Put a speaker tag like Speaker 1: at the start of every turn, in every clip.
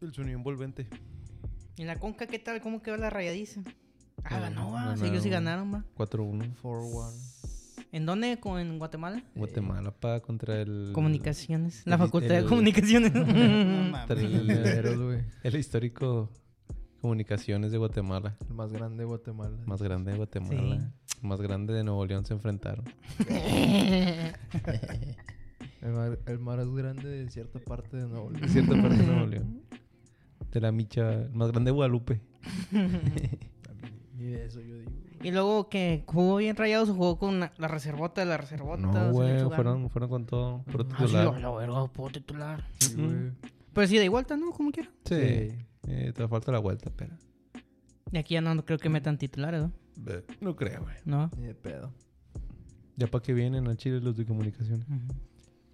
Speaker 1: El sonido envolvente.
Speaker 2: ¿En la conca qué tal? ¿Cómo quedó la rayadiza? Ah,
Speaker 1: Ah,
Speaker 2: ganó, ah,
Speaker 1: ganaron.
Speaker 2: ellos sí ganaron, va.
Speaker 1: 4-1.
Speaker 3: 4-1.
Speaker 2: ¿En dónde? ¿Con- ¿En Guatemala?
Speaker 1: Guatemala pa contra el.
Speaker 2: Comunicaciones.
Speaker 1: el-
Speaker 2: La Facultad
Speaker 1: el-
Speaker 2: de Comunicaciones.
Speaker 3: No
Speaker 1: Tres
Speaker 3: mames.
Speaker 1: dineros,
Speaker 3: güey.
Speaker 1: El histórico Comunicaciones de Guatemala.
Speaker 3: El más grande de Guatemala.
Speaker 1: Más grande de Guatemala. Más grande de Nuevo León se enfrentaron.
Speaker 3: El, mar- el más grande de cierta parte de Nuevo
Speaker 1: De
Speaker 3: León.
Speaker 1: cierta parte de Nuevo León. De la micha. el Más grande de Guadalupe.
Speaker 3: Ni de eso yo digo.
Speaker 2: y luego que jugó bien rayados, jugó con la, la reservota de la reservota. o sea,
Speaker 1: No,
Speaker 2: le
Speaker 1: güey.
Speaker 2: chugaron.
Speaker 1: Fueron, fueron con todo. Puro
Speaker 2: Ah, sí, a
Speaker 1: titular.
Speaker 2: la verga, puedo titular.
Speaker 3: Sí,
Speaker 1: Mm.
Speaker 3: güey.
Speaker 2: Pero sí, da igual, ¿tá, ¿no? Como quiera.
Speaker 1: Sí. Eh, te falta la vuelta, pero.
Speaker 2: De aquí ya no creo que metan titulares, ¿no?
Speaker 1: No creo, güey.
Speaker 2: No.
Speaker 3: Ni de pedo.
Speaker 1: Ya para que vienen a Chile los de comunicaciones.
Speaker 2: Ujú.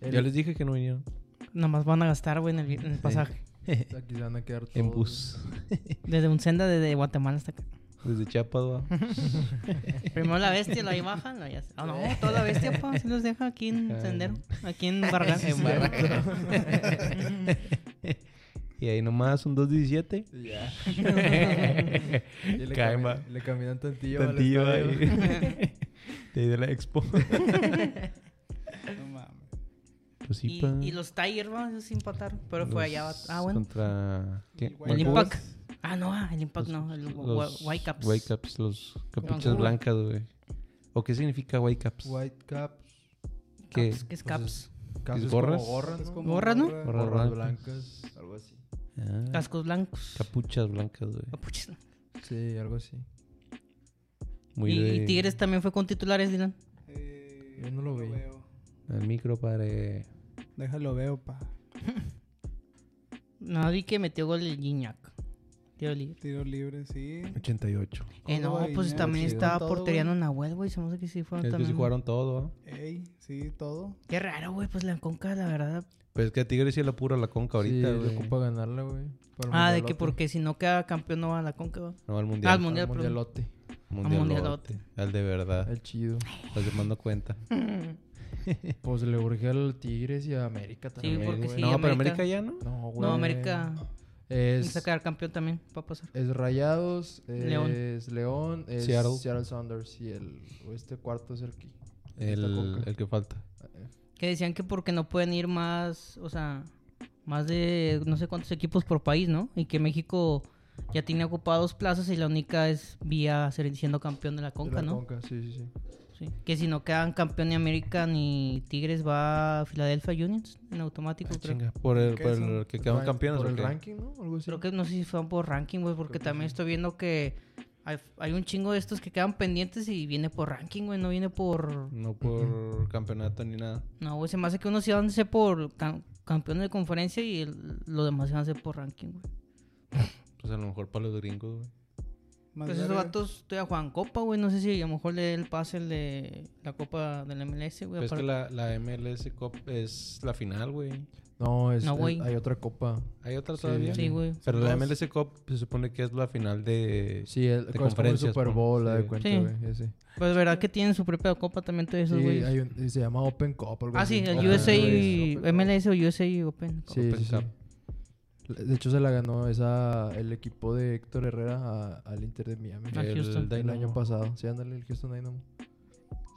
Speaker 3: El-
Speaker 1: Ya les dije que no vinieron.
Speaker 2: Nomás van a gastar, güey, en el, vi- en el pasaje.
Speaker 3: Aquí se van a quedar todos.
Speaker 1: En bus.
Speaker 2: Desde un senda desde Guatemala hasta acá.
Speaker 1: Desde Chiapas, va.
Speaker 2: Primero la bestia, la ahí bajan, la ya. Ah, no, toda la bestia, pa, se los deja aquí en
Speaker 1: Ah.
Speaker 2: Sendero, aquí en Barragán.
Speaker 3: Sí, sí,
Speaker 1: Y ahí nomás son 2.17.
Speaker 3: güey. Y Ya. Y le,
Speaker 1: Cae,
Speaker 3: cami-
Speaker 1: va.
Speaker 3: le caminan tantillo. al
Speaker 1: Tantillo
Speaker 3: estadio.
Speaker 1: ahí. De ahí de la expo.
Speaker 3: No mames.
Speaker 1: Pues sí,
Speaker 2: y,
Speaker 1: pa.
Speaker 2: y los Tiger, va, esos sí empataron, pero fue allá. va-
Speaker 1: Los
Speaker 2: Ah, bueno.
Speaker 1: Contra. ¿qué?
Speaker 2: El
Speaker 1: Vancouver.
Speaker 2: Impact. Ah, no, ah, el Impact no, el
Speaker 1: Los
Speaker 2: Whitecaps.
Speaker 1: Whitecaps, los capuchas
Speaker 2: Vancouver.
Speaker 1: blancas, güey. ¿O qué significa Whitecaps?
Speaker 3: White Caps.
Speaker 1: ¿Qué?
Speaker 2: Caps, ¿Qué es Caps?
Speaker 3: Caps es
Speaker 1: gorras?
Speaker 3: como gorra,
Speaker 4: Es
Speaker 3: ¿no?
Speaker 4: como
Speaker 2: ¿Gorra, Pues no?
Speaker 4: gorra,
Speaker 1: Gorra
Speaker 3: Gorras
Speaker 1: blanca.
Speaker 3: blancas. Algo así.
Speaker 1: Ah,
Speaker 2: Cascos blancos.
Speaker 1: Capuchas blancas, güey.
Speaker 2: Capuchas.
Speaker 3: Sí, algo así.
Speaker 1: Muy
Speaker 2: y, y
Speaker 1: de-
Speaker 2: Tigres también fue con titulares, Dylan.
Speaker 4: eh,
Speaker 3: Yo no lo vi.
Speaker 4: veo.
Speaker 1: Al micro para.
Speaker 4: Déjalo veo, pa.
Speaker 2: No, vi que metió gol el Gignac. Tío libre.
Speaker 4: Tiro libre, sí.
Speaker 1: 88.
Speaker 2: Eh, no,
Speaker 4: Córdoba y
Speaker 2: pues
Speaker 4: Gignac,
Speaker 2: también
Speaker 3: sí,
Speaker 2: estaba
Speaker 3: todo,
Speaker 2: portería
Speaker 3: güey.
Speaker 2: en Nahuel, güey. Se me hace que sí fueron
Speaker 1: Es que sí
Speaker 2: también.
Speaker 1: jugaron todo, ¿ah?
Speaker 4: Ey, sí, todo.
Speaker 2: Qué raro, güey, pues la conca, la verdad.
Speaker 1: Pues es que Tigres sí es la pura la conca ahorita,
Speaker 3: sí,
Speaker 1: güey.
Speaker 3: le ocupa ganarla, güey. para el
Speaker 2: Ah, de que
Speaker 3: mundialote.
Speaker 2: porque si no queda campeón no va a la conca, va.
Speaker 1: No, al
Speaker 2: Ah,
Speaker 1: mundial.
Speaker 2: al
Speaker 3: Para
Speaker 2: mundial,
Speaker 3: el
Speaker 2: perdón.
Speaker 3: mundialote.
Speaker 1: mundial.
Speaker 2: mundialote.
Speaker 1: Al de verdad.
Speaker 3: El chido.
Speaker 1: Estás tomando cuenta.
Speaker 3: Pues le urge al Tigres y a América también.
Speaker 2: porque
Speaker 3: güey.
Speaker 2: sí,
Speaker 1: no, pero
Speaker 2: América-
Speaker 1: América ya no.
Speaker 3: No, güey.
Speaker 2: No, América
Speaker 3: Es,
Speaker 2: necesita quedar campeón también, va a pasar.
Speaker 3: es Rayados, es
Speaker 2: León.
Speaker 3: León, es
Speaker 1: Seattle.
Speaker 3: Seattle, Sounders y el o este cuarto es el que.
Speaker 1: El, el que falta.
Speaker 2: Que decían que porque no pueden ir más, o sea, más de no sé cuántos equipos por país, ¿no? Y que México ya tiene ocupadas dos plazas y la única es vía ser siendo campeón de la conca,
Speaker 3: de la
Speaker 2: ¿no?
Speaker 3: Conca, sí, sí, sí.
Speaker 2: Sí. Que si no quedan campeón ni América ni Tigres va a Philadelphia Unions en automático,
Speaker 1: Ah,
Speaker 2: creo.
Speaker 1: chinga. Por el,
Speaker 4: ¿Qué
Speaker 1: por el
Speaker 4: son?
Speaker 1: que quedaron
Speaker 3: Rank-
Speaker 1: campeones.
Speaker 3: Por
Speaker 1: ¿o
Speaker 3: el
Speaker 1: qué?
Speaker 3: ranking, ¿no? Algo así.
Speaker 2: Creo que no sé si fueron por ranking, güey, porque
Speaker 3: Creo que
Speaker 2: también
Speaker 3: sí.
Speaker 2: estoy viendo que hay, hay un chingo de estos que quedan pendientes y viene por ranking, güey, no viene por...
Speaker 1: No por campeonato ni nada.
Speaker 2: No, güey, se me hace que unos se van a ser por cam- campeones de conferencia y el- los demás se van a ser por ranking, güey.
Speaker 1: Pues a lo mejor para los gringos, güey.
Speaker 4: Más
Speaker 2: Entonces Pues esos
Speaker 4: verga.
Speaker 2: vatos todavía juegan Copa, güey, no sé si a lo mejor le dé el pase el de la Copa del MLS, güey.
Speaker 1: Pero Pues es que
Speaker 2: aparte-
Speaker 1: la, la MLS Cup es la final, güey.
Speaker 3: No, es,
Speaker 2: No,
Speaker 3: es-
Speaker 2: güey.
Speaker 3: hay otra copa.
Speaker 1: ¿Hay otra
Speaker 3: Sí.
Speaker 1: todavía?
Speaker 2: Sí, güey.
Speaker 1: Pero la
Speaker 4: Dos.
Speaker 1: MLS Cup se supone que es la final de...
Speaker 3: Sí, el,
Speaker 1: De
Speaker 3: es como el
Speaker 1: conferencias,
Speaker 3: Super
Speaker 1: pon-
Speaker 3: Bowl, la
Speaker 1: sí.
Speaker 3: de cuenta,
Speaker 2: Sí.
Speaker 3: güey. ese.
Speaker 2: Pues verdad que tienen su propia Copa también todos esos,
Speaker 3: Sí,
Speaker 2: güey.
Speaker 3: hay un- y se llama Open Cup. algo
Speaker 2: Ah,
Speaker 3: así.
Speaker 2: sí, el
Speaker 1: Open
Speaker 2: USA,
Speaker 3: Cup. Open Cup.
Speaker 2: MLS o USA Open. Cup.
Speaker 3: Sí,
Speaker 1: Open
Speaker 3: sí, sí.
Speaker 1: Cup.
Speaker 3: De hecho, se la ganó esa, el equipo de Héctor Herrera a- al Inter de Miami.
Speaker 2: Ah,
Speaker 1: el
Speaker 2: Houston.
Speaker 3: El
Speaker 1: Dynamo.
Speaker 3: año pasado. Sí, ándale, el Houston Dynamo.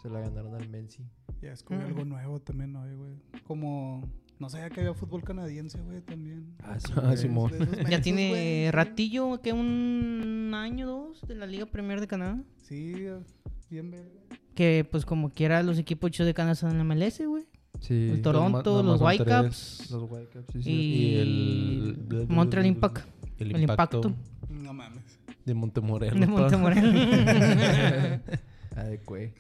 Speaker 3: Se la ganaron al Menzi.
Speaker 4: Ya es como algo nuevo también hoy, güey. Como. No sabía que había fútbol canadiense, güey, también.
Speaker 3: Ah, sí,
Speaker 1: Ah,
Speaker 3: güey.
Speaker 1: Simón.
Speaker 4: De esos mensos,
Speaker 2: Ya tiene
Speaker 4: güey,
Speaker 2: ratillo, que un año dos de la Liga Premier de Canadá.
Speaker 4: Sí, Sí, bien verga.
Speaker 2: Que pues como quiera los equipos chidos de Canadá están en la MLS, güey.
Speaker 3: Sí.
Speaker 2: El Toronto,
Speaker 1: Nomás- nomás
Speaker 2: los
Speaker 1: son
Speaker 2: Whitecaps
Speaker 1: tres.
Speaker 3: Los Whitecaps, sí, sí.
Speaker 2: y,
Speaker 1: el-
Speaker 2: el Montreal Impact
Speaker 1: El
Speaker 2: El
Speaker 1: impacto,
Speaker 2: impacto.
Speaker 4: No mames.
Speaker 1: de Montemorelos.
Speaker 2: de
Speaker 1: pa.
Speaker 2: Montemorel.
Speaker 3: Ah, de cue.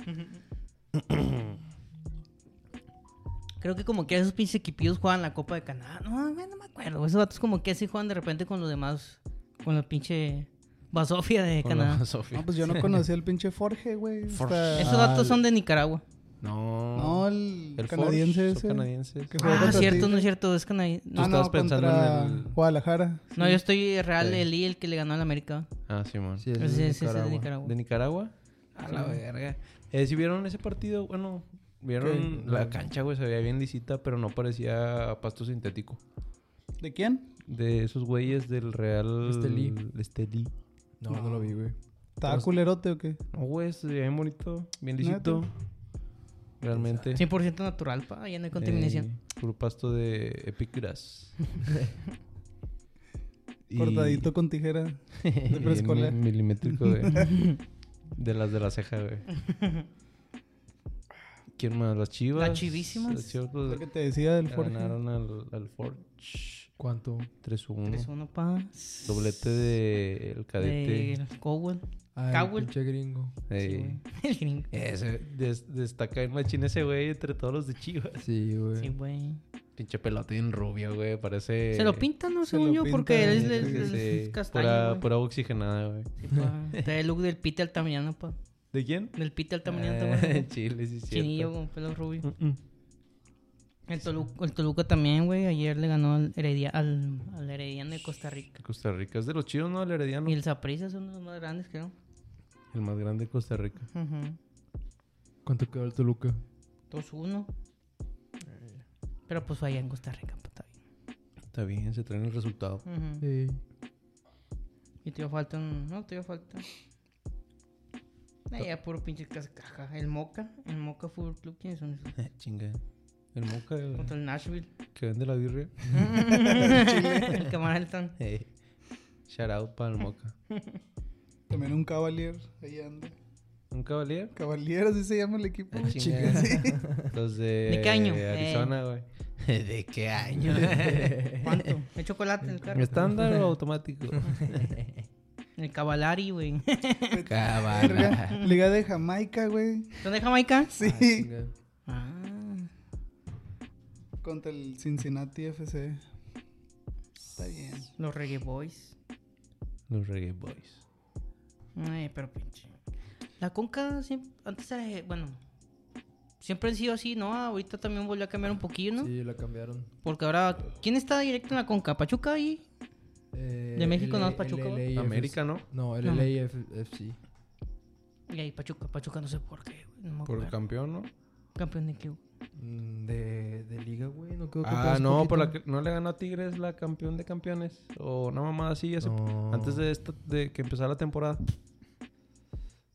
Speaker 2: Creo que como quiera esos pinches equipillos juegan la Copa de Canadá. No, güey, no me acuerdo. Esos vatos como que así juegan de repente con los demás, con la pinche Basofia de
Speaker 1: Con
Speaker 2: Canadá.
Speaker 1: la Sofía.
Speaker 4: No, pues yo no conocía el pinche Forge, güey.
Speaker 1: Forge. Ah,
Speaker 4: Hasta-
Speaker 2: Esos vatos son de Nicaragua.
Speaker 1: No.
Speaker 4: No, el,
Speaker 1: el
Speaker 4: canadiense
Speaker 1: canadiense
Speaker 4: ese.
Speaker 1: canadienses.
Speaker 4: que jugó
Speaker 2: Ah,
Speaker 4: contra
Speaker 2: cierto,
Speaker 4: Tigres.
Speaker 2: no es cierto, es canadiense.
Speaker 1: Tú
Speaker 2: No,
Speaker 4: Ah,
Speaker 1: estabas
Speaker 4: no,
Speaker 1: pensando en
Speaker 4: contra
Speaker 1: el-
Speaker 4: Guadalajara.
Speaker 2: no, yo estoy Real
Speaker 1: Sí.
Speaker 2: Elí, el que le ganó al América.
Speaker 1: Ah, Simón.
Speaker 3: Sí,
Speaker 2: Ese
Speaker 3: ese es de
Speaker 2: ese es de
Speaker 3: Nicaragua.
Speaker 4: ah,
Speaker 2: Nicaragua.
Speaker 1: ¿De Nicaragua?
Speaker 2: Ah,
Speaker 1: A la verga. Eh, si vieron ese partido, bueno, vieron
Speaker 3: ¿Qué?
Speaker 1: la cancha, güey, se veía bien lisita, pero no parecía pasto sintético.
Speaker 4: ¿De quién?
Speaker 1: de esos güeyes del Real
Speaker 3: Estelí.
Speaker 1: Estelí.
Speaker 3: No, no, lo vi, güey.
Speaker 4: ¿Estaba
Speaker 1: Pero-
Speaker 4: culerote o qué?
Speaker 1: No, güey, es bien bonito, bien
Speaker 4: Neta.
Speaker 1: lisito. Realmente.
Speaker 2: 100% natural, pa. Ya no hay contaminación.
Speaker 1: Eh, puro pasto de epicuras. Y-
Speaker 4: Cortadito con tijera.
Speaker 1: y bien
Speaker 4: preescolar.
Speaker 1: mi- milimétrico de, de las de la ceja, güey. ¿Quién más? Las chivas.
Speaker 2: Las chivísimas.
Speaker 1: Las chivas pues,
Speaker 4: Lo que te decía del Forge.
Speaker 1: ganaron al, al Forge
Speaker 3: ¿Cuánto?
Speaker 1: 3-1.
Speaker 2: 3-1, pa.
Speaker 1: Doblete del cadete.
Speaker 2: Del Cowell.
Speaker 3: Ah, el
Speaker 2: Cowell.
Speaker 3: pinche gringo.
Speaker 2: Sí,
Speaker 1: Ey.
Speaker 2: güey. El gringo.
Speaker 1: Ese, des- destaca el machín ese güey entre todos los de Chivas.
Speaker 3: Sí, güey.
Speaker 2: Sí, güey.
Speaker 1: Pinche pelota bien rubia, güey. Parece.
Speaker 2: Se lo pintan, ¿no?
Speaker 4: se
Speaker 2: Según
Speaker 4: lo
Speaker 2: yo,
Speaker 4: pintan,
Speaker 2: porque él es,
Speaker 4: sí,
Speaker 2: es-
Speaker 4: sí,
Speaker 2: es- es
Speaker 1: Sí,
Speaker 2: castaño,
Speaker 1: pura,
Speaker 2: güey.
Speaker 1: pura oxigenada, güey.
Speaker 2: Sí, pa. Trae el look del Pete Altamirano, pa.
Speaker 1: ¿De quién?
Speaker 2: Del Pete Altamirano,
Speaker 1: Ah,
Speaker 2: güey.
Speaker 1: Chile, sí, cierto.
Speaker 2: Chinillo con pelo rubio.
Speaker 1: Mm-mm.
Speaker 2: El Toluca, el Toluca también, güey. Ayer le ganó al, Heredia, al, al Herediano de Costa Rica.
Speaker 1: Costa Rica es de los chidos, ¿no? El Herediano.
Speaker 2: Y
Speaker 1: El...
Speaker 2: el Saprissa es uno de los más grandes, creo.
Speaker 1: más grande de Costa Rica.
Speaker 2: Ujú.
Speaker 3: ¿Cuánto quedó el Toluca?
Speaker 2: 2-1. Pero pues fue allá en Costa Rica, pues, está bien.
Speaker 1: Está bien, se traen el resultado.
Speaker 2: Ujú.
Speaker 3: Sí.
Speaker 2: Y te dio falta un... No, te dio falta... Ah, ya puro pinche cas- caja. El Moca. El Moca Fútbol Club. ¿Quiénes son esos?
Speaker 1: Eh, Chinga. El Moca güey,
Speaker 2: Contra el Nashville.
Speaker 1: que vende la birria.
Speaker 2: el Camaralton.
Speaker 1: Ey. Shout out para el Moca.
Speaker 4: También un Cavalier. Ahí anda.
Speaker 1: ¿Un Cavalier?
Speaker 4: Cavalier, así se llama el equipo.
Speaker 1: Ah,
Speaker 4: güey.
Speaker 1: chinga. Los de,
Speaker 2: ¿De qué año? Eh.
Speaker 1: Arizona, güey. ¿De qué año?
Speaker 2: ¿Cuánto? El chocolate en el carro.
Speaker 1: ¿Estándar o automático?
Speaker 2: El Cavalari, güey.
Speaker 1: Cabana.
Speaker 4: Verga. Liga de Jamaica, güey.
Speaker 2: ¿Dónde Jamaica?
Speaker 4: Sí.
Speaker 3: Chinga.
Speaker 2: Ah.
Speaker 4: Contra el Cincinnati FC. Está bien.
Speaker 2: Los Reggae Boys.
Speaker 1: Los Reggae Boys.
Speaker 2: Ay, pero pinche. La conca siempre, antes era, bueno, siempre han sido así, ¿no? Ahorita también volvió a cambiar un poquillo, ¿no?
Speaker 3: Sí, la cambiaron.
Speaker 2: Porque ahora, ¿quién está directo en la conca? ¿Pachuca ahí?
Speaker 3: Eh,
Speaker 2: ¿De México no es
Speaker 3: LA-
Speaker 2: Pachuca, güey?
Speaker 3: LAFC.
Speaker 1: América, ¿no?
Speaker 3: No, el
Speaker 2: No.
Speaker 3: LAFC.
Speaker 2: Y ahí Pachuca, Pachuca no sé por qué, güey, no me
Speaker 1: Por el
Speaker 2: acuerdo.
Speaker 1: campeón, ¿no?
Speaker 2: Campeón de qué, güey.
Speaker 3: Mm, De, de liga, güey. No creo que
Speaker 1: Ah,
Speaker 3: pase
Speaker 1: no, por la
Speaker 3: poquito.
Speaker 1: que- no le ganó a Tigres la campeón de campeones. O una mamada así, hace-
Speaker 3: No.
Speaker 1: antes de, esta, de que empezara la temporada.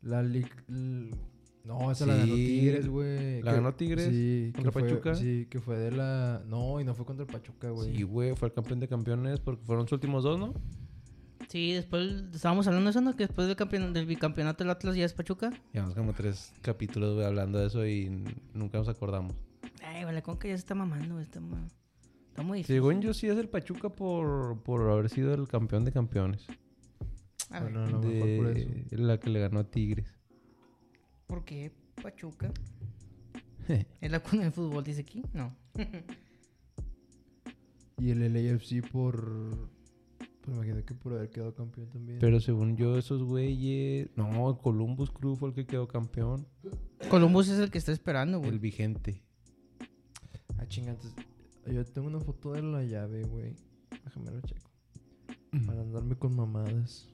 Speaker 3: La liga... No, esa la
Speaker 1: Sí,
Speaker 3: ganó Tigres, güey.
Speaker 1: la
Speaker 3: que-
Speaker 1: ganó Tigres
Speaker 3: Sí. que
Speaker 1: contra
Speaker 3: fue-
Speaker 1: Pachuca.
Speaker 3: Sí, que fue de la... No, y no fue contra el Pachuca, güey.
Speaker 1: Sí, güey, fue el campeón de campeones porque fueron sus últimos dos, ¿no?
Speaker 2: Sí, después estábamos hablando de eso, ¿no? Que después del, campeon- del bicampeonato del Atlas ya es Pachuca.
Speaker 1: Llevamos como tres capítulos güey, hablando de eso y n- nunca nos acordamos.
Speaker 2: Ay, güey, la conca ya se está mamando, güey, está, ma- está muy difícil.
Speaker 1: Según yo, sí es el Pachuca por, por haber sido el campeón de campeones.
Speaker 2: A ver,
Speaker 3: Bueno, a lo mejor por eso.
Speaker 1: De la que le ganó a Tigres.
Speaker 2: ¿por qué Pachuca? ¿Es la cuna del fútbol, dice aquí? No.
Speaker 3: Y el LAFC por... Pues me quedé que por haber quedado campeón también.
Speaker 1: Pero según yo, esos güeyes. No, el Columbus Crew fue el que quedó campeón.
Speaker 2: Columbus es el que está esperando, güey.
Speaker 1: El vigente.
Speaker 3: Ah, chingantes. Yo tengo una foto de la llave, güey. Déjame lo checo. Para andarme con mamadas.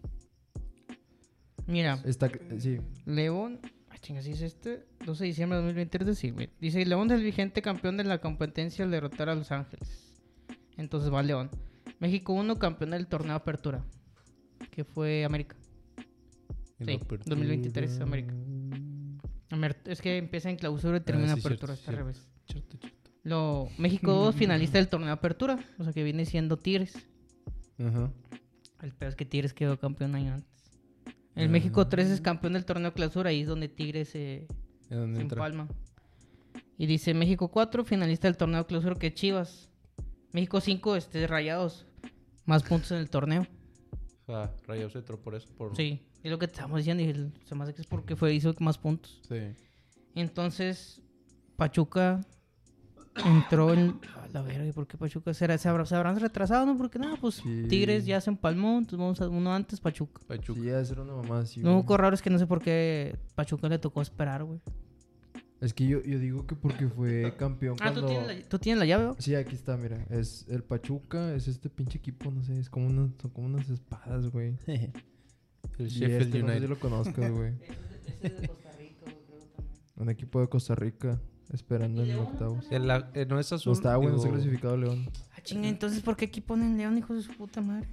Speaker 2: Mira,
Speaker 3: Está... cl- Sí.
Speaker 2: León. Ah, chinga, sí es este. 12 de diciembre de 2023, sí, güey. Dice: León es el vigente campeón de la competencia al derrotar a Los Ángeles. Entonces va León. México 1, campeón del torneo Apertura. Que fue América.
Speaker 1: El
Speaker 2: Sí,
Speaker 1: Apertura.
Speaker 2: 2023, América.
Speaker 3: Mm,
Speaker 2: Amer- Es que empieza en clausura y termina
Speaker 1: Ah, sí,
Speaker 2: Apertura,
Speaker 1: cierto,
Speaker 2: está al revés.
Speaker 1: Cierto, cierto.
Speaker 2: Lo, México 2, finalista del torneo Apertura. O sea que viene siendo Tigres.
Speaker 1: Ajá.
Speaker 2: El peor es que Tigres quedó campeón año antes. El
Speaker 1: Ah.
Speaker 2: México 3 es campeón del torneo clausura y es donde Tigres eh,
Speaker 1: ¿En dónde
Speaker 2: se
Speaker 1: entra?
Speaker 2: empalma. Y dice México 4, finalista del torneo clausura que es Chivas. México 5, este Rayados. Más puntos en el torneo.
Speaker 1: Ah, Rayados se entró por eso. Por...
Speaker 2: Sí, es lo que te estamos diciendo y el- se me hace que es porque fue, hizo más puntos.
Speaker 1: Sí.
Speaker 2: Entonces, Pachuca entró en... A la verga, ¿y por qué Pachuca? ¿Será, se, habrá- se habrán retrasado? No, porque nada, pues
Speaker 3: Sí.
Speaker 2: Tigres ya se empalmó, entonces vamos a uno antes, Pachuca.
Speaker 1: Pachuca.
Speaker 3: Sí, ha de ser una mamada así,
Speaker 2: Lo
Speaker 3: güey.
Speaker 2: único raro es que no sé por qué Pachuca le tocó esperar, güey.
Speaker 3: Es que yo, yo digo que porque fue campeón
Speaker 2: Ah,
Speaker 3: cuando...
Speaker 2: ¿tú tienes, la, tú tienes la llave, güey?
Speaker 3: Sí, aquí está, mira. Es el Pachuca, es este pinche equipo, no sé, es como unas, son como unas espadas, güey.
Speaker 1: El
Speaker 3: Y
Speaker 1: Sheffield
Speaker 3: este, No sé si
Speaker 1: United.
Speaker 3: lo conozcas, güey. Un equipo de Costa Rica. Esperando
Speaker 2: ¿Y
Speaker 3: en
Speaker 2: León?
Speaker 3: octavos.
Speaker 1: En la- eh, no es azul.
Speaker 3: No está, güey, no está
Speaker 1: digo,
Speaker 3: clasificado León.
Speaker 2: Ah, chinga, entonces, ¿por qué aquí ponen León, hijos de su puta madre?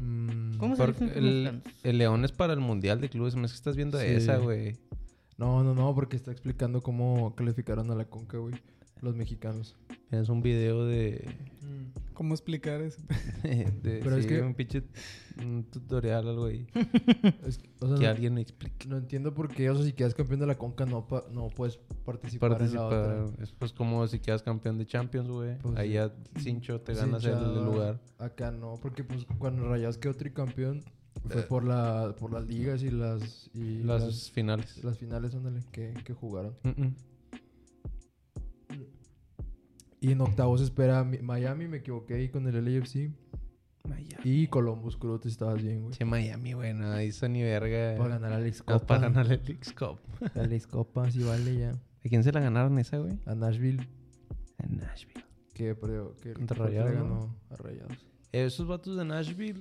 Speaker 3: Mm,
Speaker 2: ¿Cómo se
Speaker 1: porque
Speaker 2: dicen
Speaker 1: el, el León es para el Mundial de Clubes. Me es que estás viendo
Speaker 3: Sí.
Speaker 1: esa, güey.
Speaker 3: No, no, no, porque está explicando cómo calificaron a la Conca, güey. Los mexicanos.
Speaker 1: Es un video de...
Speaker 4: ¿Cómo explicar eso?
Speaker 1: de-
Speaker 3: Pero es
Speaker 1: sí,
Speaker 3: que-
Speaker 1: un pinche un tutorial algo ahí.
Speaker 3: Es que, o sea,
Speaker 1: Que
Speaker 3: no-
Speaker 1: alguien me explique.
Speaker 3: No entiendo por qué, o sea, si quedas campeón de la Conca no, pa- no puedes participar, en la
Speaker 1: Participar.
Speaker 3: otra.
Speaker 1: Es pues como si quedas campeón de Champions, güey.
Speaker 3: Pues
Speaker 1: Ahí
Speaker 3: sí.
Speaker 1: ya cincho te
Speaker 3: Sí,
Speaker 1: ganas el,
Speaker 3: ya,
Speaker 1: el lugar.
Speaker 3: Acá no, porque pues cuando Rayas quedó tricampeón fue por la por las ligas y las y
Speaker 1: Eh. Las,
Speaker 3: las,
Speaker 1: finales.
Speaker 3: las finales ándale, que, que jugaron.
Speaker 1: Mm-mm.
Speaker 3: Y en octavos espera Mi- Miami, me equivoqué ahí con el LAFC y Columbus Crew, te estabas bien, güey.
Speaker 1: Che, Miami, güey. No hizo ni verga.
Speaker 3: Para ganar a Alex
Speaker 1: No,
Speaker 3: Copa.
Speaker 1: para ganar el Leagues Cup.
Speaker 3: Alex Copa, sí vale ya.
Speaker 1: ¿A quién se la ganaron esa, güey?
Speaker 3: A Nashville,
Speaker 1: A Nashville.
Speaker 3: que perdió, que
Speaker 1: Contra
Speaker 3: fue el que le
Speaker 1: Rayados,
Speaker 3: ganó a Rayados.
Speaker 1: Eh, Esos vatos de Nashville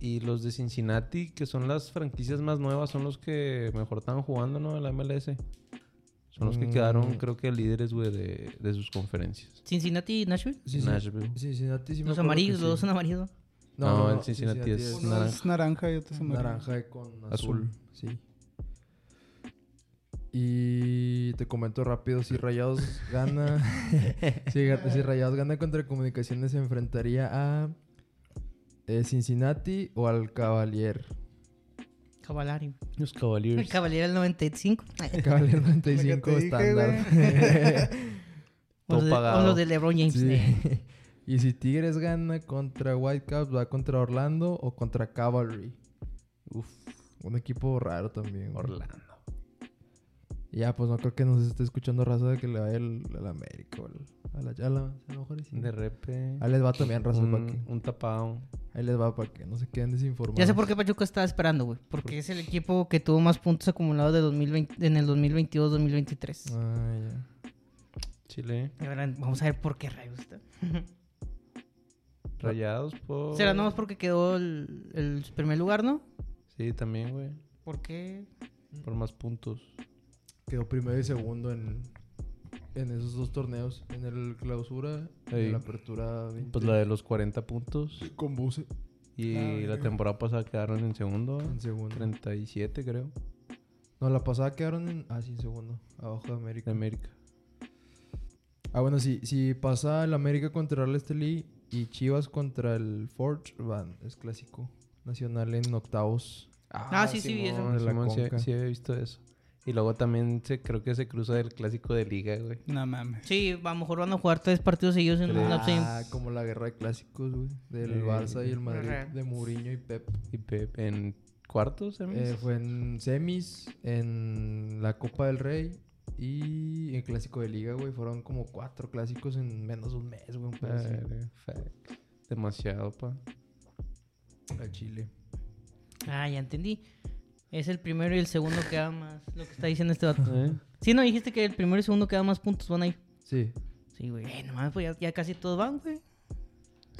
Speaker 1: y los de Cincinnati, que son las franquicias más nuevas, son los que mejor estaban jugando, ¿no? En la MLS. Son los que quedaron,
Speaker 3: Mm.
Speaker 1: creo que líderes, güey, de, de sus conferencias.
Speaker 2: Cincinnati y Nashville.
Speaker 3: Sí, sí.
Speaker 1: Nashville.
Speaker 3: Cincinnati sí me
Speaker 2: Los
Speaker 3: acuerdo que
Speaker 2: amarillos,
Speaker 3: sí.
Speaker 2: los dos son amarillos.
Speaker 1: No, el Cincinnati es
Speaker 4: Uno
Speaker 1: naranja.
Speaker 4: es naranja y otro es amarillo.
Speaker 3: naranja con azul.
Speaker 1: Azul.
Speaker 3: Sí. Y te comento rápido, si Rayados gana, si, ga- si Rayados gana contra Comunicaciones se enfrentaría a eh, Cincinnati o al Cavalier.
Speaker 2: Cavalari.
Speaker 1: Los
Speaker 2: El
Speaker 1: Cavaliers.
Speaker 2: Cavalier del 95.
Speaker 3: Cavalier
Speaker 4: que te
Speaker 3: 95
Speaker 4: dije,
Speaker 3: estándar.
Speaker 2: O los, de,
Speaker 1: pagado.
Speaker 2: o los de LeBron James.
Speaker 3: Sí.
Speaker 2: eh.
Speaker 3: Y si Tigres gana contra Whitecaps, va contra Orlando o contra Cavalry.
Speaker 1: Uf,
Speaker 3: Un equipo raro también. güey.
Speaker 1: Orlando.
Speaker 3: Ya, pues no creo que nos esté escuchando raza de que le vaya el, el América o el- a la Yala. A lo mejor y sí.
Speaker 1: De repe.
Speaker 3: Ahí les va también raza para que.
Speaker 1: Un, un tapado.
Speaker 3: Ahí les va para que no se queden desinformados.
Speaker 2: Ya sé por qué Pachuca estaba esperando, güey. Porque es el equipo que tuvo más puntos acumulados de 2020, en el 2022-2023.
Speaker 3: Ah, ya.
Speaker 1: Chile.
Speaker 2: Y ahora Vamos a ver por qué rayos está.
Speaker 1: Rayados por.
Speaker 2: Será nomás porque quedó el, el primer lugar, ¿no?
Speaker 1: Sí, también, güey.
Speaker 2: ¿Por qué?
Speaker 1: Por más puntos.
Speaker 3: Quedó primero y segundo en, en esos dos torneos. En el clausura y
Speaker 1: Ey.
Speaker 3: en la apertura 20.
Speaker 1: Pues la de los 40 puntos.
Speaker 3: Con Buse.
Speaker 1: Y
Speaker 4: Ah, verga.
Speaker 1: la temporada pasada quedaron en segundo.
Speaker 3: En segundo.
Speaker 1: 37, creo.
Speaker 3: No, la pasada quedaron en. Ah, sí, en segundo. Abajo de América.
Speaker 1: De América.
Speaker 3: Ah, bueno, si, si pasa el América contra el Estelí y Chivas contra el Forge, van. Es clásico. Nacional en octavos.
Speaker 2: Ah, sí, sí, vi eso.
Speaker 1: Simón,
Speaker 3: De la
Speaker 1: Simón, sí,
Speaker 3: Conca.
Speaker 1: sí había visto eso. Y luego también se, creo que se cruza el clásico de liga, güey.
Speaker 4: No mames.
Speaker 2: Sí, a lo mejor van a jugar tres partidos seguidos en un lapso. de-
Speaker 3: Ah, como la guerra de clásicos, güey. Del
Speaker 1: Eh,
Speaker 3: Barça y el Madrid.
Speaker 2: ajá.
Speaker 3: De Mourinho y Pep.
Speaker 1: Y Pep en cuartos, semis?
Speaker 3: Eh, fue en semis, en la Copa del Rey y en Clásico de Liga, güey. Fueron como cuatro clásicos en menos de un mes, güey. un pedo así,
Speaker 1: Verga, fuck. Ah, Demasiado, pa.
Speaker 3: al Chile.
Speaker 2: Ah, ya entendí. Es el primero y el segundo que da más. Lo que está diciendo este vato.
Speaker 1: ¿Eh?
Speaker 2: Sí, no, dijiste que el primero y el segundo que da más puntos van ahí.
Speaker 3: Sí.
Speaker 2: Sí, güey. Eh, nomás, pues ya, ya casi todos van, güey.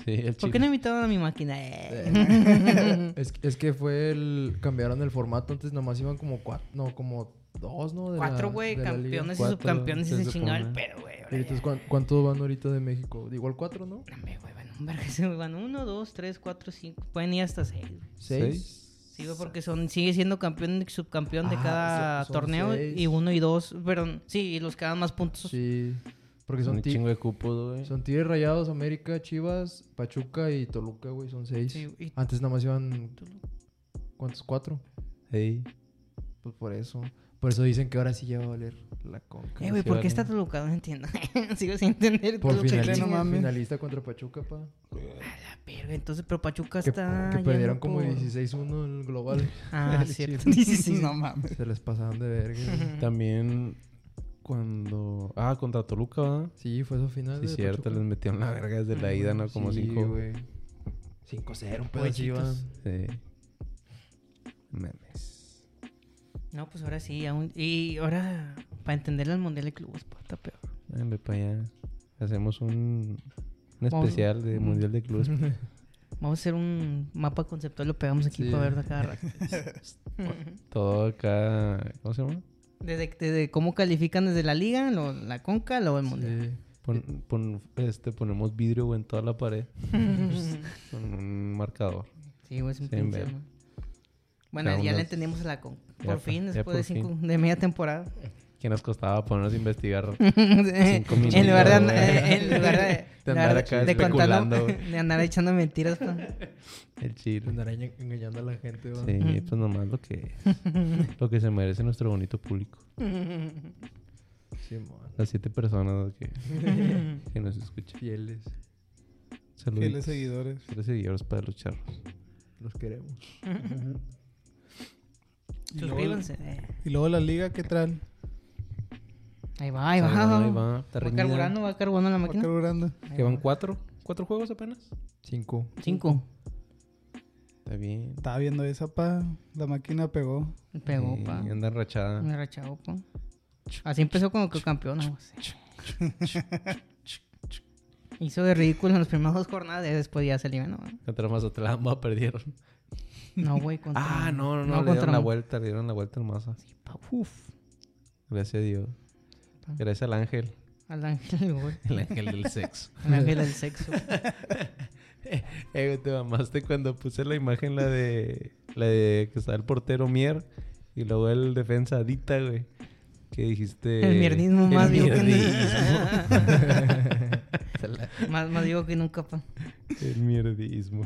Speaker 1: Sí, el
Speaker 2: ¿Por
Speaker 1: chico.
Speaker 2: qué no invitaron a mi máquina? Eh.
Speaker 3: es, es que fue el... Cambiaron el formato. Antes nomás iban como cuatro... No, como dos, ¿no? De la-
Speaker 2: Cuatro, güey,
Speaker 3: de la liga.
Speaker 2: campeones y
Speaker 1: Cuatro,
Speaker 2: subcampeones y
Speaker 1: se
Speaker 2: se chingaba el
Speaker 1: supone.
Speaker 2: pedo, güey.
Speaker 3: Y
Speaker 2: ahora
Speaker 3: entonces,
Speaker 2: ya.
Speaker 3: ¿cuán- ¿cuántos van ahorita de México? Igual cuatro, ¿no?
Speaker 2: Hombre, güey, van un verga, se van uno, dos, tres, cuatro, cinco. Pueden ir hasta seis, güey.
Speaker 3: Seis.
Speaker 2: Sí, güey, porque son, sigue siendo campeón y subcampeón de
Speaker 3: Ah,
Speaker 2: cada
Speaker 3: son- son
Speaker 2: torneo.
Speaker 3: seis.
Speaker 2: Y uno y dos, perdón. Sí, y los que dan más puntos.
Speaker 3: Sí. Porque son,
Speaker 1: Un
Speaker 3: ti-
Speaker 1: chingo de cupos, güey.
Speaker 3: Son Tigres Rayados, América, Chivas, Pachuca y Toluca, güey. Son seis.
Speaker 2: Sí, y-
Speaker 3: Antes nada más iban.
Speaker 2: Toluca.
Speaker 3: ¿Cuántos? ¿Cuatro?
Speaker 1: Ey.
Speaker 3: Pues por eso. Por eso dicen que ahora sí ya va a valer la conca.
Speaker 2: Eh, güey, pues
Speaker 1: Sí,
Speaker 2: ¿por qué
Speaker 1: vale.
Speaker 2: está Toluca? No entiendo. Sigo sin entender.
Speaker 3: por
Speaker 2: Toluca.
Speaker 4: final.
Speaker 3: finalista,
Speaker 4: no mames.
Speaker 3: finalista contra Pachuca, pa.
Speaker 2: A la Ah, verga, entonces, pero Pachuca
Speaker 3: Que,
Speaker 2: está.
Speaker 3: que
Speaker 2: yendo
Speaker 3: perdieron como
Speaker 2: por-
Speaker 3: 16-1 en el global.
Speaker 2: Ah,
Speaker 3: Sí,
Speaker 2: cierto.
Speaker 3: güey.
Speaker 2: 16.
Speaker 4: No mames.
Speaker 3: Se les pasaron de verga. güey.
Speaker 1: También cuando. Ah, contra Toluca, ¿verdad?
Speaker 3: Sí, fue su final.
Speaker 1: Sí,
Speaker 3: Ah, de
Speaker 1: cierto,
Speaker 3: Pachuca.
Speaker 1: les metieron la verga desde la ida, ¿no? Como
Speaker 3: Sí,
Speaker 1: cinco.
Speaker 3: güey. 5-0, un
Speaker 1: Pues sí,
Speaker 3: pedacito.
Speaker 1: Sí. Memes.
Speaker 2: No, pues ahora sí. aún- Y ahora, para entender el Mundial de Clubes, pa, está peor.
Speaker 1: Dale para allá. Hacemos un, un
Speaker 2: Vamos.
Speaker 1: especial de Mundial de Clubes.
Speaker 2: Vamos a hacer un mapa conceptual, lo pegamos aquí
Speaker 3: Sí.
Speaker 2: para ver de cada rato.
Speaker 1: Todo acá. ¿Cómo se llama?
Speaker 2: Desde, desde cómo califican desde la liga, lo- la conca, luego el mundial.
Speaker 3: Sí.
Speaker 1: Pon- pon- este, ponemos vidrio güey, en toda la pared con un marcador.
Speaker 2: Sí, güey, es un
Speaker 1: Sin
Speaker 2: pinche
Speaker 1: ver.
Speaker 2: ama. Bueno,
Speaker 1: Cada
Speaker 2: ya
Speaker 1: uno
Speaker 2: le
Speaker 1: es-
Speaker 2: entendimos a la con.
Speaker 1: Ya
Speaker 2: Por
Speaker 1: pa-
Speaker 2: fin,
Speaker 1: ya
Speaker 2: después
Speaker 1: por
Speaker 2: de, cinco, de media temporada.
Speaker 1: Que nos costaba ponernos a investigar.
Speaker 2: en lugar de,
Speaker 1: minutos, güey.
Speaker 2: en lugar de,
Speaker 1: De andar acá
Speaker 2: de contando-
Speaker 1: especulando, güey.
Speaker 2: de andar echando mentiras. pa.
Speaker 1: El chile.
Speaker 3: Andar enga- engañando a la gente, ¿va?
Speaker 1: Sí,
Speaker 2: Ujú.
Speaker 1: pues nomás lo que es. lo que se merece nuestro bonito público.
Speaker 3: Simón.
Speaker 1: Las siete personas que, que nos escuchan.
Speaker 3: Fieles.
Speaker 1: Saludos.
Speaker 4: Fieles seguidores.
Speaker 1: Tres seguidores para los charros.
Speaker 3: Los queremos.
Speaker 4: Y luego-
Speaker 2: Suscríbanse. eh.
Speaker 4: Y luego la liga, ¿qué traen?
Speaker 2: Ahí va, ahí va.
Speaker 1: Ahí va. Está
Speaker 2: Va
Speaker 1: reñida.
Speaker 2: carburando, va carburando la
Speaker 4: ¿Va
Speaker 2: máquina.
Speaker 4: carburando?
Speaker 2: Ahí
Speaker 1: Que van
Speaker 2: va.
Speaker 1: cuatro. ¿Cuatro juegos apenas?
Speaker 3: Cinco.
Speaker 2: Cinco.
Speaker 1: Está bien.
Speaker 4: Estaba viendo esa, pa. La máquina pegó.
Speaker 2: Pegó,
Speaker 1: Sí,
Speaker 2: pa.
Speaker 1: Anda rachada.
Speaker 2: Me rachado, pa. Así empezó como que campeón. no sé. Hizo de ridículo en los primeros dos jornadas. y Después ya se eliminó. ¿no?
Speaker 1: Contra Mazatlán va, perdieron.
Speaker 2: No, güey, contra.
Speaker 1: Ah, no, no, no. le
Speaker 2: contra
Speaker 1: dieron la vuelta, le dieron la vuelta al Maza.
Speaker 2: Pa- Uf,
Speaker 1: Gracias a Dios. Gracias al ángel.
Speaker 2: al ángel, güey.
Speaker 1: El ángel del sexo.
Speaker 2: Al ángel del sexo.
Speaker 1: Eh, güey, te mamaste cuando puse la imagen, la de, la de que está el portero Mier y luego el defensa Dita, güey. Que dijiste.
Speaker 2: El mierdismo más
Speaker 1: el
Speaker 2: vivo que nunca.
Speaker 1: mierdismo.
Speaker 2: más, más digo que nunca, pues. pa.
Speaker 1: el mierdismo.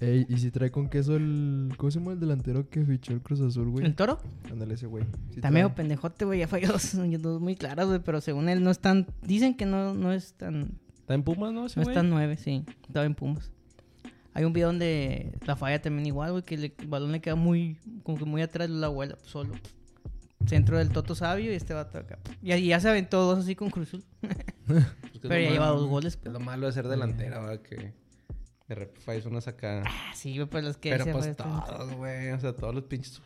Speaker 3: Ey, y si trae con queso el. ¿Cómo se llama el delantero que fichó el Cruz Azul, güey?
Speaker 2: ¿El toro?
Speaker 3: Ándale ese güey. Sí
Speaker 2: Está
Speaker 3: trae.
Speaker 2: medio pendejote, güey. Ya falló dos, dos muy claras, güey. Pero según él, no es tan. Dicen que no, no es tan.
Speaker 1: Está en Pumas, ¿no? ese
Speaker 2: No
Speaker 1: güey?
Speaker 2: es tan nueve, sí. Estaba en Pumas. Hay un video donde la falla también igual, güey. Que le- el balón le queda muy. Como que muy atrás de la abuela, solo. Centro del Toto Sabio y este vato acá. Y ahí ya se aventó dos así con Cruzul.
Speaker 1: Pues que
Speaker 2: Pero
Speaker 1: es
Speaker 2: ya
Speaker 1: lo
Speaker 2: lleva
Speaker 1: malo,
Speaker 2: dos
Speaker 1: güey.
Speaker 2: goles.
Speaker 1: Es
Speaker 2: Pero...
Speaker 1: lo malo de ser delantera, ¿verdad? Que de repente fallas una sacada.
Speaker 2: Ah, sí, güey, pues las que
Speaker 1: Pero
Speaker 2: se
Speaker 1: pues todos, güey. O sea, todos los pinches.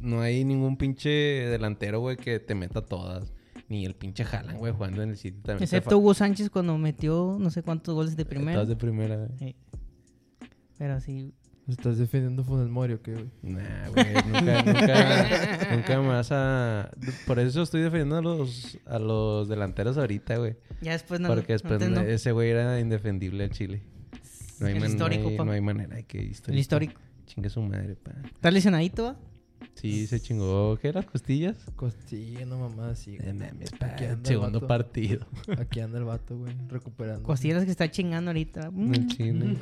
Speaker 1: No hay ningún pinche delantero, güey, que te meta todas. Ni el pinche Jalan, güey, jugando en el City también. te
Speaker 2: Excepto Hugo Sánchez cuando metió no sé cuántos goles de
Speaker 1: Eh,
Speaker 2: primera.
Speaker 1: Todas de primera, güey.
Speaker 2: Sí. Pero sí.
Speaker 3: Estás defendiendo Funes Mori, ¿o qué, güey?
Speaker 1: Nah, güey. Nunca, nunca, nunca me vas a. Por eso estoy defendiendo a los, a los delanteros ahorita, güey.
Speaker 2: Ya después no.
Speaker 1: Porque después
Speaker 2: antes no.
Speaker 1: ese güey era indefendible al Chile. No hay,
Speaker 2: El
Speaker 1: man- no
Speaker 2: histórico,
Speaker 1: hay-
Speaker 2: pa.
Speaker 1: no hay manera de que
Speaker 2: El histórico.
Speaker 1: Chingue su madre, pa.
Speaker 2: Está lesionadito, va?
Speaker 1: Sí, se chingó. ¿Qué? ¿Las costillas?
Speaker 3: Costilla, no mamá, sí.
Speaker 1: Eh,
Speaker 3: güey.
Speaker 1: mames, pa,
Speaker 3: Aquí anda el
Speaker 1: Segundo
Speaker 3: vato.
Speaker 1: partido.
Speaker 3: Aquí anda el vato, güey. Recuperando.
Speaker 2: Costillas que está chingando ahorita. Mm.
Speaker 1: El chile.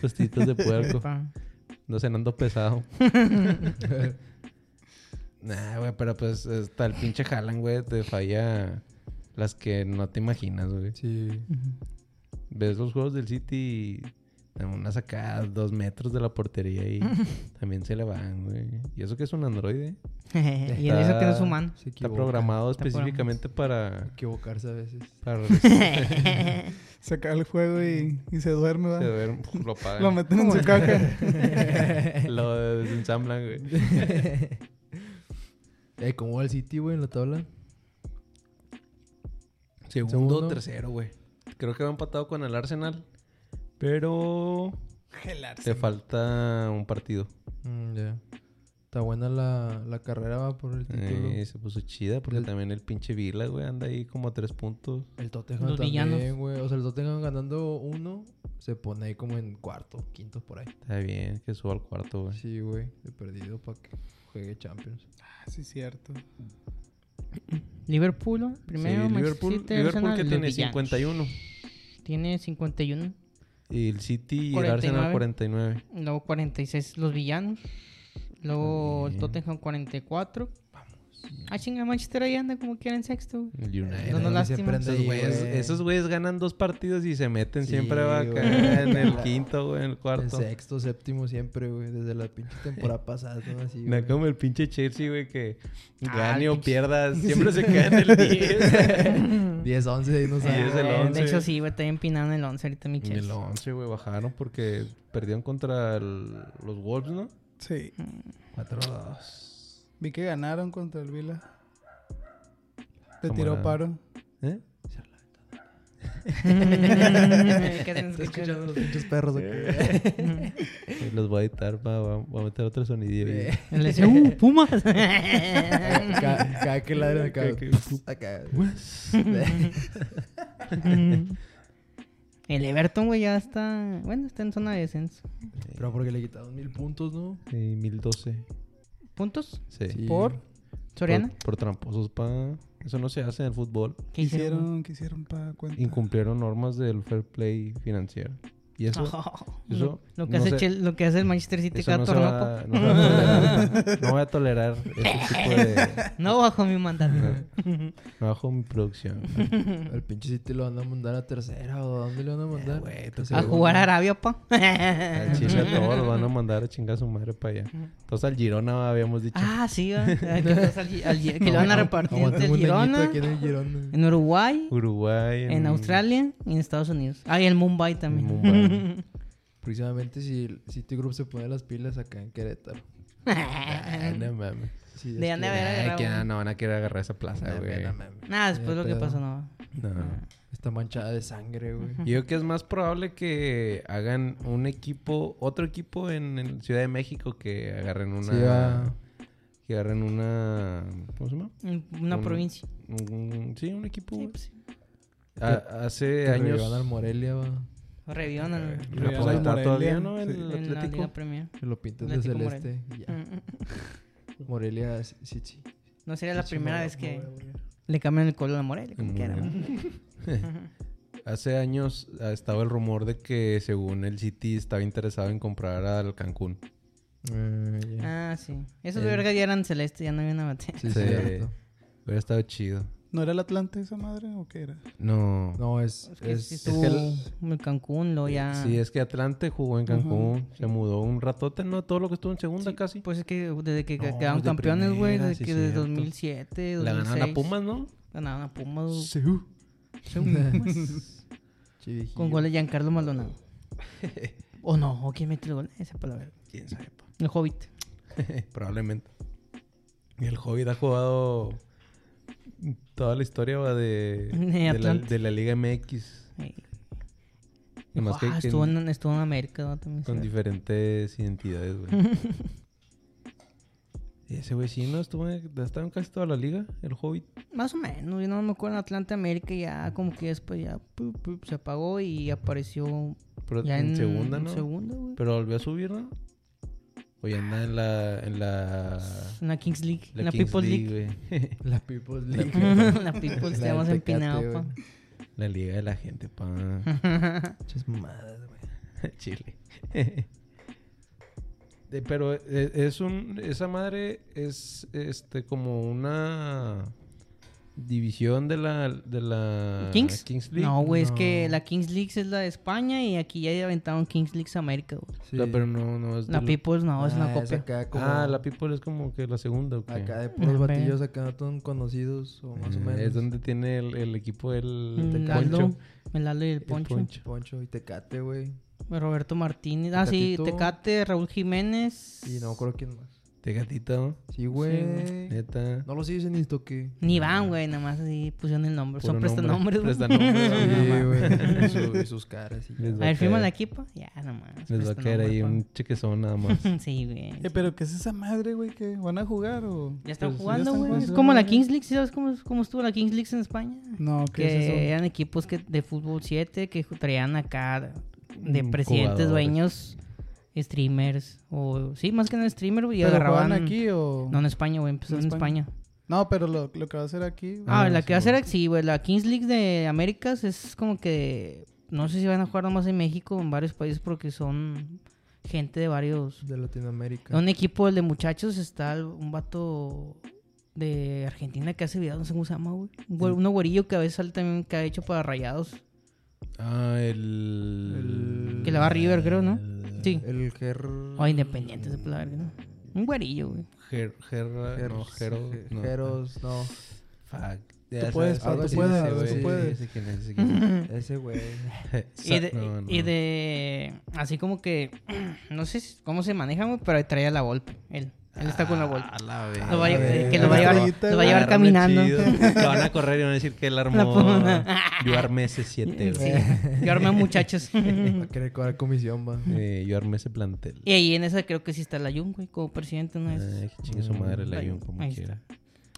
Speaker 1: Costitos de puerco.
Speaker 2: Pa.
Speaker 1: No cenando pesado. nah, güey, pero pues hasta el pinche Jalan, güey, te falla las que no te imaginas, güey.
Speaker 3: Sí.
Speaker 1: Ves los juegos del City y una sacada dos metros de la portería y también se le van, güey. Y eso que es un androide.
Speaker 2: y en eso que no es humano.
Speaker 3: Se
Speaker 1: Está
Speaker 3: equivoca.
Speaker 1: programado
Speaker 2: Está
Speaker 1: específicamente para...
Speaker 3: Equivocarse a veces.
Speaker 1: para
Speaker 4: Saca el juego y, y se duerme, va.
Speaker 1: ver, lo apagan.
Speaker 4: Lo meten en su caja.
Speaker 1: Lo desensamblan, güey.
Speaker 3: Eh, ¿cómo va el City, güey, en la tabla?
Speaker 1: Segundo,
Speaker 3: Segundo.
Speaker 1: tercero, güey. Creo que va empatado con el Arsenal. Pero te falta un partido.
Speaker 3: Mm, ya. Está buena la, la carrera, va, por el título.
Speaker 1: Eh, se puso chida porque
Speaker 3: Del-
Speaker 1: también el pinche Vila, güey, anda ahí como a tres puntos.
Speaker 3: El Tottenham
Speaker 2: Los
Speaker 3: también,
Speaker 2: villanos.
Speaker 3: güey. O sea, el Tottenham ganando uno, se pone ahí como en cuarto, quinto por ahí.
Speaker 1: Está bien, que suba al cuarto, güey.
Speaker 3: Sí, güey. He perdido para que juegue Champions.
Speaker 4: Ah, sí, cierto.
Speaker 2: Liverpool, va. primero.
Speaker 1: Sí,
Speaker 2: Manchester
Speaker 1: Liverpool,
Speaker 2: City,
Speaker 1: Liverpool
Speaker 2: Arsenal,
Speaker 1: que
Speaker 2: los
Speaker 1: tiene
Speaker 2: villanos.
Speaker 1: 51.
Speaker 2: Tiene 51.
Speaker 1: Y el City y el
Speaker 2: 49.
Speaker 1: Arsenal 49.
Speaker 2: Luego 46 los villanos. Luego el
Speaker 1: Bien.
Speaker 2: Tottenham 44. Ah, chinga, Manchester ahí anda como quiera en sexto. güey.
Speaker 1: El United.
Speaker 2: No, no,
Speaker 3: Ahí
Speaker 2: lástima.
Speaker 3: siempre anda
Speaker 1: Esos
Speaker 3: ahí,
Speaker 1: güeyes,
Speaker 3: güey.
Speaker 1: esos güeyes ganan dos partidos y se meten
Speaker 3: Sí,
Speaker 1: siempre va
Speaker 3: güey.
Speaker 1: acá en el quinto, güey, en el
Speaker 3: El
Speaker 1: cuarto.
Speaker 3: sexto, séptimo siempre, güey. Desde la pinche temporada pasada, ¿no? Así,
Speaker 1: No
Speaker 3: güey.
Speaker 1: como el pinche Chelsea, güey, que
Speaker 2: Ah,
Speaker 1: gane
Speaker 2: el
Speaker 1: o
Speaker 2: pinche-
Speaker 1: pierda, siempre se queda en el 10.
Speaker 3: 10, 11, ahí no
Speaker 1: es el
Speaker 2: Eh,
Speaker 3: sabe.
Speaker 1: 11.
Speaker 2: De hecho, sí, güey, está empinado en el 11 ahorita, mi
Speaker 1: En el
Speaker 2: Chelsea.
Speaker 1: 11, güey, bajaron porque perdieron contra el- los Wolves, ¿no?
Speaker 4: Sí.
Speaker 1: 4-2.
Speaker 4: Vi que ganaron contra el Vila. Le
Speaker 1: Camarada.
Speaker 4: tiró paro.
Speaker 1: ¿Eh?
Speaker 2: Mm. ¿Qué hacen escuchando? Mm.
Speaker 3: Está escuchando los pinches perros aquí.
Speaker 1: Ahí Los Eh, voy a editar, va, va- voy a meter otro sonidillo. ahí.
Speaker 3: Eh,
Speaker 2: Le decía, ¡uh, pumas!
Speaker 3: ca- Cada, que ladran acá.
Speaker 1: Cada que-
Speaker 3: acá.
Speaker 1: Pues,
Speaker 2: El Everton, güey, ya está... Bueno, está en zona de descenso.
Speaker 3: Pero porque le quitaron mil puntos, ¿no?
Speaker 1: Sí, 1012.
Speaker 2: ¿Puntos?
Speaker 1: Sí.
Speaker 3: Sí.
Speaker 2: ¿Por? ¿Soriana?
Speaker 1: Por, por tramposos, pa. Eso no se hace en el fútbol.
Speaker 2: ¿Qué
Speaker 4: ¿Qué
Speaker 2: hicieron?
Speaker 4: hicieron? ¿Qué hicieron para cuenta?
Speaker 1: Incumplieron normas del fair play financiero. Y eso,
Speaker 2: Oh,
Speaker 1: Eso
Speaker 2: lo- lo, que
Speaker 1: no
Speaker 2: hace
Speaker 1: sé.
Speaker 2: Chel- lo que hace el Manchester City
Speaker 1: eso
Speaker 2: cada
Speaker 1: no, se
Speaker 2: torneo.
Speaker 1: va,
Speaker 2: po-
Speaker 1: no se va a tolerar. No voy a tolerar ese tipo de...
Speaker 2: No bajo mi mandato.
Speaker 1: No bajo mi producción.
Speaker 3: Al pinche City lo van a mandar a tercera o a dónde le van a mandar.
Speaker 1: güey, tú
Speaker 3: Tercera.
Speaker 2: Eh, pues, A jugar a Arabia, pa.
Speaker 1: Al Chile a todos los van a mandar a chingar a su madre para allá. Entonces al Girona habíamos dicho.
Speaker 2: Ah, sí, va. Ah, que, los al- al- que lo van a repartir entre
Speaker 3: Aguanten
Speaker 2: el
Speaker 3: un añito
Speaker 2: Girona,
Speaker 3: aquí en el Girona.
Speaker 2: en Uruguay,
Speaker 1: Uruguay.
Speaker 2: en Australia y en Estados Unidos. Ah, y en Mumbai también.
Speaker 1: Mumbai.
Speaker 3: Próximamente si el Citigroup se pone las pilas acá en Querétaro.
Speaker 1: Ah, no mames.
Speaker 3: Sí,
Speaker 2: De han de haber
Speaker 1: Ay,
Speaker 2: agarrado-
Speaker 1: que ah, no van a querer agarrar esa plaza,
Speaker 3: No,
Speaker 1: güey.
Speaker 3: Ah, no mames.
Speaker 2: Nada, después
Speaker 3: Ya
Speaker 2: lo que
Speaker 3: pedo.
Speaker 2: pasó no.
Speaker 1: No.
Speaker 3: Está manchada de sangre, güey.
Speaker 1: Yo creo que es más probable que hagan un equipo, otro equipo en, en Ciudad de México que agarren una.
Speaker 3: Sí, va.
Speaker 1: Que agarren una. ¿Cómo se llama?
Speaker 2: Una, una
Speaker 1: Un-
Speaker 2: provincia.
Speaker 1: Un- sí, un equipo.
Speaker 2: Sí,
Speaker 1: güey.
Speaker 2: pues sí.
Speaker 1: Ha- hace
Speaker 3: Que
Speaker 1: años.
Speaker 3: revivan al Morelia, va.
Speaker 2: Revivan al-
Speaker 1: Ah,
Speaker 4: Revivan
Speaker 1: pues ahí
Speaker 4: al
Speaker 1: está todavía,
Speaker 4: Morelia,
Speaker 1: ¿no? En
Speaker 4: sí.
Speaker 1: el
Speaker 2: en la Liga
Speaker 1: Atlético.
Speaker 2: Premier.
Speaker 3: Que lo pinten de
Speaker 2: Atlético
Speaker 3: celeste. y ya. Morelia, City.
Speaker 2: No sería la primera vez que le cambian el color a Morelia, como
Speaker 1: Mm.
Speaker 2: quiera. ¿no?
Speaker 1: Hace años ah, estaba el rumor de que según el City estaba interesado en comprar al Cancún.
Speaker 3: Eh, ya.
Speaker 2: Ah, sí. Esos
Speaker 3: Eh.
Speaker 2: vergas ya eran celestes, ya no había una batalla.
Speaker 3: Sí,
Speaker 1: Sí.
Speaker 3: cierto.
Speaker 1: Hubiera estado chido.
Speaker 4: ¿No era el Atlante esa madre o qué era?
Speaker 1: No.
Speaker 3: No, es...
Speaker 2: Es que
Speaker 3: es-
Speaker 2: sí
Speaker 3: es
Speaker 2: estuvo
Speaker 3: que
Speaker 2: en Cancún, lo ya.
Speaker 1: Sí, es que Atlante jugó en Cancún. Se mudó un ratote, ¿no? Todo lo que estuvo en segunda casi.
Speaker 2: Pues es que desde que
Speaker 1: No,
Speaker 2: quedaron
Speaker 1: de
Speaker 2: campeones, güey,
Speaker 1: primera,
Speaker 2: desde
Speaker 1: sí,
Speaker 2: que desde
Speaker 1: cierto.
Speaker 2: 2007, 2006.
Speaker 1: La ganaron a Pumas, ¿no?
Speaker 2: Ganaron a Pumas.
Speaker 3: Chivijillo.
Speaker 2: pues. Con goles de Giancarlo Maldonado. o no, o quién mete el gol, esa palabra.
Speaker 1: Quién sabe, pa.
Speaker 2: El Hobbit.
Speaker 1: Probablemente. Y el Hobbit ha jugado toda la historia va, de, de, la,
Speaker 2: Atlante.
Speaker 1: de la Liga MX.
Speaker 2: Ey.
Speaker 1: Nomás que-
Speaker 2: Ah,
Speaker 1: que
Speaker 2: estuvo, en, estuvo en América ¿no? también.
Speaker 1: con
Speaker 2: sí.
Speaker 1: diferentes identidades, güey. Ese güey sí, ¿no? Estuvo en, estaba en casi toda la liga, el Hobbit.
Speaker 2: Más o menos, yo no me acuerdo en Atlanta América ya como que después ya pu- pu- se apagó y apareció
Speaker 1: Pero
Speaker 2: ya
Speaker 1: en, segunda, ¿no?
Speaker 2: segunda, güey.
Speaker 1: Pero volvió a subir, ¿no? O ya anda en la... En la,
Speaker 2: En la Kings League, en la
Speaker 1: Kings
Speaker 2: People's League.
Speaker 1: güey.
Speaker 3: La People's League.
Speaker 2: la People's
Speaker 3: La
Speaker 2: te hemos
Speaker 3: del
Speaker 2: Pues empinado,
Speaker 3: Tecate,
Speaker 2: pa.
Speaker 3: güey.
Speaker 1: la liga de la gente, pa.
Speaker 3: Muchas mamadas, güey.
Speaker 1: Chile. De- pero eh, es un esa madre es este como una división de la de la
Speaker 2: ¿Kings?
Speaker 1: Ah, League.
Speaker 2: No, güey, es que
Speaker 3: No.
Speaker 2: la Kings League es la de España y aquí ya aventaron Kings League América, güey.
Speaker 3: Sí.
Speaker 1: No, pero no no es Pues de
Speaker 2: La
Speaker 1: lo-
Speaker 2: People's no, es una
Speaker 3: Ah,
Speaker 2: copia.
Speaker 3: acá como-
Speaker 1: Ah, la People es como que la segunda ¿o qué?
Speaker 3: Acá de puros
Speaker 2: Ajá.
Speaker 3: batillos acá no tan conocidos o más o
Speaker 1: Eh,
Speaker 3: menos.
Speaker 1: Es donde tiene el, el equipo el
Speaker 2: El
Speaker 1: Poncho.
Speaker 2: Mm, Lalo, el Lalo y el
Speaker 1: El
Speaker 2: Poncho. Pues
Speaker 1: Poncho.
Speaker 3: Poncho y Tecate, güey.
Speaker 2: Roberto Martínez. Ah, sí,
Speaker 3: Tecatito.
Speaker 2: Tecate, Raúl Jiménez.
Speaker 3: Y no creo quién más.
Speaker 1: De gatito,
Speaker 3: Sí, güey.
Speaker 1: neta.
Speaker 3: no lo sigues en Insta, ¿qué?
Speaker 2: Ni van, güey, nada más así pusieron el nombre. Son
Speaker 1: Puro nombre.
Speaker 2: prestanombres,
Speaker 1: Prestanombres,
Speaker 2: güey.
Speaker 3: Sí,
Speaker 1: no mames.
Speaker 3: güey. Y, su- y sus caras. Y
Speaker 1: Les
Speaker 2: A
Speaker 1: va
Speaker 3: ya.
Speaker 1: a
Speaker 2: ver, firma
Speaker 1: caer.
Speaker 2: la equipa. Ya, nada más.
Speaker 1: Les va a caer ahí un chequezón nada más.
Speaker 2: Sí, güey.
Speaker 4: Eh, pero ¿qué es esa madre, güey? ¿Que van a jugar o...?
Speaker 2: Ya están
Speaker 4: Pues, ya
Speaker 2: jugando,
Speaker 4: están
Speaker 2: güey.
Speaker 4: jugando.
Speaker 2: Es como la Kings League. ¿sí ¿Sabes cómo, cómo estuvo la Kings League en España?
Speaker 4: No, ¿qué
Speaker 2: que
Speaker 4: es eso?
Speaker 2: eran equipos que de fútbol 7 que ju- traían acá de
Speaker 1: Mm,
Speaker 2: presidentes,
Speaker 1: jugadores.
Speaker 2: dueños, streamers. o Sí, más que en streamer, güey. Y
Speaker 4: ¿Pero
Speaker 2: agarraban.
Speaker 4: juegan aquí o...?
Speaker 2: No, en España, güey. Empezó
Speaker 4: ¿En
Speaker 2: en España.
Speaker 4: No, pero lo, lo que va a hacer aquí... güey.
Speaker 2: Ah,
Speaker 1: Ah,
Speaker 2: la
Speaker 1: sí,
Speaker 2: que va a ser sí, güey. La Kings League de Américas es como que. No sé si van a jugar nomás en México o en varios países porque son gente de varios.
Speaker 3: De Latinoamérica.
Speaker 2: Un equipo el de muchachos está el- un vato de Argentina que hace videos, no sé cómo se llama, güey. Un güe- uno güerillo que a veces sale también que ha hecho para rayados.
Speaker 1: Ah, el...
Speaker 2: Que le va a River, creo, ¿no? Sí.
Speaker 3: El Ger...
Speaker 2: O Independiente, se puede ver, ¿no? Un güerillo, güey.
Speaker 1: Ger, Gerra-
Speaker 3: Gers-
Speaker 1: no, Jero,
Speaker 3: Ge-
Speaker 1: no.
Speaker 3: Geros, no.
Speaker 1: Fuck.
Speaker 4: puedes,
Speaker 3: pa, tú puedes, tú puedes. Ese güey.
Speaker 2: Y de, y de- Así como que. No sé si- cómo se maneja, güey, pero traía la golpe, él. Él está con la vuelta.
Speaker 1: A Ah, la vez.
Speaker 2: Lo va a llevar-
Speaker 4: eh,
Speaker 2: que lo va a
Speaker 4: la
Speaker 2: llevar,
Speaker 4: estrellita,
Speaker 2: lo va a llevar
Speaker 1: Agarrarme
Speaker 2: caminando.
Speaker 1: chido. Lo van a correr y van a decir que él armó.
Speaker 2: La
Speaker 1: Yo armé ese 7,
Speaker 2: Sí. Yo armé muchachos.
Speaker 3: Va a querer cobrar comisión, va.
Speaker 1: Eh, yo armé ese plantel.
Speaker 2: y ahí en esa creo que sí está la Jun, güey, como presidente. ¿no? Es...
Speaker 1: Ay, que chingue su madre el
Speaker 2: Ahí-
Speaker 1: ayun como
Speaker 2: ahí
Speaker 1: quiera.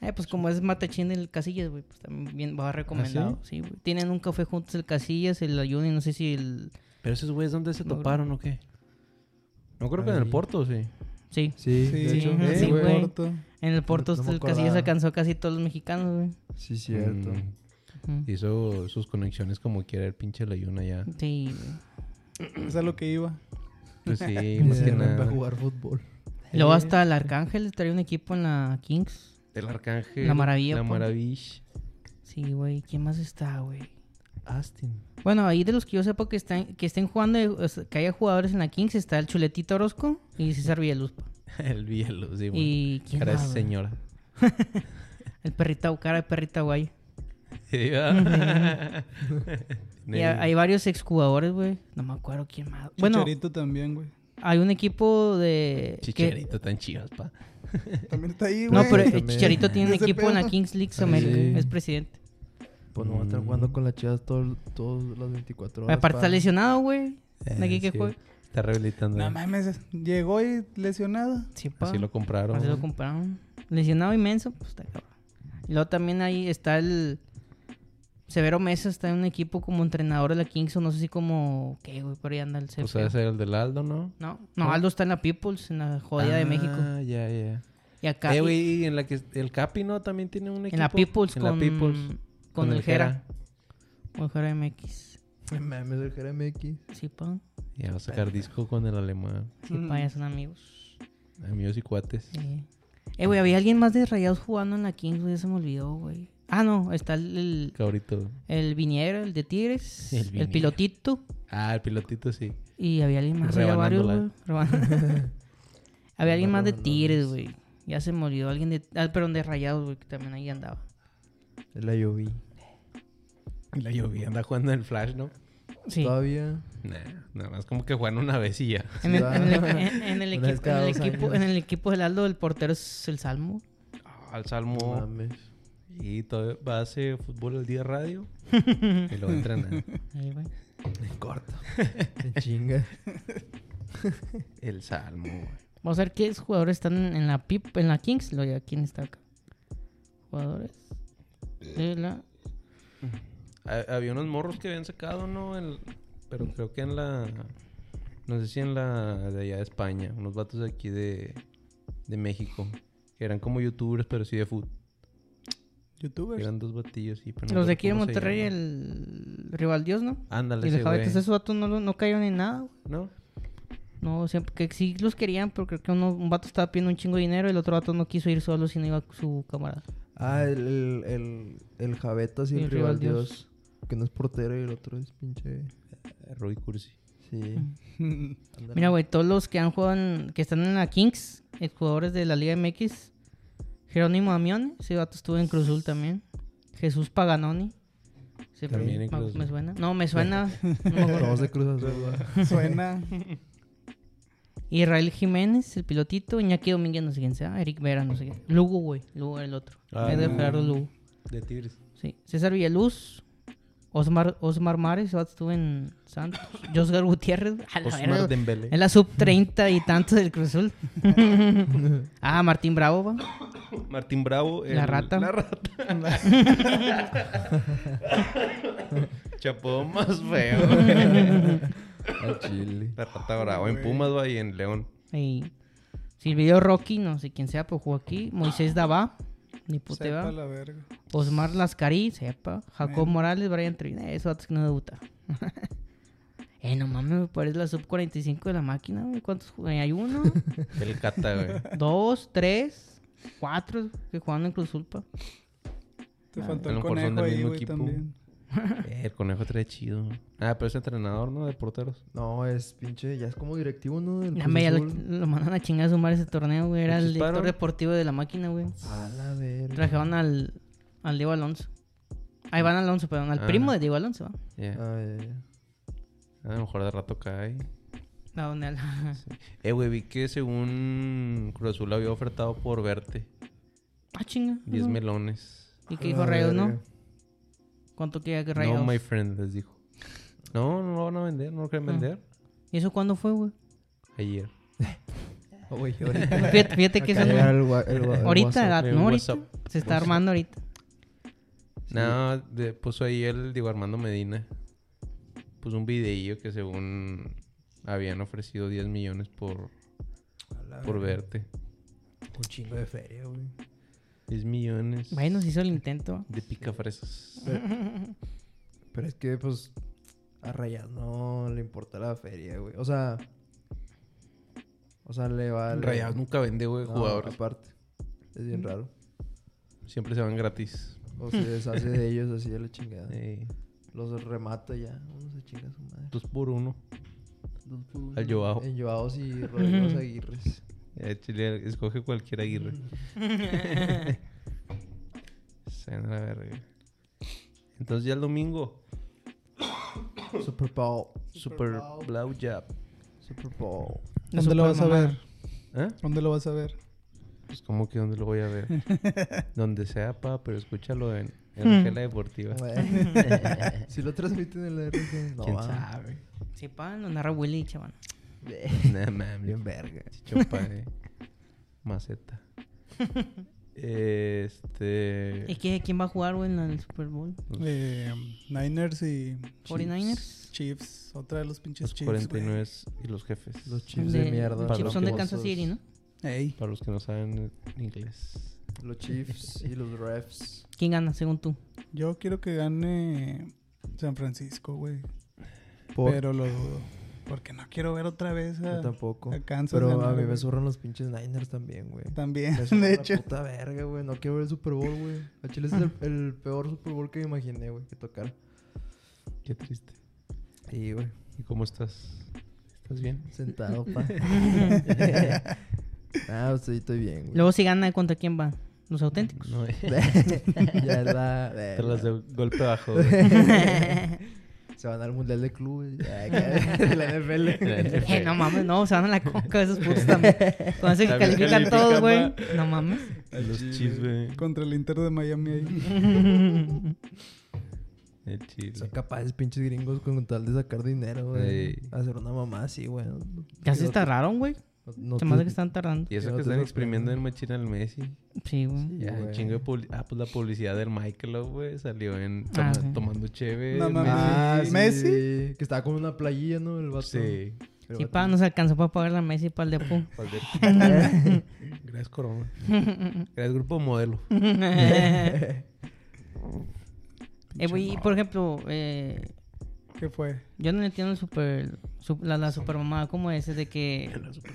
Speaker 2: Eh, pues como es Matachín el Casillas, güey, pues también bien va recomendado. sí, güey. Tienen un café juntos el Casillas, el Ayun y no sé si el...
Speaker 1: Pero esos güeyes, ¿dónde se
Speaker 2: No,
Speaker 1: toparon o qué? No creo que en el
Speaker 3: Ahí.
Speaker 1: Porto, sí.
Speaker 2: Sí,
Speaker 3: Sí, de
Speaker 4: Sí,
Speaker 3: hecho.
Speaker 4: ajá,
Speaker 3: eh,
Speaker 2: sí,
Speaker 3: güey.
Speaker 2: güey.
Speaker 4: Porto.
Speaker 2: en el Porto
Speaker 3: no me
Speaker 2: el Casillas
Speaker 3: acordaba.
Speaker 2: alcanzó a casi todos los mexicanos, güey.
Speaker 3: Sí, cierto.
Speaker 1: Mm,
Speaker 2: Ujú.
Speaker 1: hizo sus conexiones como quiera el pinche Layun allá.
Speaker 2: Sí, güey.
Speaker 4: Es a lo que iba.
Speaker 1: Pues sí,
Speaker 3: Y
Speaker 1: más
Speaker 3: se
Speaker 1: que
Speaker 3: van para
Speaker 1: nada.
Speaker 3: jugar fútbol.
Speaker 2: Y
Speaker 1: Eh.
Speaker 2: Luego hasta el Arcángel traía un equipo en la Kings.
Speaker 1: El arcángel.
Speaker 2: La maravilla,
Speaker 1: La
Speaker 2: pues.
Speaker 1: maravilla.
Speaker 2: Sí, güey. ¿Quién más está, güey?
Speaker 1: Astin.
Speaker 2: Bueno, ahí de los que yo sepa que están, que estén jugando, eh, o sea, que haya jugadores en la Kings, está el Chuletito Orozco y César Villaluzpa.
Speaker 1: El Bielo, sí, güey.
Speaker 2: y quién
Speaker 1: Cara de
Speaker 2: más, güey?
Speaker 1: señora.
Speaker 2: El perrita cara de perrita guay.
Speaker 1: Sí, ¿verdad?
Speaker 2: Y ha- hay varios exjugadores, güey. No me acuerdo quién más. Bueno,
Speaker 4: Chicharito también, güey.
Speaker 2: hay un equipo de. que-
Speaker 1: Chicharito tan chivas, pa.
Speaker 4: También está ahí, güey.
Speaker 2: No, pero eh,
Speaker 3: También.
Speaker 2: Chicharito tiene un
Speaker 4: Ese
Speaker 2: equipo en la
Speaker 4: pedo.
Speaker 2: Kings League
Speaker 3: Sí.
Speaker 2: América. Es presidente.
Speaker 3: Pues no va a estar jugando con las chivas todo- todas las 24 horas.
Speaker 2: Aparte
Speaker 3: pa.
Speaker 2: está lesionado, güey.
Speaker 1: Eh,
Speaker 2: De aquí que
Speaker 1: sí,
Speaker 2: juega.
Speaker 1: Está rehabilitando.
Speaker 4: No mames, llegó y lesionado.
Speaker 2: Sí, pa.
Speaker 1: Así Pues lo compraron.
Speaker 2: Así lo compraron. Lesionado inmenso, pues está cabrón. Y luego también ahí está el. Severo Mesa está en un equipo como entrenador de la Kings, o no sé si como. ¿Qué, güey? Por ahí anda el
Speaker 1: O
Speaker 2: CFO.
Speaker 1: sea, Pues ese era el del Aldo, ¿no?
Speaker 2: No, no, Aldo está en la Peoples, en la jodida de México.
Speaker 1: Ah, ya, ya.
Speaker 2: Y acá.
Speaker 1: Eh,
Speaker 2: y-
Speaker 1: güey, y en la que el Capi, ¿no? También tiene un equipo.
Speaker 2: en la Peoples
Speaker 1: En
Speaker 2: con.
Speaker 1: la Peoples.
Speaker 2: Con, el Jera. O el Jera MX.
Speaker 3: Ay, Mames, el Jeremx.
Speaker 2: Sí, pa.
Speaker 1: Ya va a sacar disco con el alemán.
Speaker 2: Sí, pa, ya son amigos.
Speaker 1: Amigos y cuates.
Speaker 2: Sí. Eh, güey, había alguien más de rayados jugando en la Kings, güey, ya se me olvidó, güey. Ah, no, está el, el,
Speaker 1: Cabrito.
Speaker 2: el Viniera, el de Tigres,
Speaker 1: El
Speaker 2: el,
Speaker 1: Viniera.
Speaker 2: pilotito.
Speaker 1: Ah, el pilotito, sí.
Speaker 2: Y había alguien más. Había varios,
Speaker 1: Rebanándola.
Speaker 2: güey. Reban- había alguien más de
Speaker 3: Rebanándola.
Speaker 2: Tigres, güey. Ya se me olvidó alguien de. Ah, perdón, de rayados, güey, que también ahí andaba.
Speaker 3: La lloví.
Speaker 1: Y la lluvia anda jugando en el Flash, ¿no?
Speaker 2: Sí.
Speaker 3: Todavía.
Speaker 1: Nah, nada más como que juegan una vez y ya.
Speaker 2: En el, en el-
Speaker 3: Ah.
Speaker 2: en- en el
Speaker 3: Una vez
Speaker 2: equipo, en
Speaker 3: cada
Speaker 2: el
Speaker 3: dos
Speaker 2: equipo,
Speaker 3: años.
Speaker 2: en el equipo del Aldo, el portero es el Salmo.
Speaker 1: Al Salmo.
Speaker 3: Mames.
Speaker 1: Y todo va a hacer fútbol el día radio. y lo entrena.
Speaker 2: Ahí, güey.
Speaker 3: En corto. En chinga.
Speaker 1: El Salmo, güey.
Speaker 2: Vamos a ver qué jugadores están en en la PIP, en la Kings. Lo digo, ¿quién está acá? Jugadores de la.
Speaker 1: Ha- Había unos morros que habían sacado, ¿no? El- pero creo que en la... No sé si en la de allá de España. Unos vatos de aquí de, de México. Que eran como youtubers, pero sí de fútbol.
Speaker 4: Youtubers.
Speaker 1: Eran dos batillos, sí. pero no
Speaker 2: Pues, Los
Speaker 1: recuerdo
Speaker 2: de aquí de
Speaker 1: cómo se
Speaker 2: Monterrey,
Speaker 1: llaman.
Speaker 2: el rival Dios, ¿no?
Speaker 1: Ándale,
Speaker 2: Y
Speaker 1: ese
Speaker 2: el
Speaker 1: güey.
Speaker 2: Javetes, esos vatos no, lo- no cayeron en nada, güey.
Speaker 1: ¿No?
Speaker 2: No, siempre que sí los querían, pero creo que uno, un vato estaba pidiendo un chingo de dinero y el otro vato no quiso ir solo, sino iba con su camarada.
Speaker 3: Ah, el, el, el, el Javetas y el, rival Dios. Que no es portero y el otro es pinche.
Speaker 1: Rui Cursi.
Speaker 3: Sí.
Speaker 2: Mm.
Speaker 3: Ándale.
Speaker 2: Mira, güey, todos los que han jugado, en- que están en la Kings, eh, jugadores de la Liga MX, Jerónimo Amione, ese vato estuvo en Cruzul también. Jesús Paganoni. Sí,
Speaker 1: También
Speaker 2: me-
Speaker 1: en Cruz Azul.
Speaker 2: me suena. No, me suena. no me acuerdo.
Speaker 3: Todos de Cruz Azul. va.
Speaker 4: Suena.
Speaker 2: Israel Jiménez, el pilotito. Iñaki Domínguez, no sé quién sea. Eric Vera, no sé quién. Lugo, güey. Lugo era el otro.
Speaker 1: Ah,
Speaker 2: Edgar
Speaker 1: Lugo.
Speaker 2: Gerardo Lugo.
Speaker 1: De Tigres.
Speaker 2: Sí. César Villaluz. Osmar, Osmar Mares, ese vato estuvo en Santos. Josgar Gutiérrez. A la verga,
Speaker 1: Osmar
Speaker 2: güey.
Speaker 1: Dembélé.
Speaker 2: Es la sub 30 y tanto del Cruzul. ah, Martín Bravo, va.
Speaker 1: Martín Bravo.
Speaker 2: La rata.
Speaker 1: La rata. Chapó más feo.
Speaker 3: Al Chile.
Speaker 1: la rata bravo. En Pumas, va y en León.
Speaker 2: Y Silvio Rocky, no sé quién sea, pero jugó aquí. Moisés Dabá, ni puta
Speaker 4: Sepa
Speaker 2: idea.
Speaker 4: la verga.
Speaker 2: Osmar Lascarí, sepa. Jacob
Speaker 4: Man.
Speaker 2: Morales, Brian Trina, esos datos que no debuta. eh, no mames, me parece la sub 45 de la máquina, güey. ¿Cuántos juegan? Hay uno,
Speaker 1: El Cata, güey.
Speaker 2: dos, tres, cuatro que jugaban en Cruzulpa.
Speaker 4: Te
Speaker 2: Ah,
Speaker 4: faltó
Speaker 1: a
Speaker 4: el
Speaker 1: lo mejor son
Speaker 4: conejo
Speaker 1: del
Speaker 4: ahí,
Speaker 1: mismo
Speaker 4: güey,
Speaker 1: equipo.
Speaker 4: también.
Speaker 1: Eh, el conejo trae chido. Ah, pero es entrenador, ¿no? De porteros.
Speaker 3: No, es pinche. Ya es como directivo, ¿no? Del
Speaker 2: La
Speaker 3: Cruz
Speaker 2: media lo,
Speaker 3: Azul.
Speaker 2: lo mandan a chingar a sumar ese torneo, güey. Era
Speaker 1: ¿Lo
Speaker 2: el director
Speaker 1: chisparon?
Speaker 2: deportivo de la máquina, güey.
Speaker 3: A la verga.
Speaker 2: Trajeron al, al Diego Alonso. A Iván Alonso, perdón, al
Speaker 1: Ah.
Speaker 2: primo de Diego Alonso. ¿va?
Speaker 1: Ya.
Speaker 3: Ah, ya, ya.
Speaker 1: A lo mejor de rato cae.
Speaker 2: La Donel.
Speaker 1: Eh, güey, vi que según Cruz Azul había ofertado por verte
Speaker 2: ah, chinga.
Speaker 1: 10
Speaker 2: Ajá.
Speaker 1: melones.
Speaker 2: ¿Y qué
Speaker 3: Ah,
Speaker 2: dijo Rayos, no? ¿Cuánto quería que Rayos?
Speaker 1: No, my friend, les dijo. No, no lo van a vender, no lo quieren
Speaker 2: Ah.
Speaker 1: vender.
Speaker 2: ¿Y eso cuándo fue, güey?
Speaker 1: Ayer.
Speaker 3: Oye, ahorita.
Speaker 2: Fíjate, fíjate que eso
Speaker 3: Acá llega
Speaker 2: no...
Speaker 3: el gua- el gua- el
Speaker 2: Ahorita,
Speaker 3: WhatsApp.
Speaker 1: el
Speaker 2: no, ahorita.
Speaker 1: WhatsApp.
Speaker 2: Se está armando ahorita.
Speaker 1: No, de- puso ahí el Diego Armando Medina. Puso un videillo que según habían ofrecido 10 millones por,
Speaker 3: A la
Speaker 1: por
Speaker 2: Ah.
Speaker 3: verga.
Speaker 1: verte.
Speaker 3: Un chingo de feria, güey.
Speaker 1: 10 millones
Speaker 2: Bueno, se hizo el intento.
Speaker 1: de picafresas.
Speaker 3: Pero es que, pues, a Rayas no le importa la feria, güey. O sea, o sea, le va
Speaker 1: Rayados nunca vende, güey, jugadores.
Speaker 3: Aparte, es bien raro.
Speaker 1: Siempre se van gratis.
Speaker 3: O se deshace de ellos así de la chingada.
Speaker 1: Eh,
Speaker 3: Los remata ya. Uno se chinga su madre.
Speaker 1: dos por uno.
Speaker 3: Dos por uno.
Speaker 1: Al Joao.
Speaker 3: En Joaos y Rodrigo Aguirres.
Speaker 1: Eh, Chile, escoge cualquier aguirre. Se van a la verga. Entonces ya el domingo.
Speaker 3: Super Bowl.
Speaker 1: Super Blau Jab.
Speaker 3: Super Bowl.
Speaker 4: ¿Dónde lo vas a ver?
Speaker 1: ¿Eh?
Speaker 4: ¿Dónde lo vas a ver?
Speaker 1: Pues como que donde lo voy a ver. donde sea, pa, pero escúchalo en
Speaker 3: Mm.
Speaker 1: en la Deportiva.
Speaker 3: Güey. si lo transmiten en la RG. No,
Speaker 1: ¿Quién
Speaker 3: va.
Speaker 1: sabe?
Speaker 2: Sí, pa, lo narra Willy, chaval.
Speaker 1: Nah, mames.
Speaker 3: Bien verga.
Speaker 1: Chopa, eh. Maceta. Este.
Speaker 2: ¿Y qué, quién va a jugar, güey, en el Super Bowl?
Speaker 1: Los,
Speaker 4: Eh, Niners y
Speaker 2: 49ers.
Speaker 4: Chiefs. Otra de los pinches
Speaker 1: los
Speaker 4: Chiefs.
Speaker 1: 49 y los jefes.
Speaker 3: Los Chiefs de,
Speaker 2: De-
Speaker 3: mierda.
Speaker 1: Para
Speaker 2: Chips son de
Speaker 1: los
Speaker 2: Kansas City, ¿no?
Speaker 4: güey. Ey.
Speaker 1: Para los que no saben inglés.
Speaker 3: Los Chiefs y los Refs.
Speaker 2: ¿Quién gana, según tú?
Speaker 4: Yo quiero que gane San Francisco, güey.
Speaker 3: Por-
Speaker 4: Pero lo dudo. Porque no quiero ver otra vez
Speaker 3: Yo
Speaker 2: Ah,
Speaker 4: a,
Speaker 3: tampoco.
Speaker 4: a Kansas.
Speaker 3: Pero
Speaker 4: ganar,
Speaker 3: a mí me
Speaker 4: güey.
Speaker 3: zurran los pinches Niners también, güey.
Speaker 4: También,
Speaker 3: Me zurran
Speaker 4: de
Speaker 3: la
Speaker 4: hecho.
Speaker 3: puta verga, güey. No quiero ver el Super Bowl, güey. A Chile ese es el, el peor Super Bowl que me imaginé, güey, que tocar.
Speaker 1: Qué triste.
Speaker 3: Sí, güey.
Speaker 1: ¿Y cómo estás? ¿Estás bien?
Speaker 3: Sentado, pa. ah, pues, sí, estoy bien, güey.
Speaker 2: Luego, si gana, ¿contra quién va? Los auténticos.
Speaker 1: No, eh.
Speaker 3: ya es la...
Speaker 1: Te las de
Speaker 3: verga.
Speaker 1: golpe bajo. güey.
Speaker 2: Eh,
Speaker 3: Se van al Mundial de Clubes. Ya, que- de la
Speaker 1: La
Speaker 3: NFL.
Speaker 1: NFL.
Speaker 2: Eh, no mames, no, se van a la coca esos putos también. Con eso que
Speaker 1: También
Speaker 2: califican
Speaker 1: califican,
Speaker 2: todos, güey.
Speaker 1: va.
Speaker 2: No mames.
Speaker 1: los Chiefs, güey.
Speaker 4: Contra el Inter de Miami ahí.
Speaker 1: El Chile.
Speaker 3: Son capaces pinches gringos con tal de sacar dinero, güey.
Speaker 1: Ey.
Speaker 3: Hacer una mamá así, güey. No-
Speaker 2: Ya se
Speaker 3: no te-
Speaker 2: tardaron, güey.
Speaker 3: no- no
Speaker 2: Se me hace
Speaker 3: te-
Speaker 2: que están tardando.
Speaker 1: Y eso
Speaker 3: Pero
Speaker 1: que están
Speaker 3: te sorprende.
Speaker 1: exprimiendo en machina al Messi.
Speaker 2: Sí, güey.
Speaker 3: Sí,
Speaker 1: Ya, un
Speaker 3: güey.
Speaker 1: chingo de publi- Ah, pues la publicidad del Michael, güey. Salió en
Speaker 2: Ah,
Speaker 1: toma-
Speaker 2: sí.
Speaker 1: tomando cheve.
Speaker 4: No
Speaker 1: el
Speaker 4: mames.
Speaker 1: Messi.
Speaker 3: Ah,
Speaker 4: Sí.
Speaker 3: sí.
Speaker 4: Messi.
Speaker 3: Que estaba con una playilla, ¿no? El vato.
Speaker 1: Sí.
Speaker 3: El
Speaker 2: Sí,
Speaker 3: vato.
Speaker 2: pa, no se alcanzó para pagar la Messi para el Depu.
Speaker 1: Valverde. Gracias, Corona. Gracias, Grupo Modelo.
Speaker 2: eh, güey, y por ejemplo, eh,
Speaker 4: ¿Qué fue?
Speaker 2: yo no entiendo el super, su- la, la super mamada como es, de que...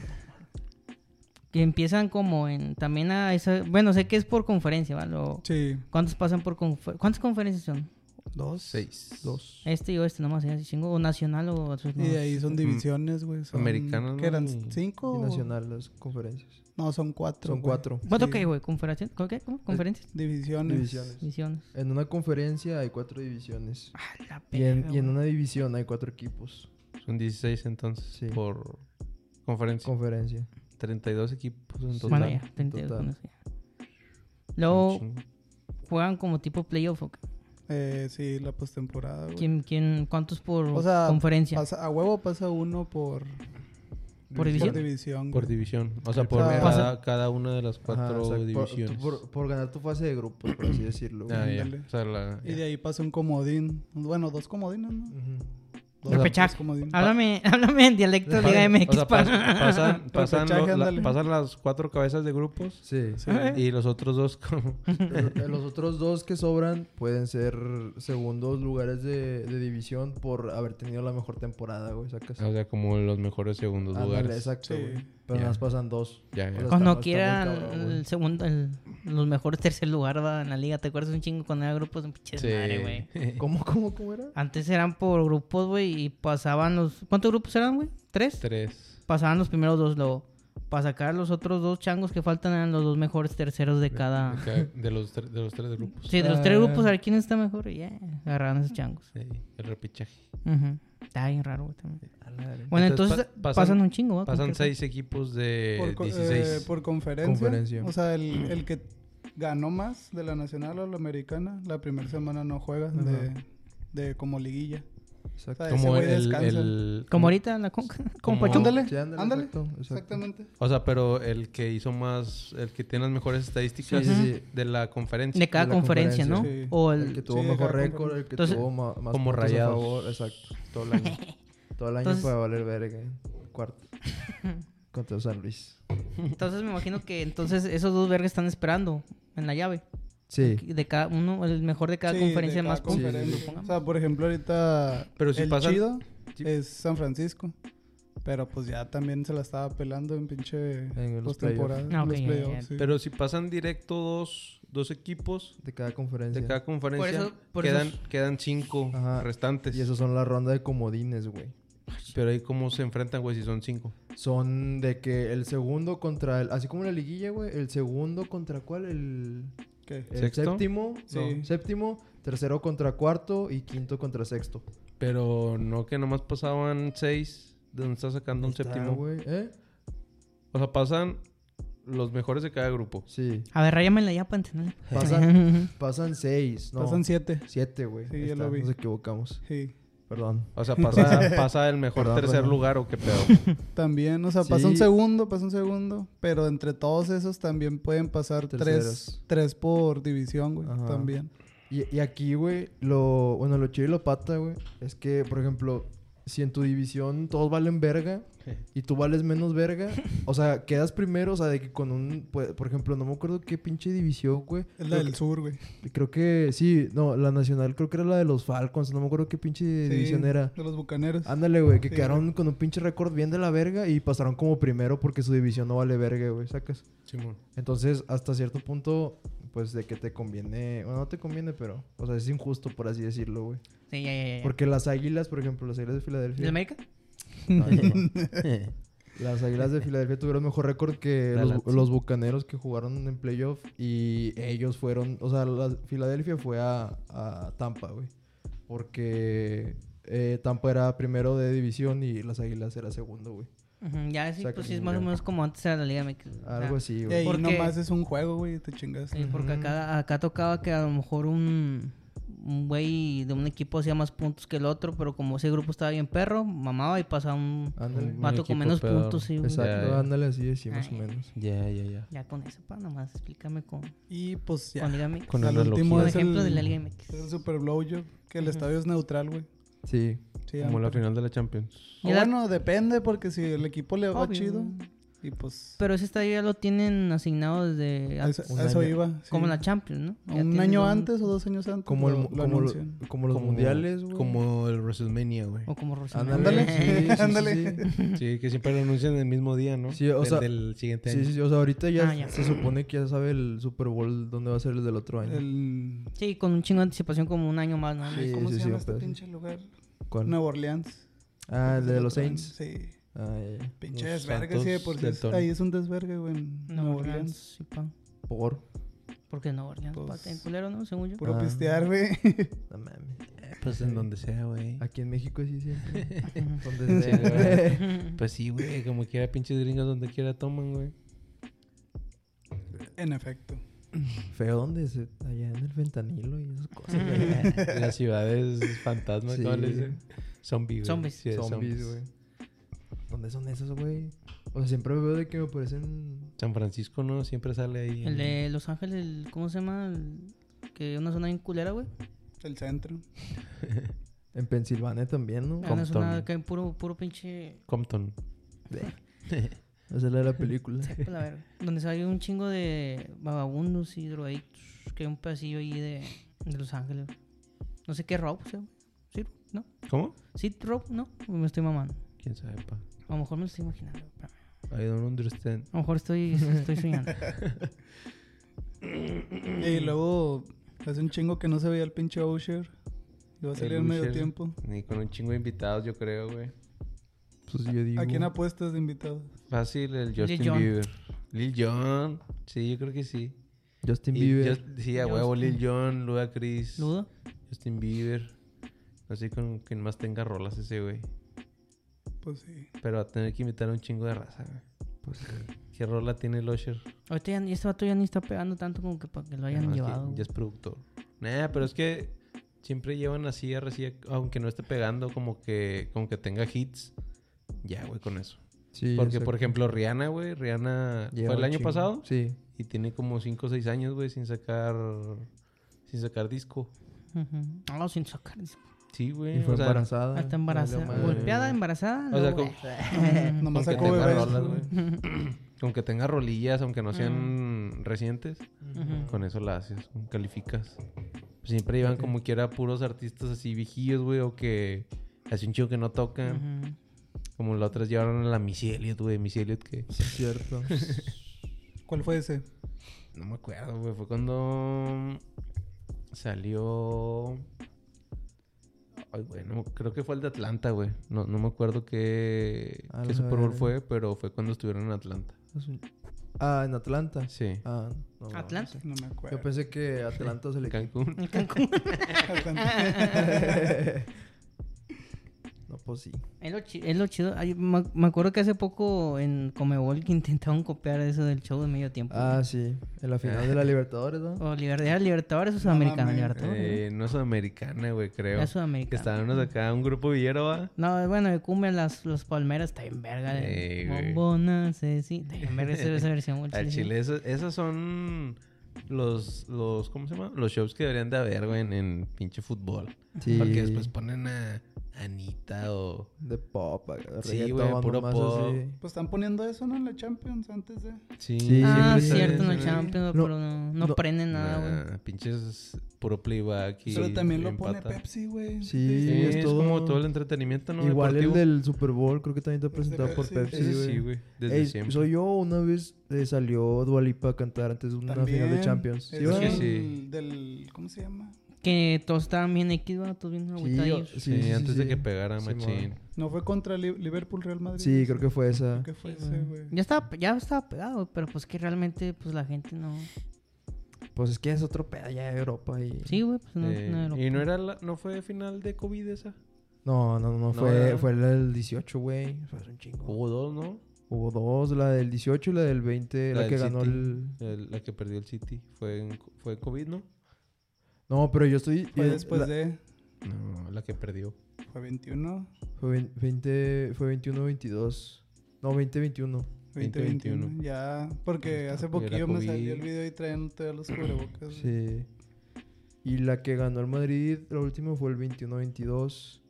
Speaker 2: Que empiezan como en... También a esa... Bueno, sé que es por conferencia, ¿vale? O-
Speaker 4: Sí.
Speaker 2: ¿Cuántos pasan por confer- ¿Cuántas conferencias son?
Speaker 4: Dos.
Speaker 1: Seis.
Speaker 3: Dos.
Speaker 2: Este y este nomás, ¿eh? Así chingo, o nacional o otros
Speaker 4: Y de ahí son
Speaker 1: Ujú.
Speaker 4: divisiones, güey. son-
Speaker 1: Americano,
Speaker 4: ¿Qué eran?
Speaker 1: ¿no? Y-
Speaker 4: ¿Cinco?
Speaker 3: Y
Speaker 4: o-
Speaker 3: nacional las conferencias.
Speaker 4: No, son cuatro.
Speaker 3: Son
Speaker 4: güey.
Speaker 3: cuatro.
Speaker 2: ¿Cuánto
Speaker 4: Sí.
Speaker 2: qué, güey? ¿Conferencias? ¿Cómo qué? ¿Cómo? ¿Conferencias?
Speaker 4: Divisiones.
Speaker 3: Divisiones.
Speaker 2: Misiones.
Speaker 3: En una conferencia hay cuatro divisiones.
Speaker 2: Ah, la
Speaker 3: Y en,
Speaker 2: perra,
Speaker 3: y en
Speaker 2: güey.
Speaker 3: una división hay cuatro equipos.
Speaker 1: Son 16 entonces
Speaker 3: Sí.
Speaker 1: por conferencia.
Speaker 3: Conferencia.
Speaker 1: 32 equipos en total.
Speaker 2: Bueno, ya, te entiendo,
Speaker 3: total.
Speaker 2: no sé. Luego
Speaker 1: Un chingo.
Speaker 2: juegan como tipo playoff. ¿o qué?
Speaker 4: Eh, sí, la postemporada, güey.
Speaker 2: ¿Quién, quién, ¿Cuántos por
Speaker 4: O sea,
Speaker 2: conferencia?
Speaker 4: Pasa- a huevo pasa uno por,
Speaker 2: ¿Por división?
Speaker 4: por división.
Speaker 1: Por
Speaker 4: güey.
Speaker 1: división. O sea, por
Speaker 4: Claro.
Speaker 1: cada, cada una de las
Speaker 3: Ajá,
Speaker 1: cuatro
Speaker 3: o sea, por-
Speaker 1: divisiones.
Speaker 3: Por, por ganar tu fase de grupos, por así decirlo. güey.
Speaker 1: Ah, ya.
Speaker 4: Ándale.
Speaker 1: O sea, la-
Speaker 4: Y de ahí pasa un comodín. Bueno, dos comodines, ¿no?
Speaker 3: Ujú.
Speaker 4: Dos,
Speaker 2: Repechaje.
Speaker 4: tres comodines.
Speaker 2: Háblame, háblame en dialecto de
Speaker 1: Pa-
Speaker 2: Liga MX.
Speaker 1: o sea, pas-
Speaker 2: pa-
Speaker 1: pasan, pasan,
Speaker 4: Repechaje,
Speaker 1: lo- la-
Speaker 4: ándale.
Speaker 1: pasan las cuatro cabezas de grupos
Speaker 3: Sí.
Speaker 4: Sí.
Speaker 1: y los otros dos como...
Speaker 3: Pero, eh, Los otros dos que sobran pueden ser segundos lugares de, de división por haber tenido la mejor temporada, güey. Sacas.
Speaker 1: O sea, como los mejores segundos
Speaker 3: Ándale,
Speaker 1: lugares.
Speaker 3: exacto,
Speaker 4: Sí.
Speaker 3: güey. Pero
Speaker 1: Ya.
Speaker 3: nada más pasan dos.
Speaker 1: Ya, ya.
Speaker 3: O sea, está-
Speaker 2: Cuando
Speaker 3: está
Speaker 2: quiera
Speaker 3: muy cabrón,
Speaker 2: el
Speaker 3: güey.
Speaker 2: segundo, el- los mejores tercer lugar va, en la liga. ¿Te acuerdas un chingo cuando era grupos de pinche madre, güey?
Speaker 3: ¿Cómo, cómo, cómo era?
Speaker 2: Antes eran por grupos, güey, y pasaban los... ¿Cuántos grupos eran, güey? ¿Tres?
Speaker 1: Tres.
Speaker 2: Pasaban los primeros dos, luego. Para sacar los otros dos changos que faltan eran los dos mejores terceros de cada...
Speaker 1: De ca- De los, tre- de los tres grupos.
Speaker 2: Sí, de los tres
Speaker 3: Ah.
Speaker 2: grupos, a ver quién está mejor. y Ya, agarraron esos changos.
Speaker 1: Sí, el repechaje.
Speaker 2: Ujú. Está bien raro, güey, también.
Speaker 3: Bueno,
Speaker 2: Bueno,
Speaker 1: Entonces,
Speaker 2: entonces,
Speaker 1: pa- pasan-
Speaker 2: pasan, un chingo, ¿va?
Speaker 1: Pasan
Speaker 2: Concreto.
Speaker 1: seis equipos de
Speaker 4: Por, co- eh,
Speaker 1: 16.
Speaker 4: por conferencia.
Speaker 3: Conferencia.
Speaker 4: O sea, el, el que ganó más de la nacional o la americana, la primera semana no juega de, de como liguilla.
Speaker 3: exacto.
Speaker 4: o sea, ese
Speaker 1: Como
Speaker 4: güey
Speaker 1: el,
Speaker 4: descansa.
Speaker 1: el-
Speaker 2: Como ahorita en la conca.
Speaker 1: Como-
Speaker 2: Como Pachuca.
Speaker 4: Ándale,
Speaker 3: Sí, ándale,
Speaker 4: ándale.
Speaker 3: exacto, exacto.
Speaker 4: Exactamente.
Speaker 1: O sea, pero el que hizo más... El que tiene las mejores estadísticas
Speaker 3: Sí, sí, sí.
Speaker 1: de la conferencia.
Speaker 2: De cada
Speaker 3: De la
Speaker 2: conferencia, ¿no?
Speaker 4: conferencia, sí.
Speaker 2: O el...
Speaker 3: El que tuvo
Speaker 4: Sí,
Speaker 3: mejor
Speaker 4: cada
Speaker 3: récord,
Speaker 4: conferencia.
Speaker 3: el que
Speaker 2: Entonces-
Speaker 3: tuvo ma- más
Speaker 1: Como
Speaker 3: puntos a
Speaker 1: rayados.
Speaker 3: favor, exacto. Todo el año. Todo el año
Speaker 2: Entonces-
Speaker 3: fue a valer verga. ¿eh? Cuarto. Contra San Luis.
Speaker 2: Entonces me imagino que entonces esos dos vergas están esperando en la llave.
Speaker 3: Sí.
Speaker 2: De cada uno, el mejor de cada
Speaker 4: Sí,
Speaker 2: conferencia
Speaker 4: de
Speaker 2: más
Speaker 4: cada
Speaker 2: puntos.
Speaker 4: conferencia.
Speaker 2: supongamos.
Speaker 4: O sea, por ejemplo, ahorita
Speaker 1: Pero si
Speaker 4: el
Speaker 1: pasan-
Speaker 4: chido
Speaker 1: Sí.
Speaker 4: es San Francisco. Pero pues ya también se la estaba pelando en pinche
Speaker 3: En Eh, los
Speaker 4: postemporada.
Speaker 2: playoffs. Ah,
Speaker 4: en
Speaker 2: ok,
Speaker 4: los
Speaker 2: ya, ya,
Speaker 4: playoffs,
Speaker 2: ya.
Speaker 4: sí.
Speaker 1: Pero si pasan directo dos, dos equipos
Speaker 3: De cada conferencia.
Speaker 1: de cada conferencia,
Speaker 2: eso- por
Speaker 1: quedan,
Speaker 2: esos-
Speaker 1: quedan cinco
Speaker 3: Ajá.
Speaker 1: restantes.
Speaker 3: Y esos son la ronda de comodines, güey.
Speaker 1: Pero ahí cómo se enfrentan, güey, si son cinco.
Speaker 3: Son de que el segundo contra el... Así como la liguilla, güey. El segundo contra cuál? El,
Speaker 4: ¿Qué?
Speaker 3: el
Speaker 1: ¿Sexto?
Speaker 3: Eh, séptimo. no,
Speaker 4: Sí.
Speaker 3: séptimo. Tercero contra cuarto. Y quinto contra sexto.
Speaker 1: Pero no que nomás pasaban seis. ¿De dónde está sacando un
Speaker 3: Ahí está,
Speaker 1: séptimo?
Speaker 3: güey. ¿Eh?
Speaker 1: O sea, pasan los mejores de cada grupo.
Speaker 3: Sí.
Speaker 2: A ver, ráyamela ya para entender.
Speaker 3: Pasan, pasan seis. No,
Speaker 4: Pasan siete.
Speaker 3: siete, güey.
Speaker 4: Sí,
Speaker 3: Ahí
Speaker 4: ya
Speaker 3: está,
Speaker 4: lo vi.
Speaker 3: Nos equivocamos.
Speaker 4: Sí.
Speaker 3: Perdón.
Speaker 1: O sea, pasa, pasa el mejor
Speaker 3: Perdón,
Speaker 1: tercer
Speaker 3: perdón.
Speaker 1: lugar o qué pedo.
Speaker 4: También, o sea, pasa
Speaker 3: Sí.
Speaker 4: un segundo, pasa un segundo, pero entre todos esos también pueden pasar tres,
Speaker 3: Terceros.
Speaker 4: tres por división, güey,
Speaker 3: Ajá.
Speaker 4: también.
Speaker 3: Y, y aquí, güey, lo... Bueno, lo chido y lo pata, güey, es que, por ejemplo, si en tu división todos valen verga y tú vales menos verga, o sea, quedas primero, o sea, de que con un... pues, Por ejemplo, no me acuerdo qué pinche división, güey.
Speaker 4: Es la
Speaker 3: Creo
Speaker 4: del sur, güey.
Speaker 3: que- Creo que... Sí, no, la nacional creo que era la de los Falcons, no me acuerdo qué pinche
Speaker 4: Sí,
Speaker 3: división era. Ah,
Speaker 4: De los bucaneros.
Speaker 3: Ándale, güey, que
Speaker 4: Sí,
Speaker 3: quedaron con un pinche récord bien de la verga y pasaron como primero porque su división no vale verga, güey, sacas.
Speaker 1: Simón.
Speaker 3: Entonces, hasta cierto punto, pues de que te conviene, bueno, no te conviene, pero, o sea, es injusto, por así decirlo, güey.
Speaker 2: Sí, ya, ya, ya.
Speaker 3: Porque las águilas, por ejemplo, las águilas de
Speaker 2: ¿De
Speaker 3: Filadelfia.
Speaker 2: América?
Speaker 3: No, no, no. las águilas de Filadelfia tuvieron mejor récord que los,
Speaker 1: Dallas, sí.
Speaker 3: los bucaneros que jugaron en playoff y ellos fueron, o sea, la- Filadelfia fue a, a Tampa, güey. Porque eh, Tampa era primero de división y las águilas era segundo, güey.
Speaker 2: Ujú, Ya, sí,
Speaker 3: Saca
Speaker 2: pues
Speaker 3: un
Speaker 2: sí, es más o
Speaker 3: lugar.
Speaker 2: menos como antes era la Liga MX. o sea,
Speaker 3: Algo así,
Speaker 4: y
Speaker 3: güey.
Speaker 4: ahí
Speaker 2: ¿Por qué?
Speaker 4: nomás es un juego, güey, te chingaste.
Speaker 2: Sí, porque
Speaker 3: Ujú.
Speaker 2: acá, acá tocaba que a lo mejor un, un güey de un equipo hacía más puntos que el otro, pero como ese grupo estaba bien perro, mamaba y pasaba un
Speaker 3: Ándale.
Speaker 1: Un
Speaker 2: vato
Speaker 1: equipo
Speaker 2: con menos
Speaker 1: peor.
Speaker 2: puntos. Sí, güey.
Speaker 3: Exacto,
Speaker 1: Ya.
Speaker 3: ándale así, así más o
Speaker 2: Ay.
Speaker 3: menos.
Speaker 1: Ya, ya, ya.
Speaker 2: Ya con eso, pa, nomás explícame con,
Speaker 4: Y pues ya.
Speaker 2: con Liga MX.
Speaker 1: Con
Speaker 4: O sea, el
Speaker 1: analogía.
Speaker 4: último
Speaker 2: Como
Speaker 4: es
Speaker 2: ejemplo
Speaker 4: el,
Speaker 2: de la Liga MX.
Speaker 4: el Super Blowjob, que el estadio es neutral, güey.
Speaker 3: Sí,
Speaker 4: Sí,
Speaker 1: Como la
Speaker 4: amplio.
Speaker 1: final de la Champions.
Speaker 4: O Bueno, depende, porque si el equipo le va
Speaker 2: Obvio.
Speaker 4: chido, y pues...
Speaker 2: Pero ese estadio ya lo tienen asignado desde
Speaker 4: a eso,
Speaker 2: antes,
Speaker 4: a eso
Speaker 3: año.
Speaker 4: iba. sí.
Speaker 2: como la Champions, ¿no? Ya
Speaker 4: Un
Speaker 2: tienen
Speaker 4: año
Speaker 2: un-
Speaker 4: antes o dos años antes
Speaker 3: como, el,
Speaker 4: lo-
Speaker 3: mu-
Speaker 4: lo
Speaker 3: como, lo-
Speaker 4: anuncian.
Speaker 3: como los
Speaker 1: Como-
Speaker 3: mundiales, güey.
Speaker 1: Como el WrestleMania, güey.
Speaker 2: O como Rosario.
Speaker 3: Ándale.
Speaker 4: Ándale.
Speaker 3: Sí, sí, sí,
Speaker 4: Ándale.
Speaker 3: sí.
Speaker 1: Sí, que siempre lo anuncian el mismo día, ¿no?
Speaker 3: Sí, o
Speaker 1: del,
Speaker 3: sea-
Speaker 1: del siguiente
Speaker 3: Sí,
Speaker 1: año.
Speaker 3: sí, sí, O sea, ahorita ya,
Speaker 2: Ah, ya.
Speaker 3: se supone que ya sabe el Super Bowl dónde va a ser el del otro año.
Speaker 4: El...
Speaker 2: Sí, con un chingo de anticipación, como un año más, ¿no?
Speaker 3: Sí,
Speaker 4: ¿Cómo
Speaker 3: sí,
Speaker 4: se
Speaker 3: sí,
Speaker 4: llama
Speaker 3: me
Speaker 4: este
Speaker 3: parece.
Speaker 4: pinche lugar?
Speaker 3: ¿Cuál?
Speaker 4: Nueva Orleans.
Speaker 3: ah, el de los
Speaker 4: Otro año,
Speaker 3: Saints.
Speaker 4: Sí.
Speaker 3: Ah, ya, ya.
Speaker 4: Pinche
Speaker 1: Los
Speaker 4: desvergue, sí, de
Speaker 1: Santos
Speaker 4: por sí.
Speaker 1: de
Speaker 4: es-
Speaker 1: Tony.
Speaker 4: ahí es un desvergue, güey. en
Speaker 2: Nueva Orleans, sí, pa.
Speaker 3: Por.
Speaker 2: ¿Por qué Nueva Orleans?
Speaker 4: Pues-
Speaker 2: Pa, está en culero, ¿no? Según yo.
Speaker 4: Puro
Speaker 3: Ah.
Speaker 4: pistear, güey.
Speaker 3: No mames.
Speaker 1: Pues en donde sea, güey.
Speaker 3: Aquí en México sí siempre. Donde
Speaker 1: Sí,
Speaker 3: sea, güey.
Speaker 1: güey. Pues sí, güey. Como quiera, pinches gringos donde quiera toman, güey.
Speaker 4: en efecto.
Speaker 3: Feo donde se... Allá en el fentanilo y esas cosas. güey.
Speaker 1: Las ciudades fantasmas,
Speaker 3: Sí.
Speaker 1: ¿cómo les dicen? Zombies. güey.
Speaker 2: Zombies.
Speaker 1: Sí,
Speaker 3: Zombies, güey. ¿Dónde son esos, güey? O sea, siempre veo de que me parecen...
Speaker 1: San Francisco, ¿no? Siempre sale ahí.
Speaker 4: pues,
Speaker 2: El de Los Ángeles, el- ¿cómo se llama? El- que una zona bien culera, güey.
Speaker 4: El centro.
Speaker 3: En Pensilvania también, ¿no?
Speaker 2: Ah, Una
Speaker 1: Compton.
Speaker 2: zona que hay puro, puro pinche.
Speaker 1: Compton.
Speaker 3: Esa es la de la película.
Speaker 2: Pues, la verga. Donde sale un chingo de vagabundos y drogadictos. Que hay un pasillo ahí de, de Los Ángeles. No sé qué rob, sea, ¿Sí? ¿No?
Speaker 1: ¿Cómo?
Speaker 2: ¿Sí, rob? ¿No? ¿O Me estoy mamando.
Speaker 1: Quién sabe, pa.
Speaker 2: A lo mejor me lo estoy imaginando. espérame.
Speaker 1: I don't understand.
Speaker 2: A lo mejor estoy, estoy soñando.
Speaker 4: Y luego hace un chingo que no se veía el pinche Usher. Iba a
Speaker 1: El
Speaker 4: salir en medio
Speaker 1: Usher.
Speaker 4: tiempo.
Speaker 1: Ni con un chingo de invitados, yo creo, güey.
Speaker 3: Pues yo digo...
Speaker 4: ¿A quién apuestas de invitado?
Speaker 1: Fácil, el Justin
Speaker 2: Jon.
Speaker 1: Bieber. Lil Jon. Sí, yo creo que sí.
Speaker 3: Justin
Speaker 1: Y
Speaker 3: Bieber.
Speaker 1: Just- sí, a huevo, Lil Jon, Luda Chris.
Speaker 2: ¿Ludo?
Speaker 1: Justin Bieber. Así con quien más tenga rolas ese güey.
Speaker 4: Pues sí.
Speaker 1: Pero va a tener que invitar a un chingo de raza, güey.
Speaker 3: Pues sí.
Speaker 1: ¿Qué rola tiene el Usher?
Speaker 2: Ahorita ya, este vato ya ni está pegando tanto como que para que lo hayan
Speaker 1: Además que
Speaker 2: llevado.
Speaker 1: Ya es productor. Nah, pero es que siempre llevan así a recién, aunque no esté pegando, como que, como que tenga hits. Ya, güey, con eso.
Speaker 3: Sí,
Speaker 1: Porque,
Speaker 3: exacto.
Speaker 1: por ejemplo, Rihanna, güey, Rihanna
Speaker 3: Lleva
Speaker 1: fue el
Speaker 3: un
Speaker 1: año
Speaker 3: chingo.
Speaker 1: pasado
Speaker 3: Sí.
Speaker 1: y tiene como 5 o 6 años, güey, sin sacar, sin sacar disco.
Speaker 2: Ujú. No, sin sacar. disco.
Speaker 1: Sí, güey.
Speaker 3: Y fue
Speaker 1: Mm, o sea,
Speaker 3: embarazada.
Speaker 2: Está embarazada.
Speaker 3: valió madre.
Speaker 2: Golpeada, embarazada.
Speaker 1: O sea,
Speaker 2: luego-
Speaker 1: Con
Speaker 4: Nomás
Speaker 1: que
Speaker 4: sacó
Speaker 1: tenga
Speaker 4: bebés.
Speaker 1: rolas, güey. Con que tenga rolillas, aunque no sean recientes,
Speaker 2: Ujú.
Speaker 1: con eso la haces, calificas. Siempre llevan como quiera puros artistas así viejillos, güey, o que hace un chico que no tocan.
Speaker 2: Ujú.
Speaker 1: Como la otra llevaron a la Missy Elliott, güey, Missy Elliott que...
Speaker 3: Sí, es cierto.
Speaker 4: ¿Cuál fue ese?
Speaker 1: No me acuerdo, güey, fue cuando salió... Ay, güey, no- creo que fue el de Atlanta, güey. No, no me acuerdo qué,
Speaker 3: A
Speaker 1: qué
Speaker 3: la
Speaker 1: Super Bowl
Speaker 3: verga.
Speaker 1: fue, pero fue cuando estuvieron en Atlanta.
Speaker 3: Es un- ah, en Atlanta.
Speaker 1: Sí.
Speaker 3: Ah, no, no,
Speaker 2: Atlanta.
Speaker 4: No
Speaker 3: no.
Speaker 4: me acuerdo.
Speaker 3: Yo pues, pensé que Atlanta se
Speaker 1: En
Speaker 3: le
Speaker 1: Cancún.
Speaker 2: En Cancún.
Speaker 3: No, pues sí.
Speaker 2: Es lo, chi- es lo chido. Ay, me, me acuerdo que hace poco en Comebol que intentaron copiar eso del show de medio tiempo.
Speaker 3: Ah, sí. En la final de la Libertadores, ¿no?
Speaker 2: O liber- era Libertadores o
Speaker 4: mames.
Speaker 2: Sudamericana. Libertadores.
Speaker 1: Eh, no sudamericana, güey, creo.
Speaker 2: Era
Speaker 1: Que
Speaker 2: Sudamericana.
Speaker 1: estábamos acá, un grupo villero, ¿va?
Speaker 2: No, bueno, de cumbia las, las palmeras está en verga.
Speaker 1: Ey,
Speaker 2: Eh.
Speaker 1: güey.
Speaker 2: Bombona, sí, sí. Está en verga esa, esa versión. güey,
Speaker 1: Al
Speaker 2: sí.
Speaker 1: Chile, esas, esas son los, los, ¿cómo se llama? Los shows que deberían de haber, güey, en, en pinche fútbol.
Speaker 3: Sí.
Speaker 1: Porque después ponen a Anita o...
Speaker 3: De pop, acá, de
Speaker 1: Sí, güey,
Speaker 3: reggaetón,
Speaker 1: puro
Speaker 3: nomás
Speaker 1: pop.
Speaker 3: así.
Speaker 4: Pues están poniendo eso, ¿no? En la Champions antes de...
Speaker 1: Sí,
Speaker 2: Ah,
Speaker 3: siempre está
Speaker 2: cierto,
Speaker 3: en
Speaker 2: no
Speaker 3: el-
Speaker 2: Champions,
Speaker 3: No,
Speaker 2: pero no, no
Speaker 3: no.
Speaker 2: prenden nada, güey.
Speaker 1: Nah, pinches puro playback y...
Speaker 4: Pero también lo
Speaker 1: empata.
Speaker 4: pone Pepsi, güey.
Speaker 1: Sí,
Speaker 3: Sí,
Speaker 1: es,
Speaker 3: es todo-
Speaker 1: como todo el entretenimiento, ¿no?
Speaker 3: Igual
Speaker 1: Deportivo.
Speaker 3: el del Super Bowl, creo que también está presentado
Speaker 4: de
Speaker 3: por
Speaker 4: Pepsi.
Speaker 3: Pepsi,
Speaker 1: Ese
Speaker 3: güey.
Speaker 1: sí, güey. Desde
Speaker 3: Ey,
Speaker 1: siempre.
Speaker 3: soy yo, una vez eh, salió Dualipa a cantar antes de una final de Champions.
Speaker 4: Sí,
Speaker 3: Sí, va?
Speaker 1: que
Speaker 4: del,
Speaker 1: sí.
Speaker 4: del... ¿Cómo se llama?
Speaker 2: Que todos estaban bien X, va, todos bien aguitadillos.
Speaker 1: Sí, antes de que pegara
Speaker 3: Simón.
Speaker 1: Machín.
Speaker 4: ¿No fue contra Li- Liverpool Real Madrid?
Speaker 3: Sí, creo que fue esa.
Speaker 4: ¿Qué fue
Speaker 2: Sí,
Speaker 4: ese,
Speaker 2: güey.
Speaker 4: güey?
Speaker 2: Ya estaba, ya estaba pegado, pero pues que realmente pues la gente no...
Speaker 3: Pues es que es otro pedo ya de Europa y...
Speaker 2: Sí, güey, pues no,
Speaker 1: Eh,
Speaker 2: no era-
Speaker 1: y no era la- no fue final de COVID esa.
Speaker 3: No, no, no,
Speaker 1: No,
Speaker 3: fue,
Speaker 1: ¿verdad?
Speaker 3: fue la del 18, güey. Fue hace un chingo.
Speaker 1: Hubo dos, ¿no?
Speaker 3: Hubo dos, la del 18 y la del 20, la,
Speaker 1: La
Speaker 3: que
Speaker 1: del
Speaker 3: ganó
Speaker 1: City.
Speaker 3: el...
Speaker 1: El- la que perdió el City fue en- fue COVID, ¿no?
Speaker 3: No, pero yo estoy...
Speaker 4: Fue
Speaker 3: eh,
Speaker 4: después
Speaker 3: la-
Speaker 4: de...
Speaker 1: No, la que perdió.
Speaker 4: Fue 21,
Speaker 3: Fue, vein- 20, fue 21, 22. No, 20, 21.
Speaker 4: 20,
Speaker 1: 20-21.
Speaker 4: 21. Ya, porque
Speaker 1: Está,
Speaker 4: hace
Speaker 1: pues, era
Speaker 4: poquillo me
Speaker 1: COVID.
Speaker 4: salió el video y traían todos los cubrebocas. güey.
Speaker 3: Sí. Y la que ganó el Madrid, la última fue el 21-22.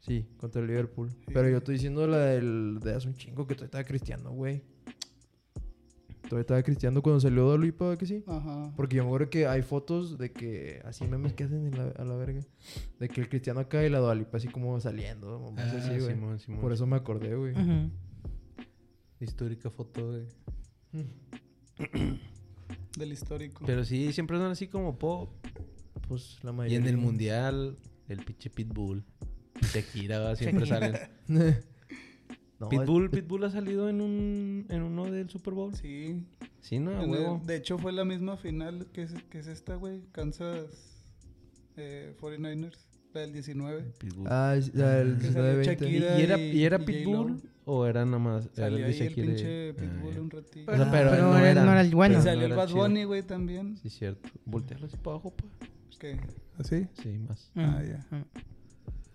Speaker 3: Sí, contra el Liverpool. Pero yo estoy diciendo la del, de hace un chingo que todavía estaba cristiano, güey. Todavía estaba cristiano cuando salió Dolipa, que sí.
Speaker 4: Ajá.
Speaker 3: Porque yo me acuerdo que hay fotos de que así memes que hacen en la- a la verga. De que el cristiano acá y la Dolipa así como saliendo. mamás así, güey.
Speaker 1: Ah, Simón, Simón.
Speaker 3: Por eso me acordé, güey.
Speaker 2: Ujú.
Speaker 1: Histórica foto de...
Speaker 4: Del histórico.
Speaker 1: Pero sí, siempre son así como pop.
Speaker 3: Pues la
Speaker 1: Y
Speaker 3: mayoría.
Speaker 1: en el mundial, el pinche Pitbull. Shakira va, siempre
Speaker 2: Shakira.
Speaker 1: salen.
Speaker 3: No,
Speaker 1: Pitbull, Pitbull ha salido en un en uno del Super Bowl.
Speaker 4: Sí.
Speaker 1: Sí, no, a
Speaker 4: En el-
Speaker 1: Ah, huevo.
Speaker 4: de hecho, fue la misma final que es, que es esta, güey. Kansas eh, 49ers. La del 19.
Speaker 1: Pitbull.
Speaker 3: Ah, es- la del
Speaker 4: Que salió
Speaker 3: 19-20.
Speaker 1: ¿Y,
Speaker 4: Shakira
Speaker 1: y era,
Speaker 4: y-
Speaker 1: y era
Speaker 4: y
Speaker 1: Pitbull
Speaker 4: J-Lo.
Speaker 1: o era nada más? Era
Speaker 4: Salió
Speaker 1: de
Speaker 4: ahí el
Speaker 1: Shakira y-
Speaker 4: pinche
Speaker 1: Ah,
Speaker 4: Pitbull
Speaker 1: ya.
Speaker 4: un ratito.
Speaker 1: O sea, pero,
Speaker 2: Pero
Speaker 1: no,
Speaker 2: él
Speaker 1: era,
Speaker 2: no era el bueno.
Speaker 1: pero no
Speaker 4: salió el
Speaker 1: era
Speaker 4: Bad
Speaker 1: chido.
Speaker 4: Bunny, güey, también.
Speaker 1: Sí, cierto. Voltealo así para abajo, pa.
Speaker 4: ¿Qué? ¿Así?
Speaker 1: Sí, más.
Speaker 4: Ah, ya.
Speaker 2: Ujú.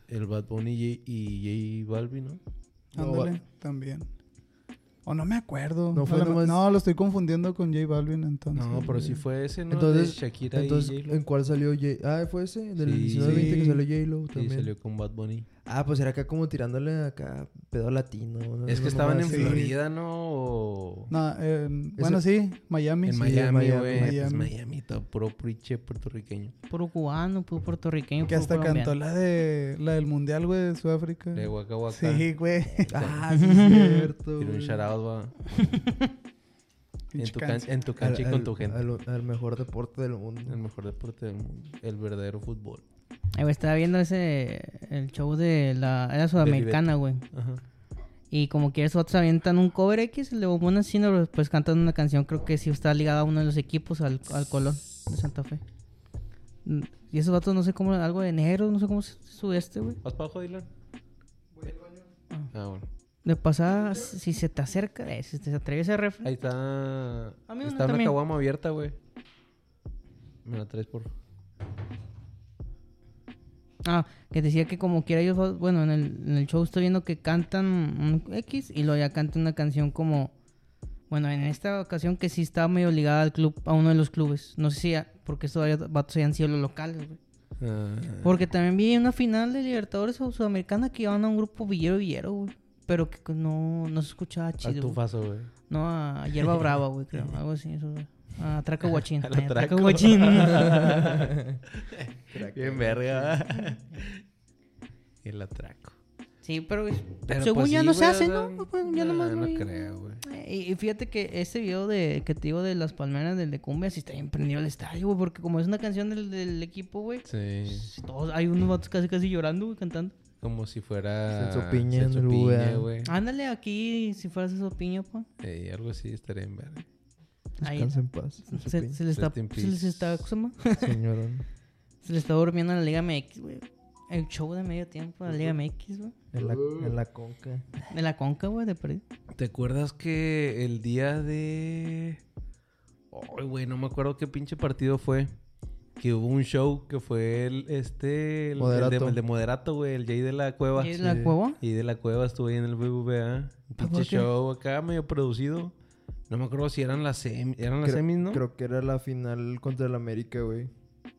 Speaker 1: El Bad Bunny y, y J Balvin, ¿no?
Speaker 3: No,
Speaker 4: Ándale, también. O no me acuerdo.
Speaker 3: No
Speaker 4: A
Speaker 3: fue
Speaker 4: lo me-
Speaker 3: nomás-
Speaker 4: no, lo estoy confundiendo con J Balvin entonces.
Speaker 1: No, pero sí eh, fue ese, ¿no?
Speaker 3: Entonces-
Speaker 1: de Shakira y
Speaker 3: Entonces,
Speaker 1: J-Lo.
Speaker 3: ¿en cuál salió J? Ah, fue ese, en el
Speaker 1: Sí.
Speaker 3: 19-20 que
Speaker 4: Sí.
Speaker 3: salió J-Lo
Speaker 1: Sí,
Speaker 3: también.
Speaker 1: salió con Bad Bunny.
Speaker 3: Ah, pues era acá como tirándole acá pedo latino. ¿no?
Speaker 1: es que
Speaker 3: Una
Speaker 1: estaban en
Speaker 3: mamada así.
Speaker 1: Florida, ¿no? O-
Speaker 4: No, en- bueno, sí, Miami.
Speaker 1: en
Speaker 4: sí.
Speaker 1: Miami,
Speaker 3: Miami,
Speaker 1: güey. Pues
Speaker 4: Miami.
Speaker 1: Miami, todo puro pinche puertorriqueño.
Speaker 2: Puro cubano, puro puertorriqueño,
Speaker 4: Que
Speaker 2: puro
Speaker 4: hasta
Speaker 2: colombiano.
Speaker 4: cantó la de la del Mundial, güey, de Sudáfrica.
Speaker 1: De Waka Waka.
Speaker 4: Sí, güey.
Speaker 3: Ah, sí, es cierto.
Speaker 1: Tiene un
Speaker 3: güey.
Speaker 1: shout out, va. En
Speaker 4: Pinche
Speaker 1: tu, can-
Speaker 4: canción.
Speaker 1: en tu cancha y con tu gente.
Speaker 3: Al, al mejor deporte del mundo.
Speaker 1: El mejor deporte del mundo. El verdadero fútbol.
Speaker 2: Ay, Eh, güey, estaba viendo ese el show de la era sudamericana, güey.
Speaker 1: Ajá.
Speaker 2: Y como que esos otros avientan un cover X, le ponen así, no, pues después cantan una canción, creo que sí está ligada a uno de los equipos, al, al Colón de Santa Fe. Mm, Y esos vatos, no sé cómo, algo de negro, no sé cómo es sudeste, güey.
Speaker 1: ¿Vas para abajo, Dylan? Ah, bueno.
Speaker 2: De pasada, si se te acerca, eh, si te atreves a ref.
Speaker 1: Ahí está.
Speaker 2: A mí una
Speaker 1: está una
Speaker 2: también.
Speaker 1: caguama abierta, güey. Me la traes por.
Speaker 2: Ah, que decía que como quiera ellos, bueno, en el, en el show estoy viendo que cantan un X y luego ya cantan una canción como, bueno, en esta ocasión que sí estaba medio ligada al club, a uno de los clubes. No sé si, a- porque estos varios vatos hayan sido los locales, güey.
Speaker 1: Ah,
Speaker 2: Porque también vi una final de Libertadores o Sudamericana que iban a un grupo Villero Villero, güey. Pero que pues, no, no se escuchaba
Speaker 1: al
Speaker 2: chido. güey.
Speaker 1: tufazo, güey.
Speaker 2: No, a Hierba Brava, güey, creo. Algo así, eso. güey. A Traca Guachín.
Speaker 1: Al
Speaker 2: Ay, a Traca
Speaker 1: atraco.
Speaker 2: Guachín.
Speaker 1: Bien verga. Y el atraco.
Speaker 2: sí, pero, es-
Speaker 1: Pero
Speaker 2: según
Speaker 1: pues
Speaker 2: ya
Speaker 1: sí,
Speaker 2: no se
Speaker 1: güey,
Speaker 2: hace,
Speaker 1: o
Speaker 2: ¿no?
Speaker 1: sea,
Speaker 2: Pues, pues, ya nomás
Speaker 1: nah,
Speaker 2: no
Speaker 1: no
Speaker 2: hay-
Speaker 1: creo, güey.
Speaker 2: Eh, Y y fíjate que este video de que te digo de las palmeras del de cumbias sí está bien prendido el estadio, güey, porque como es una canción del, del equipo, güey, pues,
Speaker 1: Sí.
Speaker 2: todos hay unos vatos casi casi llorando, güey, cantando.
Speaker 1: Como si fuera.
Speaker 3: Celso Piña en
Speaker 1: Celso
Speaker 3: el
Speaker 1: Piña,
Speaker 3: VA.
Speaker 1: güey.
Speaker 2: Ándale aquí si fueras esa opinión, pa.
Speaker 1: Ey, algo así estaría en verga.
Speaker 2: Ahí.
Speaker 3: Descansa en paz. en su
Speaker 2: Se,
Speaker 3: pin-
Speaker 2: se les está,
Speaker 1: Rest in
Speaker 2: se les
Speaker 1: peace.
Speaker 2: está, ¿cómo se llama?
Speaker 3: Señorón.
Speaker 2: Se les está durmiendo en la Liga MX, güey. El show de medio tiempo de la Liga MX, güey.
Speaker 3: En la, en la conca.
Speaker 2: De la conca, güey, de perdido.
Speaker 1: ¿Te acuerdas que el día de. Ay, güey, no me acuerdo qué pinche partido fue. Que hubo un show que fue el, este, el, el de,
Speaker 3: Moderato.
Speaker 1: el de Moderato, güey, el Jay de la Cueva.
Speaker 2: ¿Y es la
Speaker 3: sí.
Speaker 2: cueva?
Speaker 1: Y de la Cueva estuvo ahí en el BBVA. Un
Speaker 2: ¿por
Speaker 1: pinche
Speaker 2: qué?
Speaker 1: show acá medio producido. No me acuerdo si eran las, sem- eran las
Speaker 3: Creo-
Speaker 1: semis, ¿no?
Speaker 3: Creo que era la final contra el América, güey.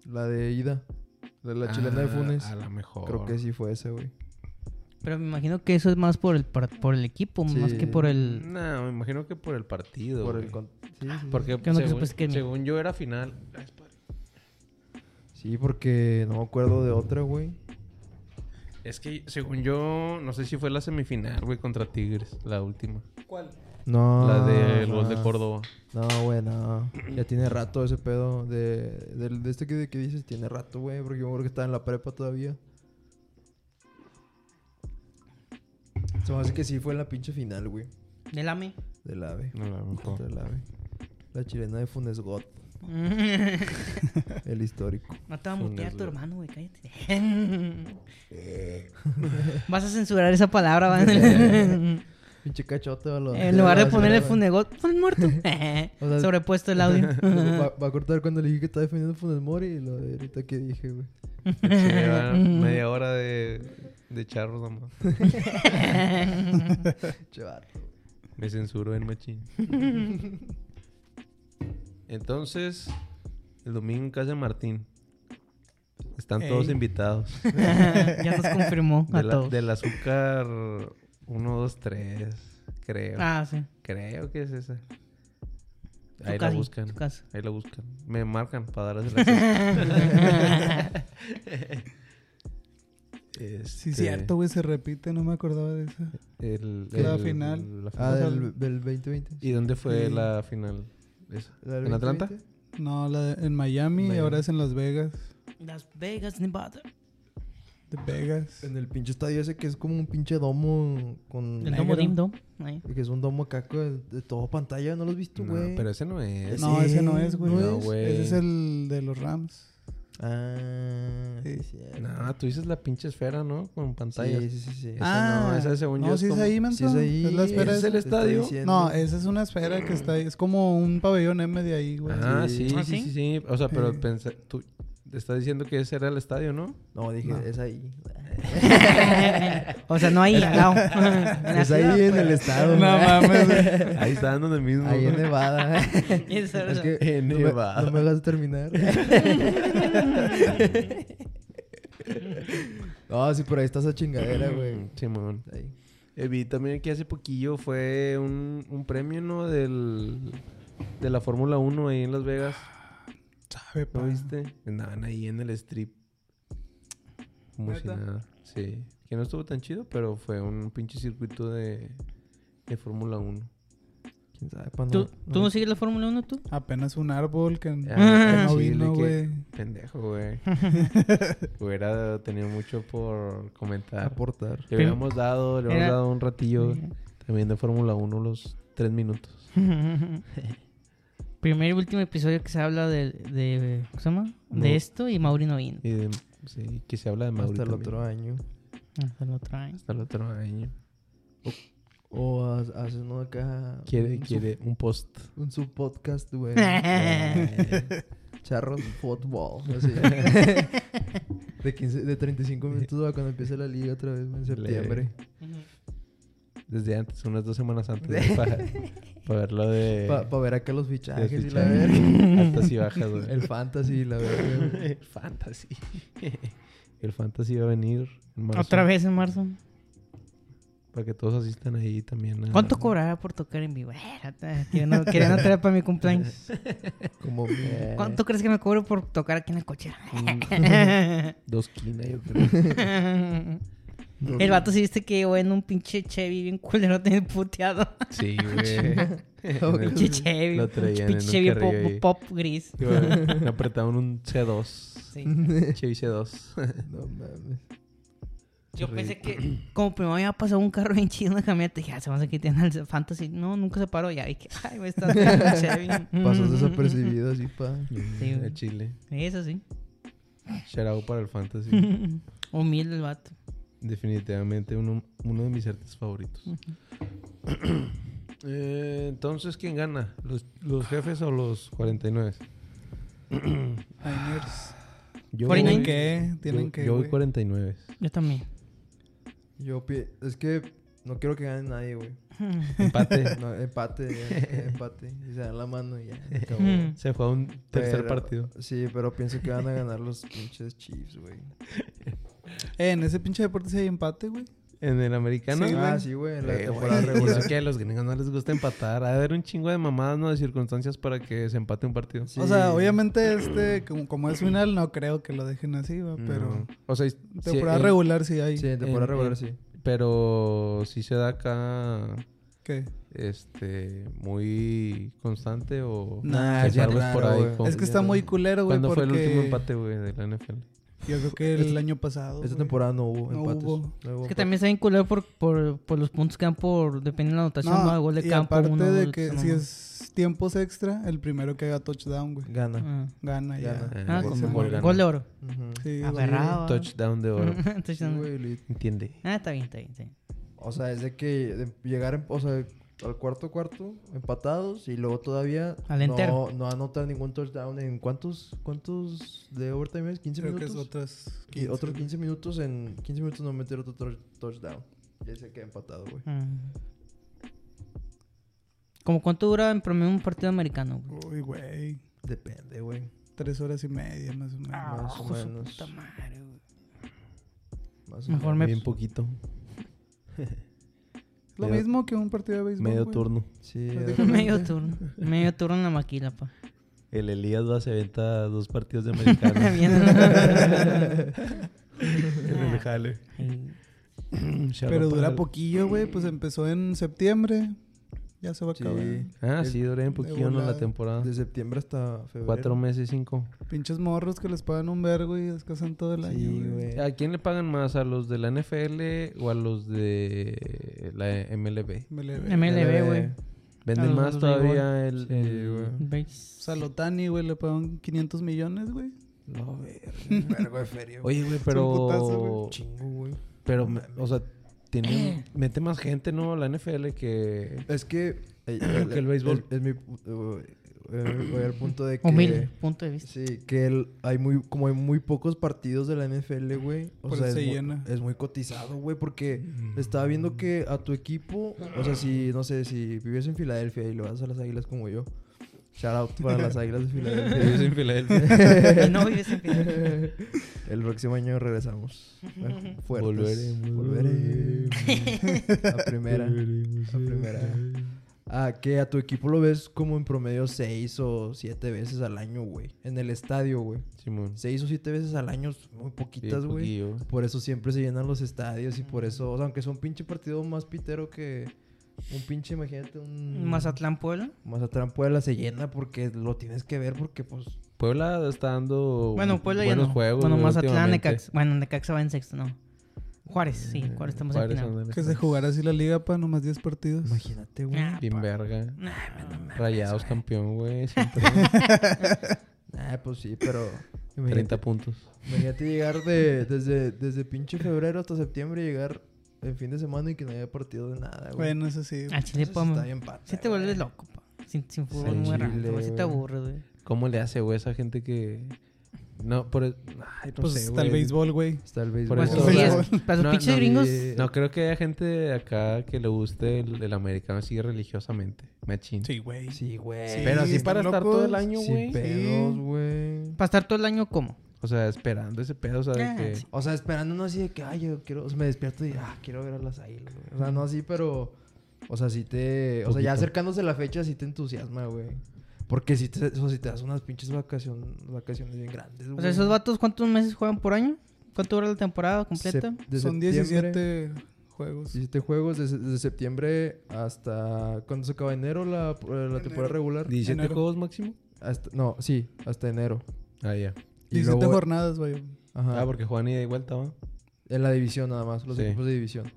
Speaker 3: La de ida. La de la chilena de
Speaker 1: Ah,
Speaker 3: Funes.
Speaker 1: A lo mejor.
Speaker 3: Creo que sí fue ese, güey.
Speaker 2: Pero me imagino que eso es más por el, par- por el equipo,
Speaker 3: Sí.
Speaker 2: más que por el...
Speaker 1: No, me imagino que por el partido.
Speaker 3: Por
Speaker 1: güey.
Speaker 3: el con- sí, sí, sí.
Speaker 1: Porque
Speaker 2: Que no te
Speaker 1: según,
Speaker 2: supes que-
Speaker 1: según yo era final. Ay, espérate.
Speaker 3: Sí, porque no me acuerdo de otra, güey.
Speaker 1: Es que según yo, no sé si fue la semifinal, güey, contra Tigres, la última.
Speaker 4: ¿Cuál?
Speaker 3: No.
Speaker 1: la del gol de
Speaker 3: no.
Speaker 1: Córdoba.
Speaker 3: No, güey, no. Ya tiene rato ese pedo. De, del- de este que, de que dices, tiene rato, güey. Porque yo creo que estaba en la prepa todavía. Se me hace que sí fue en la pinche final, güey.
Speaker 2: Del AME.
Speaker 3: Del AVE.
Speaker 1: No, la mejor.
Speaker 3: Contra el AVE. La chilena de Funes God, el histórico.
Speaker 2: No te va E. a
Speaker 1: Funes,
Speaker 2: mutear tu
Speaker 1: güey.
Speaker 2: hermano, güey, cállate. Vas a censurar esa palabra, va. En
Speaker 3: Pinche cachote, balón.
Speaker 2: lugar de
Speaker 3: Vas a
Speaker 2: ponerle
Speaker 3: ver,
Speaker 2: funegot, pon muerto. Sobrepuesto el audio.
Speaker 3: Va, va a cortar cuando le dije que estaba defendiendo Funes Mori y lo de ahorita que dije, güey.
Speaker 1: Se lleva media hora de, de charros nomás.
Speaker 3: Chaval.
Speaker 1: Me censuró el machín. Entonces, el domingo en casa de Martín. Están todos
Speaker 4: Ey.
Speaker 1: invitados.
Speaker 2: ya nos confirmó a
Speaker 1: De la-
Speaker 2: todos.
Speaker 1: del azúcar 1, 2, 3, creo.
Speaker 2: Ah, sí.
Speaker 1: Creo que es esa.
Speaker 2: Tu
Speaker 1: Ahí la
Speaker 2: casa,
Speaker 1: buscan.
Speaker 2: tu casa.
Speaker 1: Ahí la buscan. Me marcan para darles la Este,
Speaker 4: Sí, cierto, güey, se repite, no me acordaba de eso.
Speaker 1: El,
Speaker 4: Que la
Speaker 1: el-
Speaker 4: final.
Speaker 1: la
Speaker 3: Ah,
Speaker 1: final.
Speaker 3: del, del 2020.
Speaker 1: ¿Y dónde fue
Speaker 4: Sí.
Speaker 1: la final? Esa.
Speaker 3: ¿La del
Speaker 1: ¿En Atlanta?
Speaker 3: 2020?
Speaker 4: No, la de- en Miami,
Speaker 3: Miami.
Speaker 4: y ahora es en Las Vegas.
Speaker 2: Las Vegas, Nevada.
Speaker 4: De Vegas.
Speaker 3: En el pinche estadio ese que es como un pinche domo con...
Speaker 2: El
Speaker 4: Negro.
Speaker 2: Domo Dim Dom. Ahí.
Speaker 3: Que es un domo caco de, de todo pantalla, ¿no lo has visto,
Speaker 1: No,
Speaker 3: güey?
Speaker 1: pero ese no es.
Speaker 4: No,
Speaker 3: Sí.
Speaker 4: ese no es, güey.
Speaker 3: No
Speaker 4: No,
Speaker 1: es.
Speaker 4: Ese es el de los Rams.
Speaker 3: Ah, sí,
Speaker 4: Sí.
Speaker 3: sí.
Speaker 1: No, tú dices la pinche esfera, ¿no? Con pantallas.
Speaker 3: Sí, sí, sí, sí.
Speaker 1: Esa no, esa según
Speaker 4: no,
Speaker 1: yo es
Speaker 4: sí
Speaker 1: como-
Speaker 4: Ah, es ahí, Manson.
Speaker 3: Sí, es ahí.
Speaker 4: la esfera
Speaker 1: ¿Ese es
Speaker 4: esa.
Speaker 1: el
Speaker 3: te estoy
Speaker 1: estadio?
Speaker 3: diciendo.
Speaker 4: No, esa es una esfera que está ahí. Es como un pabellón M de ahí, güey.
Speaker 1: Ah,
Speaker 3: Sí. Eh.
Speaker 1: sí, sí,
Speaker 2: ¿Ah,
Speaker 1: sí,
Speaker 2: sí?
Speaker 1: sí, O sea, pero
Speaker 4: Sí.
Speaker 1: pensa- tú te estás diciendo que ese era el estadio, ¿no?
Speaker 3: No, dije,
Speaker 4: No.
Speaker 3: es ahí.
Speaker 2: o sea, no ahí, no.
Speaker 1: pues
Speaker 3: es ahí en
Speaker 2: pues.
Speaker 3: el estado,
Speaker 4: No
Speaker 3: güey.
Speaker 4: mames, güey.
Speaker 1: Ahí está dando el mismo.
Speaker 3: Ahí en Nevada.
Speaker 2: Esa era
Speaker 3: es
Speaker 2: la-
Speaker 3: que
Speaker 1: En
Speaker 3: no, me,
Speaker 1: Nevada.
Speaker 3: no me hagas terminar. no, sí, por ahí está esa chingadera,
Speaker 1: Mm.
Speaker 3: güey.
Speaker 1: Simón.
Speaker 3: Ahí.
Speaker 1: Eh, vi también que hace poquillo fue un, un premio, ¿no? Del, de la Fórmula 1 ahí en Las Vegas.
Speaker 4: Sabe, pa.
Speaker 1: ¿No viste? Andaban ahí en el strip. Como si
Speaker 4: ¿Neta?
Speaker 1: nada. Sí. Que no estuvo tan chido, pero fue un pinche circuito de, de Fórmula 1.
Speaker 3: ¿Quién sabe? pa' no-
Speaker 2: ¿Tú, ¿Tú no
Speaker 3: me-
Speaker 2: sigues la Fórmula 1, tú?
Speaker 4: Apenas un árbol que
Speaker 1: Ah,
Speaker 4: que no
Speaker 1: sí,
Speaker 4: vino,
Speaker 1: de que-
Speaker 4: güey.
Speaker 1: Pendejo, güey. Hubiera tenido mucho por comentar.
Speaker 3: aportar.
Speaker 1: Le habíamos dado, le habíamos
Speaker 2: Era-
Speaker 1: dado un ratillo también de Fórmula 1 los tres minutos.
Speaker 2: Primer y último episodio que se habla de, de ¿cómo se llama?
Speaker 1: Mau-
Speaker 2: De esto y Mauri no vino.
Speaker 1: Y de- sí, que se habla de Mauri
Speaker 3: Hasta el
Speaker 1: también.
Speaker 3: otro año.
Speaker 2: Hasta Ah, el otro año.
Speaker 1: Hasta el otro año.
Speaker 3: O ha- haces uno acá.
Speaker 1: Quiere,
Speaker 3: un sub-
Speaker 1: quiere un post.
Speaker 3: Un subpodcast, güey.
Speaker 1: Eh,
Speaker 3: Charros Football. así. de, 15, de 35 minutos va cuando empiece la liga otra vez güey, en
Speaker 1: Le-
Speaker 3: septiembre.
Speaker 1: Desde antes, unas dos semanas antes. Para, para ver lo de.
Speaker 3: Para ver acá los
Speaker 1: de
Speaker 3: fichajes y la
Speaker 1: fichajes.
Speaker 3: verga.
Speaker 1: Altas y bajas, güey.
Speaker 3: El fantasy y la verga. güey.
Speaker 1: El fantasy. El fantasy va a venir. en marzo,
Speaker 2: Otra vez en marzo.
Speaker 1: Para que todos asistan ahí también. a-
Speaker 2: ¿Cuánto cobrará por tocar en vivo? Queriendo, queriendo traer para mi cumpleaños.
Speaker 3: Como eh,
Speaker 2: ¿Cuánto crees que me cobro por tocar aquí en el coche?
Speaker 1: Mm. Un- dos quinas, yo creo.
Speaker 3: no-
Speaker 2: El vato sí viste que llegó en un pinche Chevy bien culero, bien puteado.
Speaker 1: Sí, güey.
Speaker 2: Pinche Chevy.
Speaker 1: Lo traían en
Speaker 2: pinche
Speaker 1: un
Speaker 2: Chevy
Speaker 1: carrillo
Speaker 2: pop,
Speaker 1: ahí.
Speaker 2: pop gris.
Speaker 1: Sí, güey. Le apretaron un C2.
Speaker 2: Sí.
Speaker 1: Chevy C2.
Speaker 3: No mames.
Speaker 2: Yo pensé que como primero había pasado un carro bien chido en la camioneta, dije, ah, se van a quitar al Fantasy. No, nunca se paró. Ya vi que, ay, güey, está bien Chevy.
Speaker 3: Pasas desapercibido así, pa.
Speaker 2: Sí,
Speaker 1: El
Speaker 2: güey.
Speaker 1: Chile.
Speaker 2: Eso sí.
Speaker 1: Shout out para el fantasy.
Speaker 2: Humilde el vato.
Speaker 1: Definitivamente uno, uno de mis artes favoritos. Eh, entonces, ¿quién gana? ¿Los, los jefes o los 49?
Speaker 4: Niners.
Speaker 1: Yo
Speaker 2: Por ahí no
Speaker 4: Tienen
Speaker 2: hay-
Speaker 4: que, tienen
Speaker 1: yo,
Speaker 4: que.
Speaker 1: yo voy
Speaker 4: güey.
Speaker 1: 49.
Speaker 2: Yo también.
Speaker 3: Yo pi- es que no quiero que gane nadie, güey.
Speaker 1: Empate.
Speaker 3: No, empate, ya, empate. Y se dan la mano y ya. se acabó.
Speaker 2: Mm.
Speaker 1: Se juega un tercer
Speaker 3: Pero-
Speaker 1: partido.
Speaker 3: Sí, pero pienso que van a ganar los pinches Chiefs, güey.
Speaker 4: Eh, en ese pinche deporte sí hay empate, güey.
Speaker 1: En el americano.
Speaker 4: Sí,
Speaker 3: ah,
Speaker 4: güey.
Speaker 3: sí, güey. En la
Speaker 1: Eh,
Speaker 3: temporada
Speaker 1: güey,
Speaker 3: regular.
Speaker 1: eso que a los gringos no les gusta empatar. Ha de haber un chingo de mamadas, ¿no? De circunstancias para que se empate un partido.
Speaker 3: Sí.
Speaker 4: O sea, obviamente, este, como, como es final, no creo que lo dejen así, va, pero.
Speaker 1: No. O sea,
Speaker 4: Temporada
Speaker 1: sí, eh,
Speaker 4: regular sí hay.
Speaker 3: Sí, en temporada
Speaker 1: en-
Speaker 3: regular
Speaker 1: en-
Speaker 3: sí.
Speaker 1: Pero si se da acá
Speaker 4: ¿Qué?
Speaker 1: este muy constante o
Speaker 4: Nah,
Speaker 1: que
Speaker 4: es bien
Speaker 1: tal vez
Speaker 3: raro,
Speaker 1: por ahí
Speaker 3: güey.
Speaker 1: como-
Speaker 4: Es que está
Speaker 3: no.
Speaker 4: muy culero, güey.
Speaker 1: ¿Cuándo
Speaker 4: porque
Speaker 1: fue el último empate, güey, de la NFL?
Speaker 4: Yo creo que el año pasado.
Speaker 3: Esta
Speaker 4: güey.
Speaker 3: temporada no hubo
Speaker 4: No
Speaker 3: empates.
Speaker 4: hubo.
Speaker 3: No hubo
Speaker 2: Es que
Speaker 3: empates.
Speaker 2: también está bien culero por, por, por los puntos que dan por... Depende de la anotación,
Speaker 4: No,
Speaker 2: ¿no? Gol de
Speaker 4: y
Speaker 2: campo,
Speaker 4: aparte
Speaker 2: uno,
Speaker 4: de
Speaker 2: gol,
Speaker 4: que
Speaker 2: esa
Speaker 4: si
Speaker 2: mamá.
Speaker 4: es tiempos extra, el primero que haga touchdown, güey.
Speaker 3: Gana.
Speaker 2: Ah,
Speaker 4: Gana ya.
Speaker 3: Gana.
Speaker 2: Ah,
Speaker 1: Eh,
Speaker 2: como
Speaker 1: ese
Speaker 4: gol
Speaker 1: gol
Speaker 4: gana.
Speaker 1: ganó.
Speaker 2: gol de oro.
Speaker 3: Ujú.
Speaker 4: Sí, güey.
Speaker 2: Aferrado.
Speaker 1: Touchdown de oro.
Speaker 2: Touchdown.
Speaker 3: Sí, güey, lit.
Speaker 1: Entiende.
Speaker 2: Ah, está bien, está bien, está bien.
Speaker 3: O sea, es de que de llegar, en- o sea, al cuarto cuarto, empatados, y luego todavía
Speaker 2: Al entero.
Speaker 3: no, no anotan ningún touchdown en cuántos, cuántos de overtime es, 15
Speaker 4: Creo que es
Speaker 3: minutos.
Speaker 4: otras.
Speaker 3: Y otros
Speaker 4: 15.
Speaker 3: 15 minutos en 15 minutos no meter otro tor- touchdown. Ya se queda empatado, güey.
Speaker 2: Ah. ¿Cómo cuánto dura en promedio un partido americano? güey?
Speaker 4: Uy, güey.
Speaker 3: Depende, güey.
Speaker 4: Tres horas y media, más o menos.
Speaker 3: Ah, más o
Speaker 2: hijo de su
Speaker 3: menos.
Speaker 2: puta madre, güey.
Speaker 3: Más o menos.
Speaker 2: Mejor me...
Speaker 1: Bien poquito.
Speaker 4: Lo
Speaker 1: medio-
Speaker 4: mismo que un partido de béisbol.
Speaker 1: Medio
Speaker 4: güey.
Speaker 1: turno.
Speaker 3: Sí,
Speaker 2: Medio turno. Medio turno en la maquila, pa.
Speaker 1: El Elías va se avienta dos partidos de americano
Speaker 2: Bien.
Speaker 1: en el jale.
Speaker 2: Ay,
Speaker 1: Shout
Speaker 4: Pero
Speaker 1: out para
Speaker 4: dura
Speaker 1: el-
Speaker 4: poquillo, güey. Pues empezó en septiembre. Ya se va a
Speaker 3: Sí.
Speaker 4: acabar.
Speaker 1: Ah, sí, duré un
Speaker 4: de
Speaker 1: poquillo ¿no? la
Speaker 4: volada.
Speaker 1: temporada.
Speaker 3: de septiembre hasta febrero.
Speaker 1: Cuatro meses, cinco.
Speaker 4: Pinches morros que les pagan un vergo y descansan todo el
Speaker 3: Sí,
Speaker 4: año. güey.
Speaker 3: güey.
Speaker 1: ¿A quién le pagan más? ¿A los de la NFL o a los de la MLB?
Speaker 4: MLB.
Speaker 2: MLB, güey. A
Speaker 1: ¿Venden
Speaker 2: los
Speaker 1: más
Speaker 2: de béisbol.
Speaker 1: todavía el,
Speaker 3: Sí,
Speaker 1: el-
Speaker 3: güey.
Speaker 4: O
Speaker 2: ¿Veis?
Speaker 4: sea, Lotani, güey, le pagan 500 millones, güey.
Speaker 1: No, verga.
Speaker 3: Vergo de feria, güey.
Speaker 1: Oye, güey,
Speaker 4: putazo,
Speaker 1: pero.
Speaker 4: güey.
Speaker 3: Chingo, güey.
Speaker 1: pero, me- o sea, tiene, mete más gente, ¿no? La NFL que.
Speaker 3: Es que. eh,
Speaker 1: Que el béisbol.
Speaker 3: Es, es mi. pu- eh, eh, voy al punto de que.
Speaker 2: Humilde, punto de vista.
Speaker 3: Sí, que el- hay muy, como hay muy pocos partidos de la NFL, güey. O
Speaker 4: Por
Speaker 3: sea,
Speaker 4: eso
Speaker 3: es
Speaker 4: se
Speaker 3: muy,
Speaker 4: llena.
Speaker 3: es muy cotizado, güey, porque estaba viendo que a tu equipo, o sea, si, no sé, si vives en Filadelfia y le vas a las águilas como yo, shout out para las águilas de Filadelfia.
Speaker 1: en Filadelfia.
Speaker 2: Y no vives en Filadelfia.
Speaker 3: El próximo año regresamos. Fuertes.
Speaker 1: Volveremos.
Speaker 3: Volveremos. La primera. La primera. Ah, que a tu equipo lo ves como en promedio seis o siete veces al año, güey. En el estadio, güey.
Speaker 1: Simón. pues,
Speaker 3: Seis o siete veces al año, es muy poquitas, güey. Por eso siempre se llenan los estadios y por eso, o sea, aunque sea un pinche partido más pitero que un pinche, imagínate, un
Speaker 2: Mazatlán, Puebla.
Speaker 3: Mazatlán Puebla se llena porque lo tienes que ver porque pues
Speaker 1: Puebla está dando.
Speaker 2: Bueno, Puebla ya
Speaker 1: buenos
Speaker 2: no.
Speaker 1: juegos.
Speaker 2: bueno,
Speaker 1: güey,
Speaker 2: Mazatlán,
Speaker 1: últimamente. Mm,
Speaker 2: Necaxa. Bueno, Necaxa va en sexto, no. Juárez, sí, Juárez estamos
Speaker 1: Juárez,
Speaker 2: empinados.
Speaker 1: ándale,
Speaker 4: Que se
Speaker 1: Juárez.
Speaker 4: jugara así la liga para nomás 10 partidos.
Speaker 3: Imagínate, güey.
Speaker 2: Nah,
Speaker 1: Bien
Speaker 2: pa-
Speaker 1: verga.
Speaker 2: nah, no mames,
Speaker 1: Rayados
Speaker 2: güey.
Speaker 1: campeón, güey. siempre.
Speaker 3: Ah, pues sí, pero...
Speaker 1: 30
Speaker 3: Imagínate,
Speaker 1: puntos.
Speaker 3: imagínate llegar de, desde, desde pinche febrero hasta septiembre y llegar el fin de semana y que no haya partido de nada, güey.
Speaker 4: Bueno, eso sí. güey.
Speaker 2: Al chile,
Speaker 3: Eso
Speaker 2: pa,
Speaker 3: sí
Speaker 2: ma-
Speaker 3: está bien pata,
Speaker 2: Sí te
Speaker 3: güey.
Speaker 2: vuelves loco, pa. Sin, sin fútbol
Speaker 1: Sí,
Speaker 2: muy raro.
Speaker 3: chile,
Speaker 2: güey, Sí te
Speaker 3: güey.
Speaker 2: aburres, güey.
Speaker 1: ¿Cómo le hace, güey, esa gente que. No, por. el- Ay, no
Speaker 4: Pues
Speaker 1: sé,
Speaker 4: está
Speaker 1: güey.
Speaker 4: el béisbol, güey.
Speaker 3: Está el béisbol.
Speaker 1: Por
Speaker 2: Pues
Speaker 1: eso-
Speaker 2: sí,
Speaker 1: la-
Speaker 2: es- para los
Speaker 1: no,
Speaker 2: pinches
Speaker 1: no,
Speaker 2: gringos.
Speaker 3: y-
Speaker 1: No, creo que haya gente de acá que le guste el, el americano así religiosamente. Machín.
Speaker 4: Sí, güey.
Speaker 3: Sí, güey.
Speaker 4: Sí,
Speaker 1: Pero así
Speaker 4: están
Speaker 1: para estar todo el
Speaker 4: locos.
Speaker 1: año,
Speaker 3: Sin
Speaker 1: güey.
Speaker 3: pedos, güey.
Speaker 2: Para estar todo el año, ¿cómo?
Speaker 1: O sea, esperando ese pedo, o sea, de
Speaker 2: Ah,
Speaker 1: que.
Speaker 2: sí.
Speaker 3: O sea, esperando no así de que, ay, yo quiero, o sea, me despierto y, ah, quiero ver a las águilas, güey. O sea, no así, pero, o sea, sí te, o sea,
Speaker 1: Poquito.
Speaker 3: ya acercándose la fecha sí te entusiasma, güey. Porque si te, o sea, si te das unas pinches vacaciones, vacaciones bien grandes, güey.
Speaker 2: O sea, esos vatos, ¿cuántos meses juegan por año? ¿Cuánto dura la temporada completa?
Speaker 3: Sep- de
Speaker 4: Son
Speaker 3: septiembre,
Speaker 4: 17 juegos.
Speaker 3: 17 juegos desde, desde septiembre hasta, cuando se acaba enero la, la temporada regular?
Speaker 1: 17
Speaker 4: Enero.
Speaker 1: juegos máximo.
Speaker 3: Hasta- no, sí, hasta enero.
Speaker 1: Ah, ya.
Speaker 3: Y
Speaker 4: 17
Speaker 3: luego-
Speaker 4: jornadas, güey.
Speaker 3: Ajá.
Speaker 1: Ah, porque Juan ida y vuelta,
Speaker 2: Mm,
Speaker 1: ¿va?
Speaker 3: En la división nada más, los
Speaker 1: Sí.
Speaker 3: equipos de división.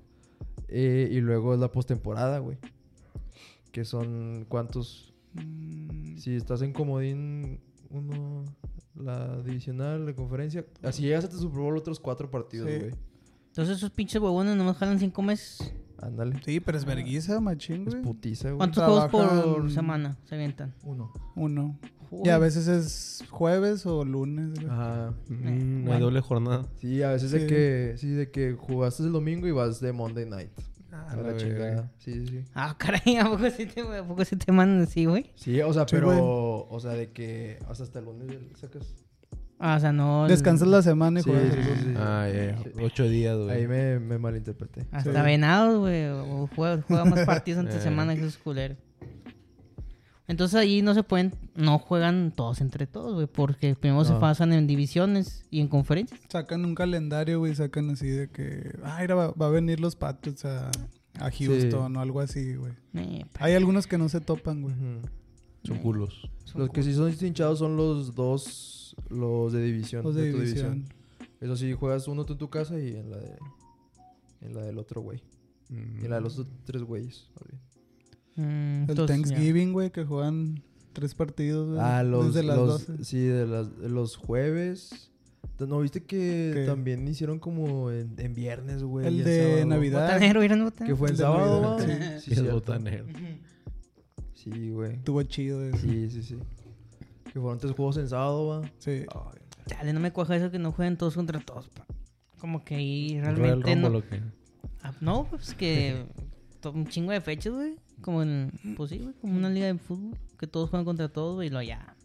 Speaker 3: Eh, y luego es la postemporada, güey. Que son cuántos.
Speaker 4: Mm,
Speaker 3: Si estás en Comodín, uno. La divisional, la conferencia. Así llegas hasta Super Bowl otros cuatro partidos,
Speaker 4: Sí.
Speaker 3: güey.
Speaker 2: Entonces esos pinches huevones nomás jalan cinco meses.
Speaker 3: Ándale.
Speaker 4: Sí, pero Ah, es verguiza, machín,
Speaker 3: Es
Speaker 4: güey.
Speaker 3: putiza, güey.
Speaker 2: ¿Cuántos juegos por
Speaker 4: trabajan-
Speaker 2: semana se avientan?
Speaker 3: Uno.
Speaker 4: Uno. Y a veces es jueves o lunes, güey.
Speaker 3: Ajá.
Speaker 1: Mm, no
Speaker 2: bueno.
Speaker 1: hay doble jornada.
Speaker 3: Sí, a veces de
Speaker 4: Sí.
Speaker 3: que. Sí, de que jugaste el domingo y vas de Monday night.
Speaker 1: Ah,
Speaker 3: A la chingada. Sí, sí, sí.
Speaker 2: Ah, caray, ¿a poco sí te, a poco sí te mandan así, güey?
Speaker 3: Sí, o sea,
Speaker 4: Sí,
Speaker 3: pero.
Speaker 4: güey.
Speaker 3: O sea, de que. Hasta hasta el lunes sacas.
Speaker 2: Ah, o sea, no... el-
Speaker 4: Descansas la semana y
Speaker 3: Sí,
Speaker 4: juegas.
Speaker 3: sí, sí, sí.
Speaker 1: Ah, ya, ya. Ocho días, güey.
Speaker 3: Ahí me, me malinterpreté.
Speaker 2: Hasta
Speaker 4: Sí.
Speaker 2: venados, güey. O juega, juega más partidos entre
Speaker 1: Eh.
Speaker 2: semana que esos culeros. Entonces ahí no se pueden... No juegan todos entre todos, güey. Porque primero se
Speaker 3: No.
Speaker 2: pasan en divisiones y en conferencias.
Speaker 4: Sacan un calendario, güey, sacan así de que, ay, va, va a venir los Patriots a, a Houston o algo así, güey.
Speaker 2: Eh, pa-
Speaker 4: Hay algunos que no se topan, güey.
Speaker 3: Ujú.
Speaker 1: Son culos.
Speaker 2: son
Speaker 3: Los que sí son hinchados son los dos, los de división.
Speaker 4: Los de
Speaker 3: tu
Speaker 4: división.
Speaker 3: Eso sí, juegas uno tú en tu casa y en la de, en la del otro güey.
Speaker 1: Mm.
Speaker 3: Y en la de los
Speaker 4: Mm.
Speaker 3: otros tres güeyes. más bien.
Speaker 2: Mm,
Speaker 4: El
Speaker 2: entonces,
Speaker 4: Thanksgiving, güey, que juegan tres partidos, güey.
Speaker 3: Ah, los,
Speaker 4: desde las
Speaker 3: los-
Speaker 4: 12.
Speaker 3: sí, de las, los jueves. ¿No viste que
Speaker 4: ¿Qué?
Speaker 3: también hicieron como en, en viernes, güey?
Speaker 4: El
Speaker 3: y en
Speaker 4: de
Speaker 3: sábado?
Speaker 2: ya.
Speaker 4: Navidad.
Speaker 2: Botanero, ¿vieron botanero?
Speaker 3: Que fue en
Speaker 4: El de
Speaker 3: sábado,
Speaker 4: Navidad.
Speaker 3: ¿va?
Speaker 1: Sí, es
Speaker 3: cierto.
Speaker 1: botanero.
Speaker 3: Sí, güey.
Speaker 4: Estuvo chido, güey.
Speaker 3: Sí,
Speaker 4: Sí.
Speaker 3: sí, sí. Que fueron tres juegos en sábado, va. Ay,
Speaker 2: Dale, no me cuaja eso que no jueguen todos contra todos, pa. Como que ahí
Speaker 1: Royal
Speaker 2: realmente
Speaker 1: Rumble,
Speaker 2: no...
Speaker 1: ¿o qué?
Speaker 2: Ah, no, pues que... to- Un chingo de fechas, güey. Como en... Pues sí, güey. Como una liga de fútbol. Que todos juegan contra todos, güey. Y lo ya...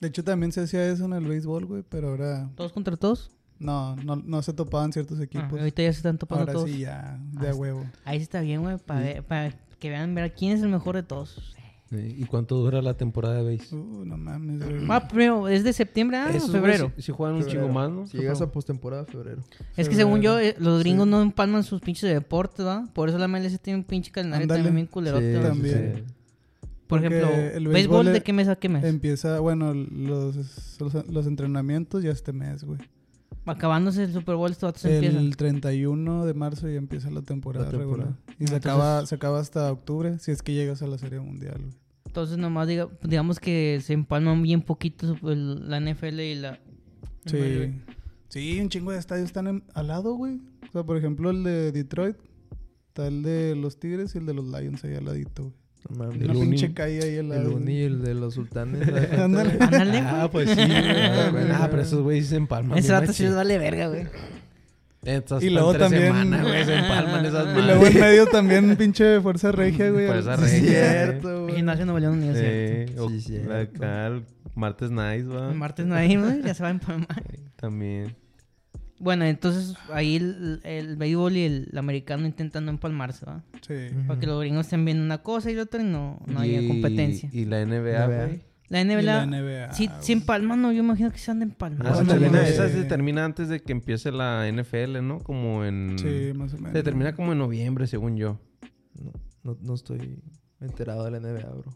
Speaker 4: De hecho, también se hacía eso en el béisbol, güey, pero ahora
Speaker 2: ¿Todos contra todos?
Speaker 4: no, no, no se topaban ciertos
Speaker 2: Ah,
Speaker 4: equipos.
Speaker 2: ahorita ya se están topando
Speaker 4: pues, ahora
Speaker 2: todos.
Speaker 4: sí, ya, de
Speaker 2: Ah,
Speaker 4: a huevo.
Speaker 2: Ahí sí está bien, güey,
Speaker 4: Mm.
Speaker 2: para que vean ver quién es el mejor de todos.
Speaker 1: Sí, ¿Y cuánto dura la temporada de base?
Speaker 4: Uh, no mames, güey.
Speaker 2: Ah, pero es de septiembre a
Speaker 1: Esos, güey,
Speaker 2: Ah, febrero.
Speaker 1: Si, si juegan un
Speaker 3: febrero.
Speaker 1: chingo más, ¿no?
Speaker 3: Si llegas a postemporada, febrero.
Speaker 2: Es que según yo, eh, los gringos
Speaker 4: Sí.
Speaker 2: no empalman sus pinches de deportes, ¿va? Por eso la MLS tiene un pinche calendario
Speaker 4: Ándale.
Speaker 2: también bien culerote.
Speaker 3: Sí,
Speaker 2: güey.
Speaker 4: también.
Speaker 3: sí, sí.
Speaker 2: Por
Speaker 4: Porque
Speaker 2: ejemplo,
Speaker 4: el béisbol
Speaker 2: béisbol de
Speaker 4: e-
Speaker 2: qué mes a qué mes.
Speaker 4: Empieza, bueno, los, los, los entrenamientos ya este mes, güey.
Speaker 2: Acabándose el Super Bowl, estos datos empiezan.
Speaker 4: El 31 de marzo ya empieza la temporada,
Speaker 3: La temporada.
Speaker 4: regular.
Speaker 2: Ah,
Speaker 4: Y se, acaba, se acaba hasta octubre, si es que llegas a la Serie Mundial, güey.
Speaker 2: Entonces nomás diga- digamos que se empalman bien poquito su- el- la NFL y la... MLB.
Speaker 4: Sí. Sí, un chingo de estadios están en- al lado, güey. O sea, por ejemplo, el de Detroit. Está el de los Tigres y el de los Lions ahí al ladito, güey.
Speaker 3: No mames.
Speaker 4: Una
Speaker 1: El Uni.
Speaker 4: pinche calle ahí al
Speaker 3: El
Speaker 4: lado.
Speaker 3: Uni, el de los sultanes. la gente,
Speaker 4: Ándale.
Speaker 3: güey.
Speaker 2: Ándale,
Speaker 1: Ah,
Speaker 2: güey.
Speaker 1: pues sí, güey.
Speaker 3: güey.
Speaker 1: Ah, pero esos güeyes se empalman.
Speaker 2: Ese
Speaker 1: bien
Speaker 2: dato sí
Speaker 1: machín.
Speaker 2: les vale verga, güey.
Speaker 1: Estas
Speaker 4: Y luego
Speaker 1: tres
Speaker 4: también-
Speaker 1: semanas, güey, se empalman esas
Speaker 4: Y luego en
Speaker 1: madres.
Speaker 4: medio también pinche Fuerza Regia, güey.
Speaker 1: Fuerza
Speaker 4: Sí,
Speaker 1: Regia.
Speaker 4: sí.
Speaker 3: Cierto,
Speaker 2: El
Speaker 3: güey.
Speaker 2: gimnasio no valía un niño,
Speaker 1: Sí, Eh, o
Speaker 3: Sí, cierto.
Speaker 1: la- acá el martes nice, va.
Speaker 2: El martes no hay, güey, ya se va a empalmar.
Speaker 1: Sí, También.
Speaker 2: Bueno, entonces ahí el, el béisbol y el americano intentan no empalmarse, ¿va?
Speaker 4: Sí.
Speaker 3: Ujú.
Speaker 2: Para que los gringos estén viendo una cosa y la otra y no, no haya
Speaker 1: Y-
Speaker 2: competencia.
Speaker 1: Y la NBA,
Speaker 3: NBA.
Speaker 1: güey.
Speaker 2: la
Speaker 4: Y
Speaker 2: NBA,
Speaker 4: la NBA.
Speaker 2: si,
Speaker 4: güey.
Speaker 2: si empalman, no, yo imagino que se han de empalmar.
Speaker 1: Ah,
Speaker 4: Ah,
Speaker 1: se
Speaker 4: no,
Speaker 1: termina-
Speaker 4: no,
Speaker 1: esa
Speaker 4: sí.
Speaker 1: se termina antes de que empiece la NFL, ¿no? Como en...
Speaker 4: Sí, más o menos.
Speaker 1: Se termina como en noviembre, según yo.
Speaker 3: No, no, no estoy enterado de la NBA, bro.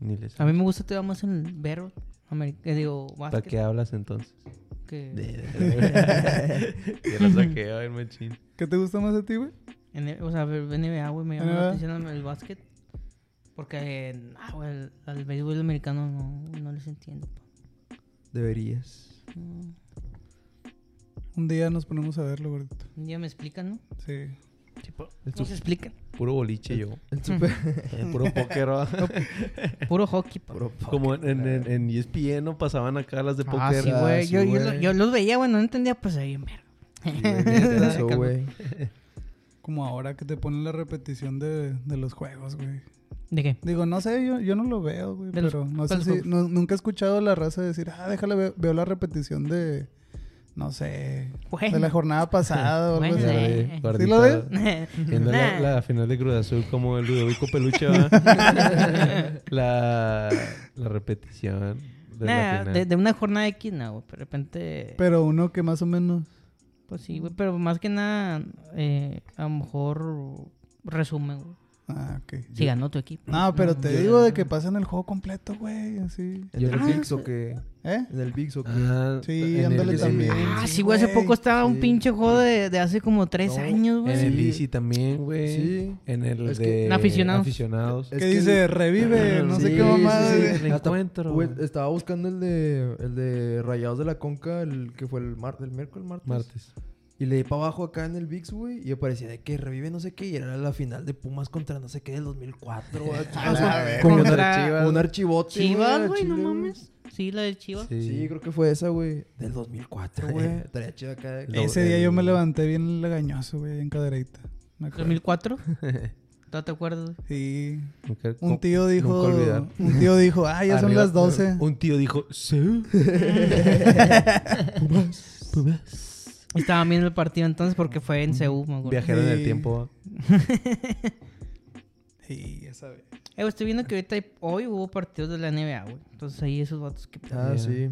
Speaker 1: Ni les...
Speaker 2: A mí me gusta todavía más el verbo, ameri- eh, digo,
Speaker 1: ¿Para
Speaker 2: básquet.
Speaker 1: qué hablas entonces?
Speaker 2: que...
Speaker 1: Ya la saqué, a ver, machín.
Speaker 4: ¿Qué te gusta más a ti, güey?
Speaker 2: N- e, o sea, ver NBA, güey, me llama
Speaker 4: NBA.
Speaker 2: la atención el básquet. Porque, eh, nah, güey, al- al béisbol americano no, no les entiendo. pa.
Speaker 3: Deberías.
Speaker 2: No.
Speaker 4: Un día nos ponemos a verlo, gordito.
Speaker 2: Un día me explican, ¿no?
Speaker 4: Sí.
Speaker 3: El,
Speaker 2: No
Speaker 3: sup-
Speaker 2: se explican.
Speaker 1: Puro boliche yo.
Speaker 3: el super...
Speaker 1: Eh, Puro póker. ¿va?
Speaker 2: Puro hockey, pa.
Speaker 3: Puro
Speaker 1: Como en, en, en, E en ESPN ¿no? pasaban acá las de
Speaker 2: Ah,
Speaker 1: póker.
Speaker 2: sí, güey.
Speaker 3: sí,
Speaker 2: yo, yo
Speaker 3: güey.
Speaker 2: lo- yo los veía, güey, no entendía, pues ahí, mero.
Speaker 3: Eso, güey.
Speaker 4: Como ahora que te ponen la repetición de, de los juegos, güey.
Speaker 2: ¿De qué?
Speaker 4: Digo, no sé, yo, yo no lo veo, güey.
Speaker 2: De los-
Speaker 4: Pero no sé
Speaker 2: ¿cuáles
Speaker 4: si.
Speaker 2: juegos?
Speaker 4: no- nunca he escuchado a la raza decir, ah, déjale, veo, veo la repetición de. No sé.
Speaker 2: Bueno.
Speaker 4: De la jornada pasada o
Speaker 2: Bueno,
Speaker 4: algo así.
Speaker 2: eh.
Speaker 1: ¿Sí
Speaker 4: ¿Sí lo ves?
Speaker 1: Viendo la,
Speaker 2: Nah.
Speaker 1: la final de Cruz Azul como el Ludovico Peluche ¿va? la, la repetición de la
Speaker 2: Nah,
Speaker 1: final.
Speaker 2: de, de una jornada X, no, güey. De repente,
Speaker 4: Pero uno que más o menos.
Speaker 2: pues sí, güey. Pero más que nada, eh, a lo mejor resumen, güey.
Speaker 4: Ah, ok.
Speaker 2: Si ganó tu equipo.
Speaker 4: No, pero te
Speaker 3: yo-
Speaker 4: digo de que pasan el juego completo, güey. Así.
Speaker 3: En el
Speaker 1: Ah,
Speaker 3: Biggs o qué.
Speaker 4: ¿Eh?
Speaker 3: En el Biggs o qué.
Speaker 1: Ah,
Speaker 4: Sí,
Speaker 1: en
Speaker 4: ándale
Speaker 1: el-
Speaker 4: también.
Speaker 2: Ah,
Speaker 4: Sí,
Speaker 2: sí, güey. Hace
Speaker 4: güey.
Speaker 2: poco estaba un
Speaker 3: Sí.
Speaker 2: pinche juego de, de hace como tres
Speaker 3: No,
Speaker 2: años,
Speaker 1: En
Speaker 2: güey.
Speaker 1: el
Speaker 3: Sí.
Speaker 1: Easy también, güey.
Speaker 3: Sí.
Speaker 1: En el
Speaker 3: Es que-
Speaker 1: de
Speaker 2: En aficionados.
Speaker 1: aficionados.
Speaker 3: Es
Speaker 4: que
Speaker 3: que-
Speaker 4: dice, revive, no sé
Speaker 3: Sí,
Speaker 4: qué mamada.
Speaker 3: sí, sí.
Speaker 4: de-
Speaker 1: El
Speaker 3: Hasta-
Speaker 1: encuentro.
Speaker 3: Güey, estaba buscando el de, el de Rayados de la Conca, el que fue el, mar, el miércoles, martes.
Speaker 1: Martes.
Speaker 3: Y le di para abajo acá en el VIX, güey. Y aparecía de que revive no sé qué. Y era la final de Pumas contra no sé qué del 2004. güey.
Speaker 4: la
Speaker 3: Como un,
Speaker 2: verga.
Speaker 3: archivo un archivote.
Speaker 2: Chivas,
Speaker 3: al
Speaker 2: güey, no
Speaker 3: chile,
Speaker 2: mames. Sí, la del Chivas.
Speaker 1: Sí.
Speaker 3: Sí, creo que fue esa, güey. Del 2004, güey. Estaría chido acá. de-
Speaker 1: No,
Speaker 4: Ese día yo me
Speaker 1: el-
Speaker 4: levanté bien lagañoso, güey, en cadereita. Me acuerdo.
Speaker 2: 2004. ¿No te acuerdas? güey?
Speaker 4: Sí.
Speaker 1: Nunca-
Speaker 4: Un
Speaker 1: nunca
Speaker 4: tío dijo.
Speaker 1: olvidar.
Speaker 4: Un tío dijo, ah, ya son
Speaker 1: Arriba-
Speaker 4: las 12.
Speaker 1: Un tío dijo, ¿sí? Pumas, Pumas.
Speaker 2: Estaba viendo el partido entonces porque fue en CU, me acuerdo.
Speaker 1: Viajero en el
Speaker 4: Sí.
Speaker 1: tiempo.
Speaker 4: Sí, ya sabes.
Speaker 2: Eh, güey, estoy viendo que ahorita hay- hoy hubo partidos de la NBA, güey. Entonces ahí esos vatos que...
Speaker 3: Ah,
Speaker 1: Ya.
Speaker 3: sí.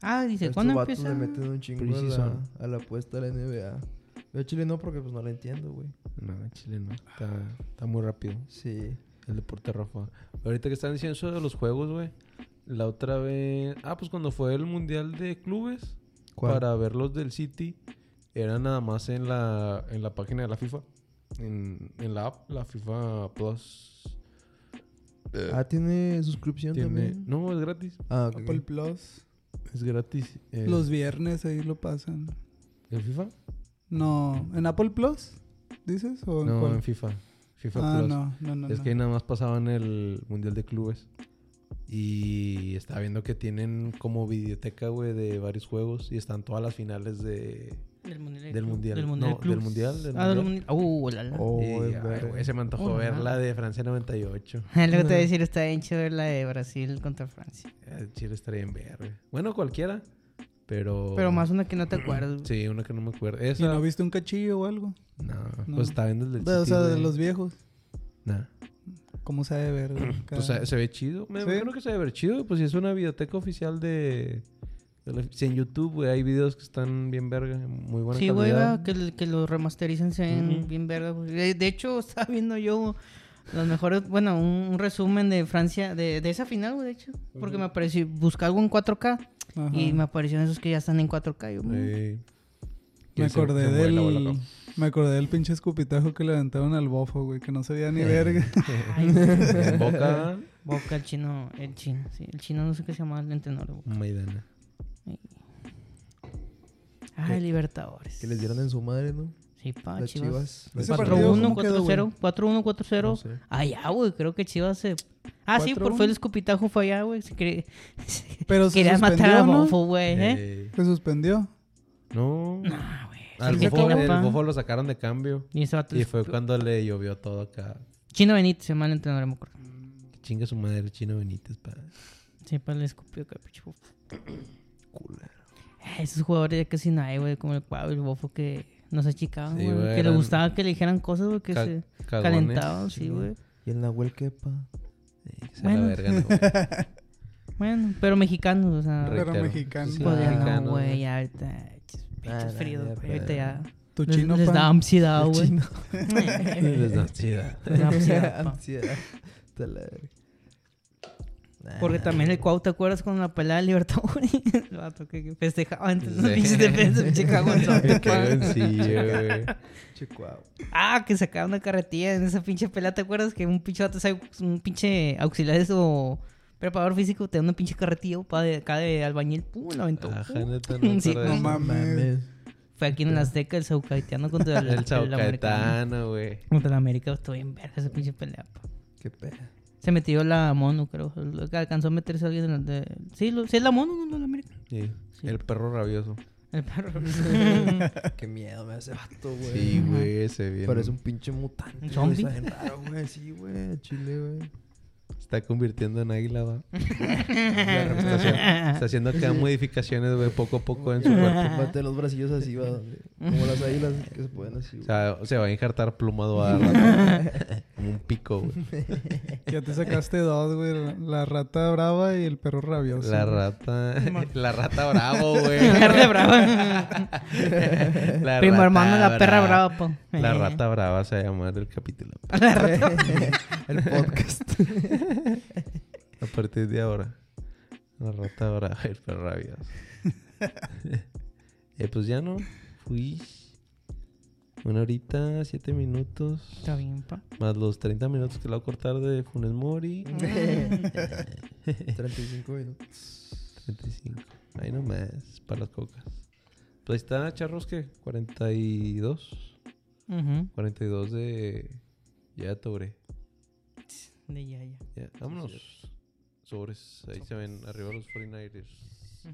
Speaker 2: Ah, dice,
Speaker 3: Estos
Speaker 2: ¿cuándo
Speaker 3: vatos
Speaker 2: empieza?
Speaker 3: le meten un chingo a la,
Speaker 1: Preseason.
Speaker 3: a la apuesta de la NBA. Yo a Chile no porque pues no la entiendo, güey.
Speaker 1: No, en Chile no. Está, está muy rápido.
Speaker 3: Sí.
Speaker 1: El deporte Rafa. Ahorita que están diciendo eso de los juegos, güey. La otra vez. Ah, pues cuando fue el Mundial de Clubes.
Speaker 3: ¿Cuál?
Speaker 1: Para ver los del City. Era nada más en la, en la página de la FIFA. En, en la app, la FIFA Plus.
Speaker 3: Ah, tiene suscripción
Speaker 1: Tiene-
Speaker 3: también.
Speaker 1: No, es gratis.
Speaker 3: Ah, ok.
Speaker 4: Apple Plus.
Speaker 1: Es gratis. eh,
Speaker 4: Los viernes ahí lo pasan.
Speaker 1: ¿El FIFA?
Speaker 4: No, ¿en Apple Plus? ¿Dices? ¿O en
Speaker 1: No,
Speaker 4: cuál?
Speaker 1: en FIFA. FIFA
Speaker 4: Ah,
Speaker 1: Plus.
Speaker 4: no, no, no.
Speaker 1: Es
Speaker 4: no.
Speaker 1: que ahí nada más pasaban el Mundial de Clubes. Y estaba viendo que tienen como videoteca, güey, de varios juegos. Y están todas las finales de...
Speaker 2: Del Mundial.
Speaker 1: Del
Speaker 2: Club-
Speaker 1: Mundial.
Speaker 2: Del Mundial.
Speaker 1: No,
Speaker 2: Club.
Speaker 1: del Mundial, del
Speaker 2: ah, del
Speaker 1: Mundial.
Speaker 2: Mundial. Uh, la, la.
Speaker 3: Oh,
Speaker 1: y,
Speaker 3: es
Speaker 1: ay,
Speaker 3: verga.
Speaker 1: güey, se me antojó
Speaker 2: Oh,
Speaker 1: ver
Speaker 2: no.
Speaker 1: la de Francia 98.
Speaker 2: Luego te voy a decir, está bien chido la de Brasil contra Francia.
Speaker 1: El Chile estaría en ver. Bueno, cualquiera. Pero...
Speaker 2: Pero más una que no te acuerdas.
Speaker 1: Oh. Sí, una que no me acuerdo.
Speaker 4: ¿Y
Speaker 1: Esa...
Speaker 4: no
Speaker 1: No,
Speaker 4: viste un cachillo o algo? No.
Speaker 1: pues está viendo el del
Speaker 4: De- o
Speaker 1: City,
Speaker 4: sea, de
Speaker 1: güey.
Speaker 4: los viejos.
Speaker 1: Nah.
Speaker 4: ¿Cómo se ha de ver? güey?
Speaker 1: Pues se, se ve chido. Me
Speaker 4: Sí.
Speaker 1: imagino que se ve chido. Pues si es una biblioteca oficial de... de la- si en YouTube, güey, hay videos que están bien verga. Muy buena
Speaker 2: Sí, güey,
Speaker 1: calidad.
Speaker 2: va, que, el- que lo remasterizan se ven
Speaker 1: Ujú.
Speaker 2: bien verga. güey. De, de hecho, estaba viendo yo los mejores, bueno, un, un resumen de Francia, de, de esa final, güey, de hecho. Porque me apareció, busqué algo en 4K
Speaker 4: Ajá.
Speaker 2: y me aparecieron esos que ya están en 4K. Yo, "Mm,
Speaker 1: Sí.
Speaker 4: Mm. Me
Speaker 1: Que se-
Speaker 4: acordé
Speaker 1: se mueve la bola
Speaker 4: del.
Speaker 1: acá.
Speaker 4: Me acordé del pinche escupitajo que le aventaron al bofo, güey, que no se veía ni verga.
Speaker 2: ay,
Speaker 1: En Boca,
Speaker 2: Boca, el chino, el chino, sí, el chino no sé qué se llama el entrenador. de Boca.
Speaker 1: Maidana.
Speaker 2: Ay, Ah, Libertadores.
Speaker 3: Que les dieron en su madre, ¿no?
Speaker 2: Sí, pa,
Speaker 3: Las
Speaker 2: Chivas.
Speaker 3: chivas.
Speaker 4: Ese partido,
Speaker 2: 4-1,
Speaker 4: ¿cómo quedó, güey?
Speaker 2: 4-0, 4-1, 4-0.
Speaker 3: No sé.
Speaker 2: Allá, güey, creo que Chivas se... Ah, sí, por
Speaker 4: 4-1.
Speaker 2: fue el escupitajo fue allá, güey. Se cre-
Speaker 4: Pero se
Speaker 2: Quería
Speaker 4: suspendió,
Speaker 2: matar a
Speaker 4: ¿no?
Speaker 2: Bofo, güey, ¿eh?
Speaker 1: Eh,
Speaker 4: Se suspendió.
Speaker 1: no.
Speaker 2: Ah, güey.
Speaker 1: Al
Speaker 2: Sí, que
Speaker 1: bofo,
Speaker 2: tiene,
Speaker 1: el
Speaker 2: pa.
Speaker 1: bofo lo sacaron de cambio.
Speaker 2: Y ese vato
Speaker 1: Y
Speaker 2: es-
Speaker 1: fue cuando le llovió todo acá.
Speaker 2: Chino Benítez, se llama el entrenador, me acuerdo.
Speaker 1: Que chinga su madre, Chino Benítez. Pa.
Speaker 2: Sí, pa, le escupió acá, pinche bofo. Eh, Esos jugadores ya casi nadie, güey, como el Pablo, el Bofo que nos achicaban,
Speaker 1: Sí,
Speaker 2: güey.
Speaker 1: güey,
Speaker 2: que le
Speaker 1: eran
Speaker 2: gustaba que le dijeran cosas, güey, que
Speaker 1: Ca-
Speaker 2: se
Speaker 1: cagones,
Speaker 2: calentaban, sí, güey.
Speaker 3: Y el Nahuel Kepa.
Speaker 1: Eh, que se
Speaker 2: Bueno.
Speaker 1: la verga, no, güey.
Speaker 2: Bueno, pero mexicanos, o sea...
Speaker 1: Ah, Reitero.
Speaker 4: Pero mexicano.
Speaker 1: Sí,
Speaker 2: pues ya
Speaker 1: mexicano,
Speaker 2: no,
Speaker 1: güey.
Speaker 2: güey, ya ahorita...
Speaker 3: Ah,
Speaker 2: Pinche
Speaker 3: la
Speaker 2: frío,
Speaker 3: mierda.
Speaker 2: güey, ahorita ya...
Speaker 4: Tu
Speaker 2: les-
Speaker 4: chino,
Speaker 2: les,
Speaker 4: pa.
Speaker 2: da ansiedad, Ah, güey.
Speaker 1: Les da ansiedad.
Speaker 2: Les da ansiedad, pa.
Speaker 3: Ansiedad. Te la verga.
Speaker 2: Porque también el Cuau, ¿te acuerdas con la pelea de Libertadores? el vato que que festejaba antes de
Speaker 1: Sí.
Speaker 2: los pinches defensas, pinche cagonzote,
Speaker 1: Qué
Speaker 2: pa.
Speaker 1: cabroncillo, güey.
Speaker 3: Chihuahua.
Speaker 2: Ah, que sacaron una carretilla en esa pinche pelea, ¿te acuerdas? Que un pinche vato, sabe- un pinche auxiliar o preparador físico te da una pinche carretilla pa, de acá de albañil, pum, la aventó.
Speaker 1: Ajá,
Speaker 2: pum.
Speaker 1: Ah, neta, no me
Speaker 2: Sí,
Speaker 1: acuerdo
Speaker 4: No
Speaker 1: de eso.
Speaker 4: mames.
Speaker 2: Fue aquí en el Azteca el Saucaitiano contra el,
Speaker 1: El
Speaker 2: americano.
Speaker 1: Saucatano, güey.
Speaker 2: Contra el América, estuvo bien verga esa pinche pelea, pa.
Speaker 3: Qué pena.
Speaker 2: Se metió la mono, creo. Lo que Alcanzó a meterse alguien en el de... Sí, lo- sí es la mono, ¿no? La América.
Speaker 1: Sí.
Speaker 2: Sí.
Speaker 1: El perro rabioso.
Speaker 2: El perro.
Speaker 3: Qué miedo me hace vato, güey.
Speaker 1: Sí, güey, ese bien.
Speaker 3: Parece un pinche mutante.
Speaker 2: ¿Un
Speaker 3: güey,
Speaker 2: zombie?
Speaker 3: está bien raro, güey. Sí, güey. al Chile, güey.
Speaker 1: Está convirtiendo en águila, va. está, haciendo, está haciendo acá modificaciones, güey, poco a poco en su cuerpo.
Speaker 3: Bate los bracillos así, va. donde- Como las águilas que se pueden así,
Speaker 1: O
Speaker 3: güey.
Speaker 1: sea, se va a injertar plumado a la- Como un pico, güey.
Speaker 4: Ya te sacaste dos, güey. La, la rata brava y el perro rabioso.
Speaker 1: La rata. La rata bravo, güey.
Speaker 2: Perra brava.
Speaker 1: La
Speaker 2: Primo
Speaker 1: rata
Speaker 2: hermano, la perra
Speaker 1: brava.
Speaker 2: brava, Eh. po.
Speaker 1: La rata brava se va a llamar el capítulo.
Speaker 2: La rata.
Speaker 3: El podcast.
Speaker 1: A partir de ahora. La rata brava, el perro rabioso. eh, pues ya no. Fui. Una horita, siete minutos.
Speaker 2: Está bien, pa.
Speaker 1: Más los 30 minutos que le voy a cortar de Funes Mori.
Speaker 3: 35 minutos.
Speaker 1: 35. Ahí nomás, para las cocas. Pues ahí está, charros, que 42.
Speaker 2: Ujú.
Speaker 1: 42 de. Ya, Tobre.
Speaker 2: De ya, ya.
Speaker 1: Ya, vámonos. Sobres, ahí se ven arriba los 49ers.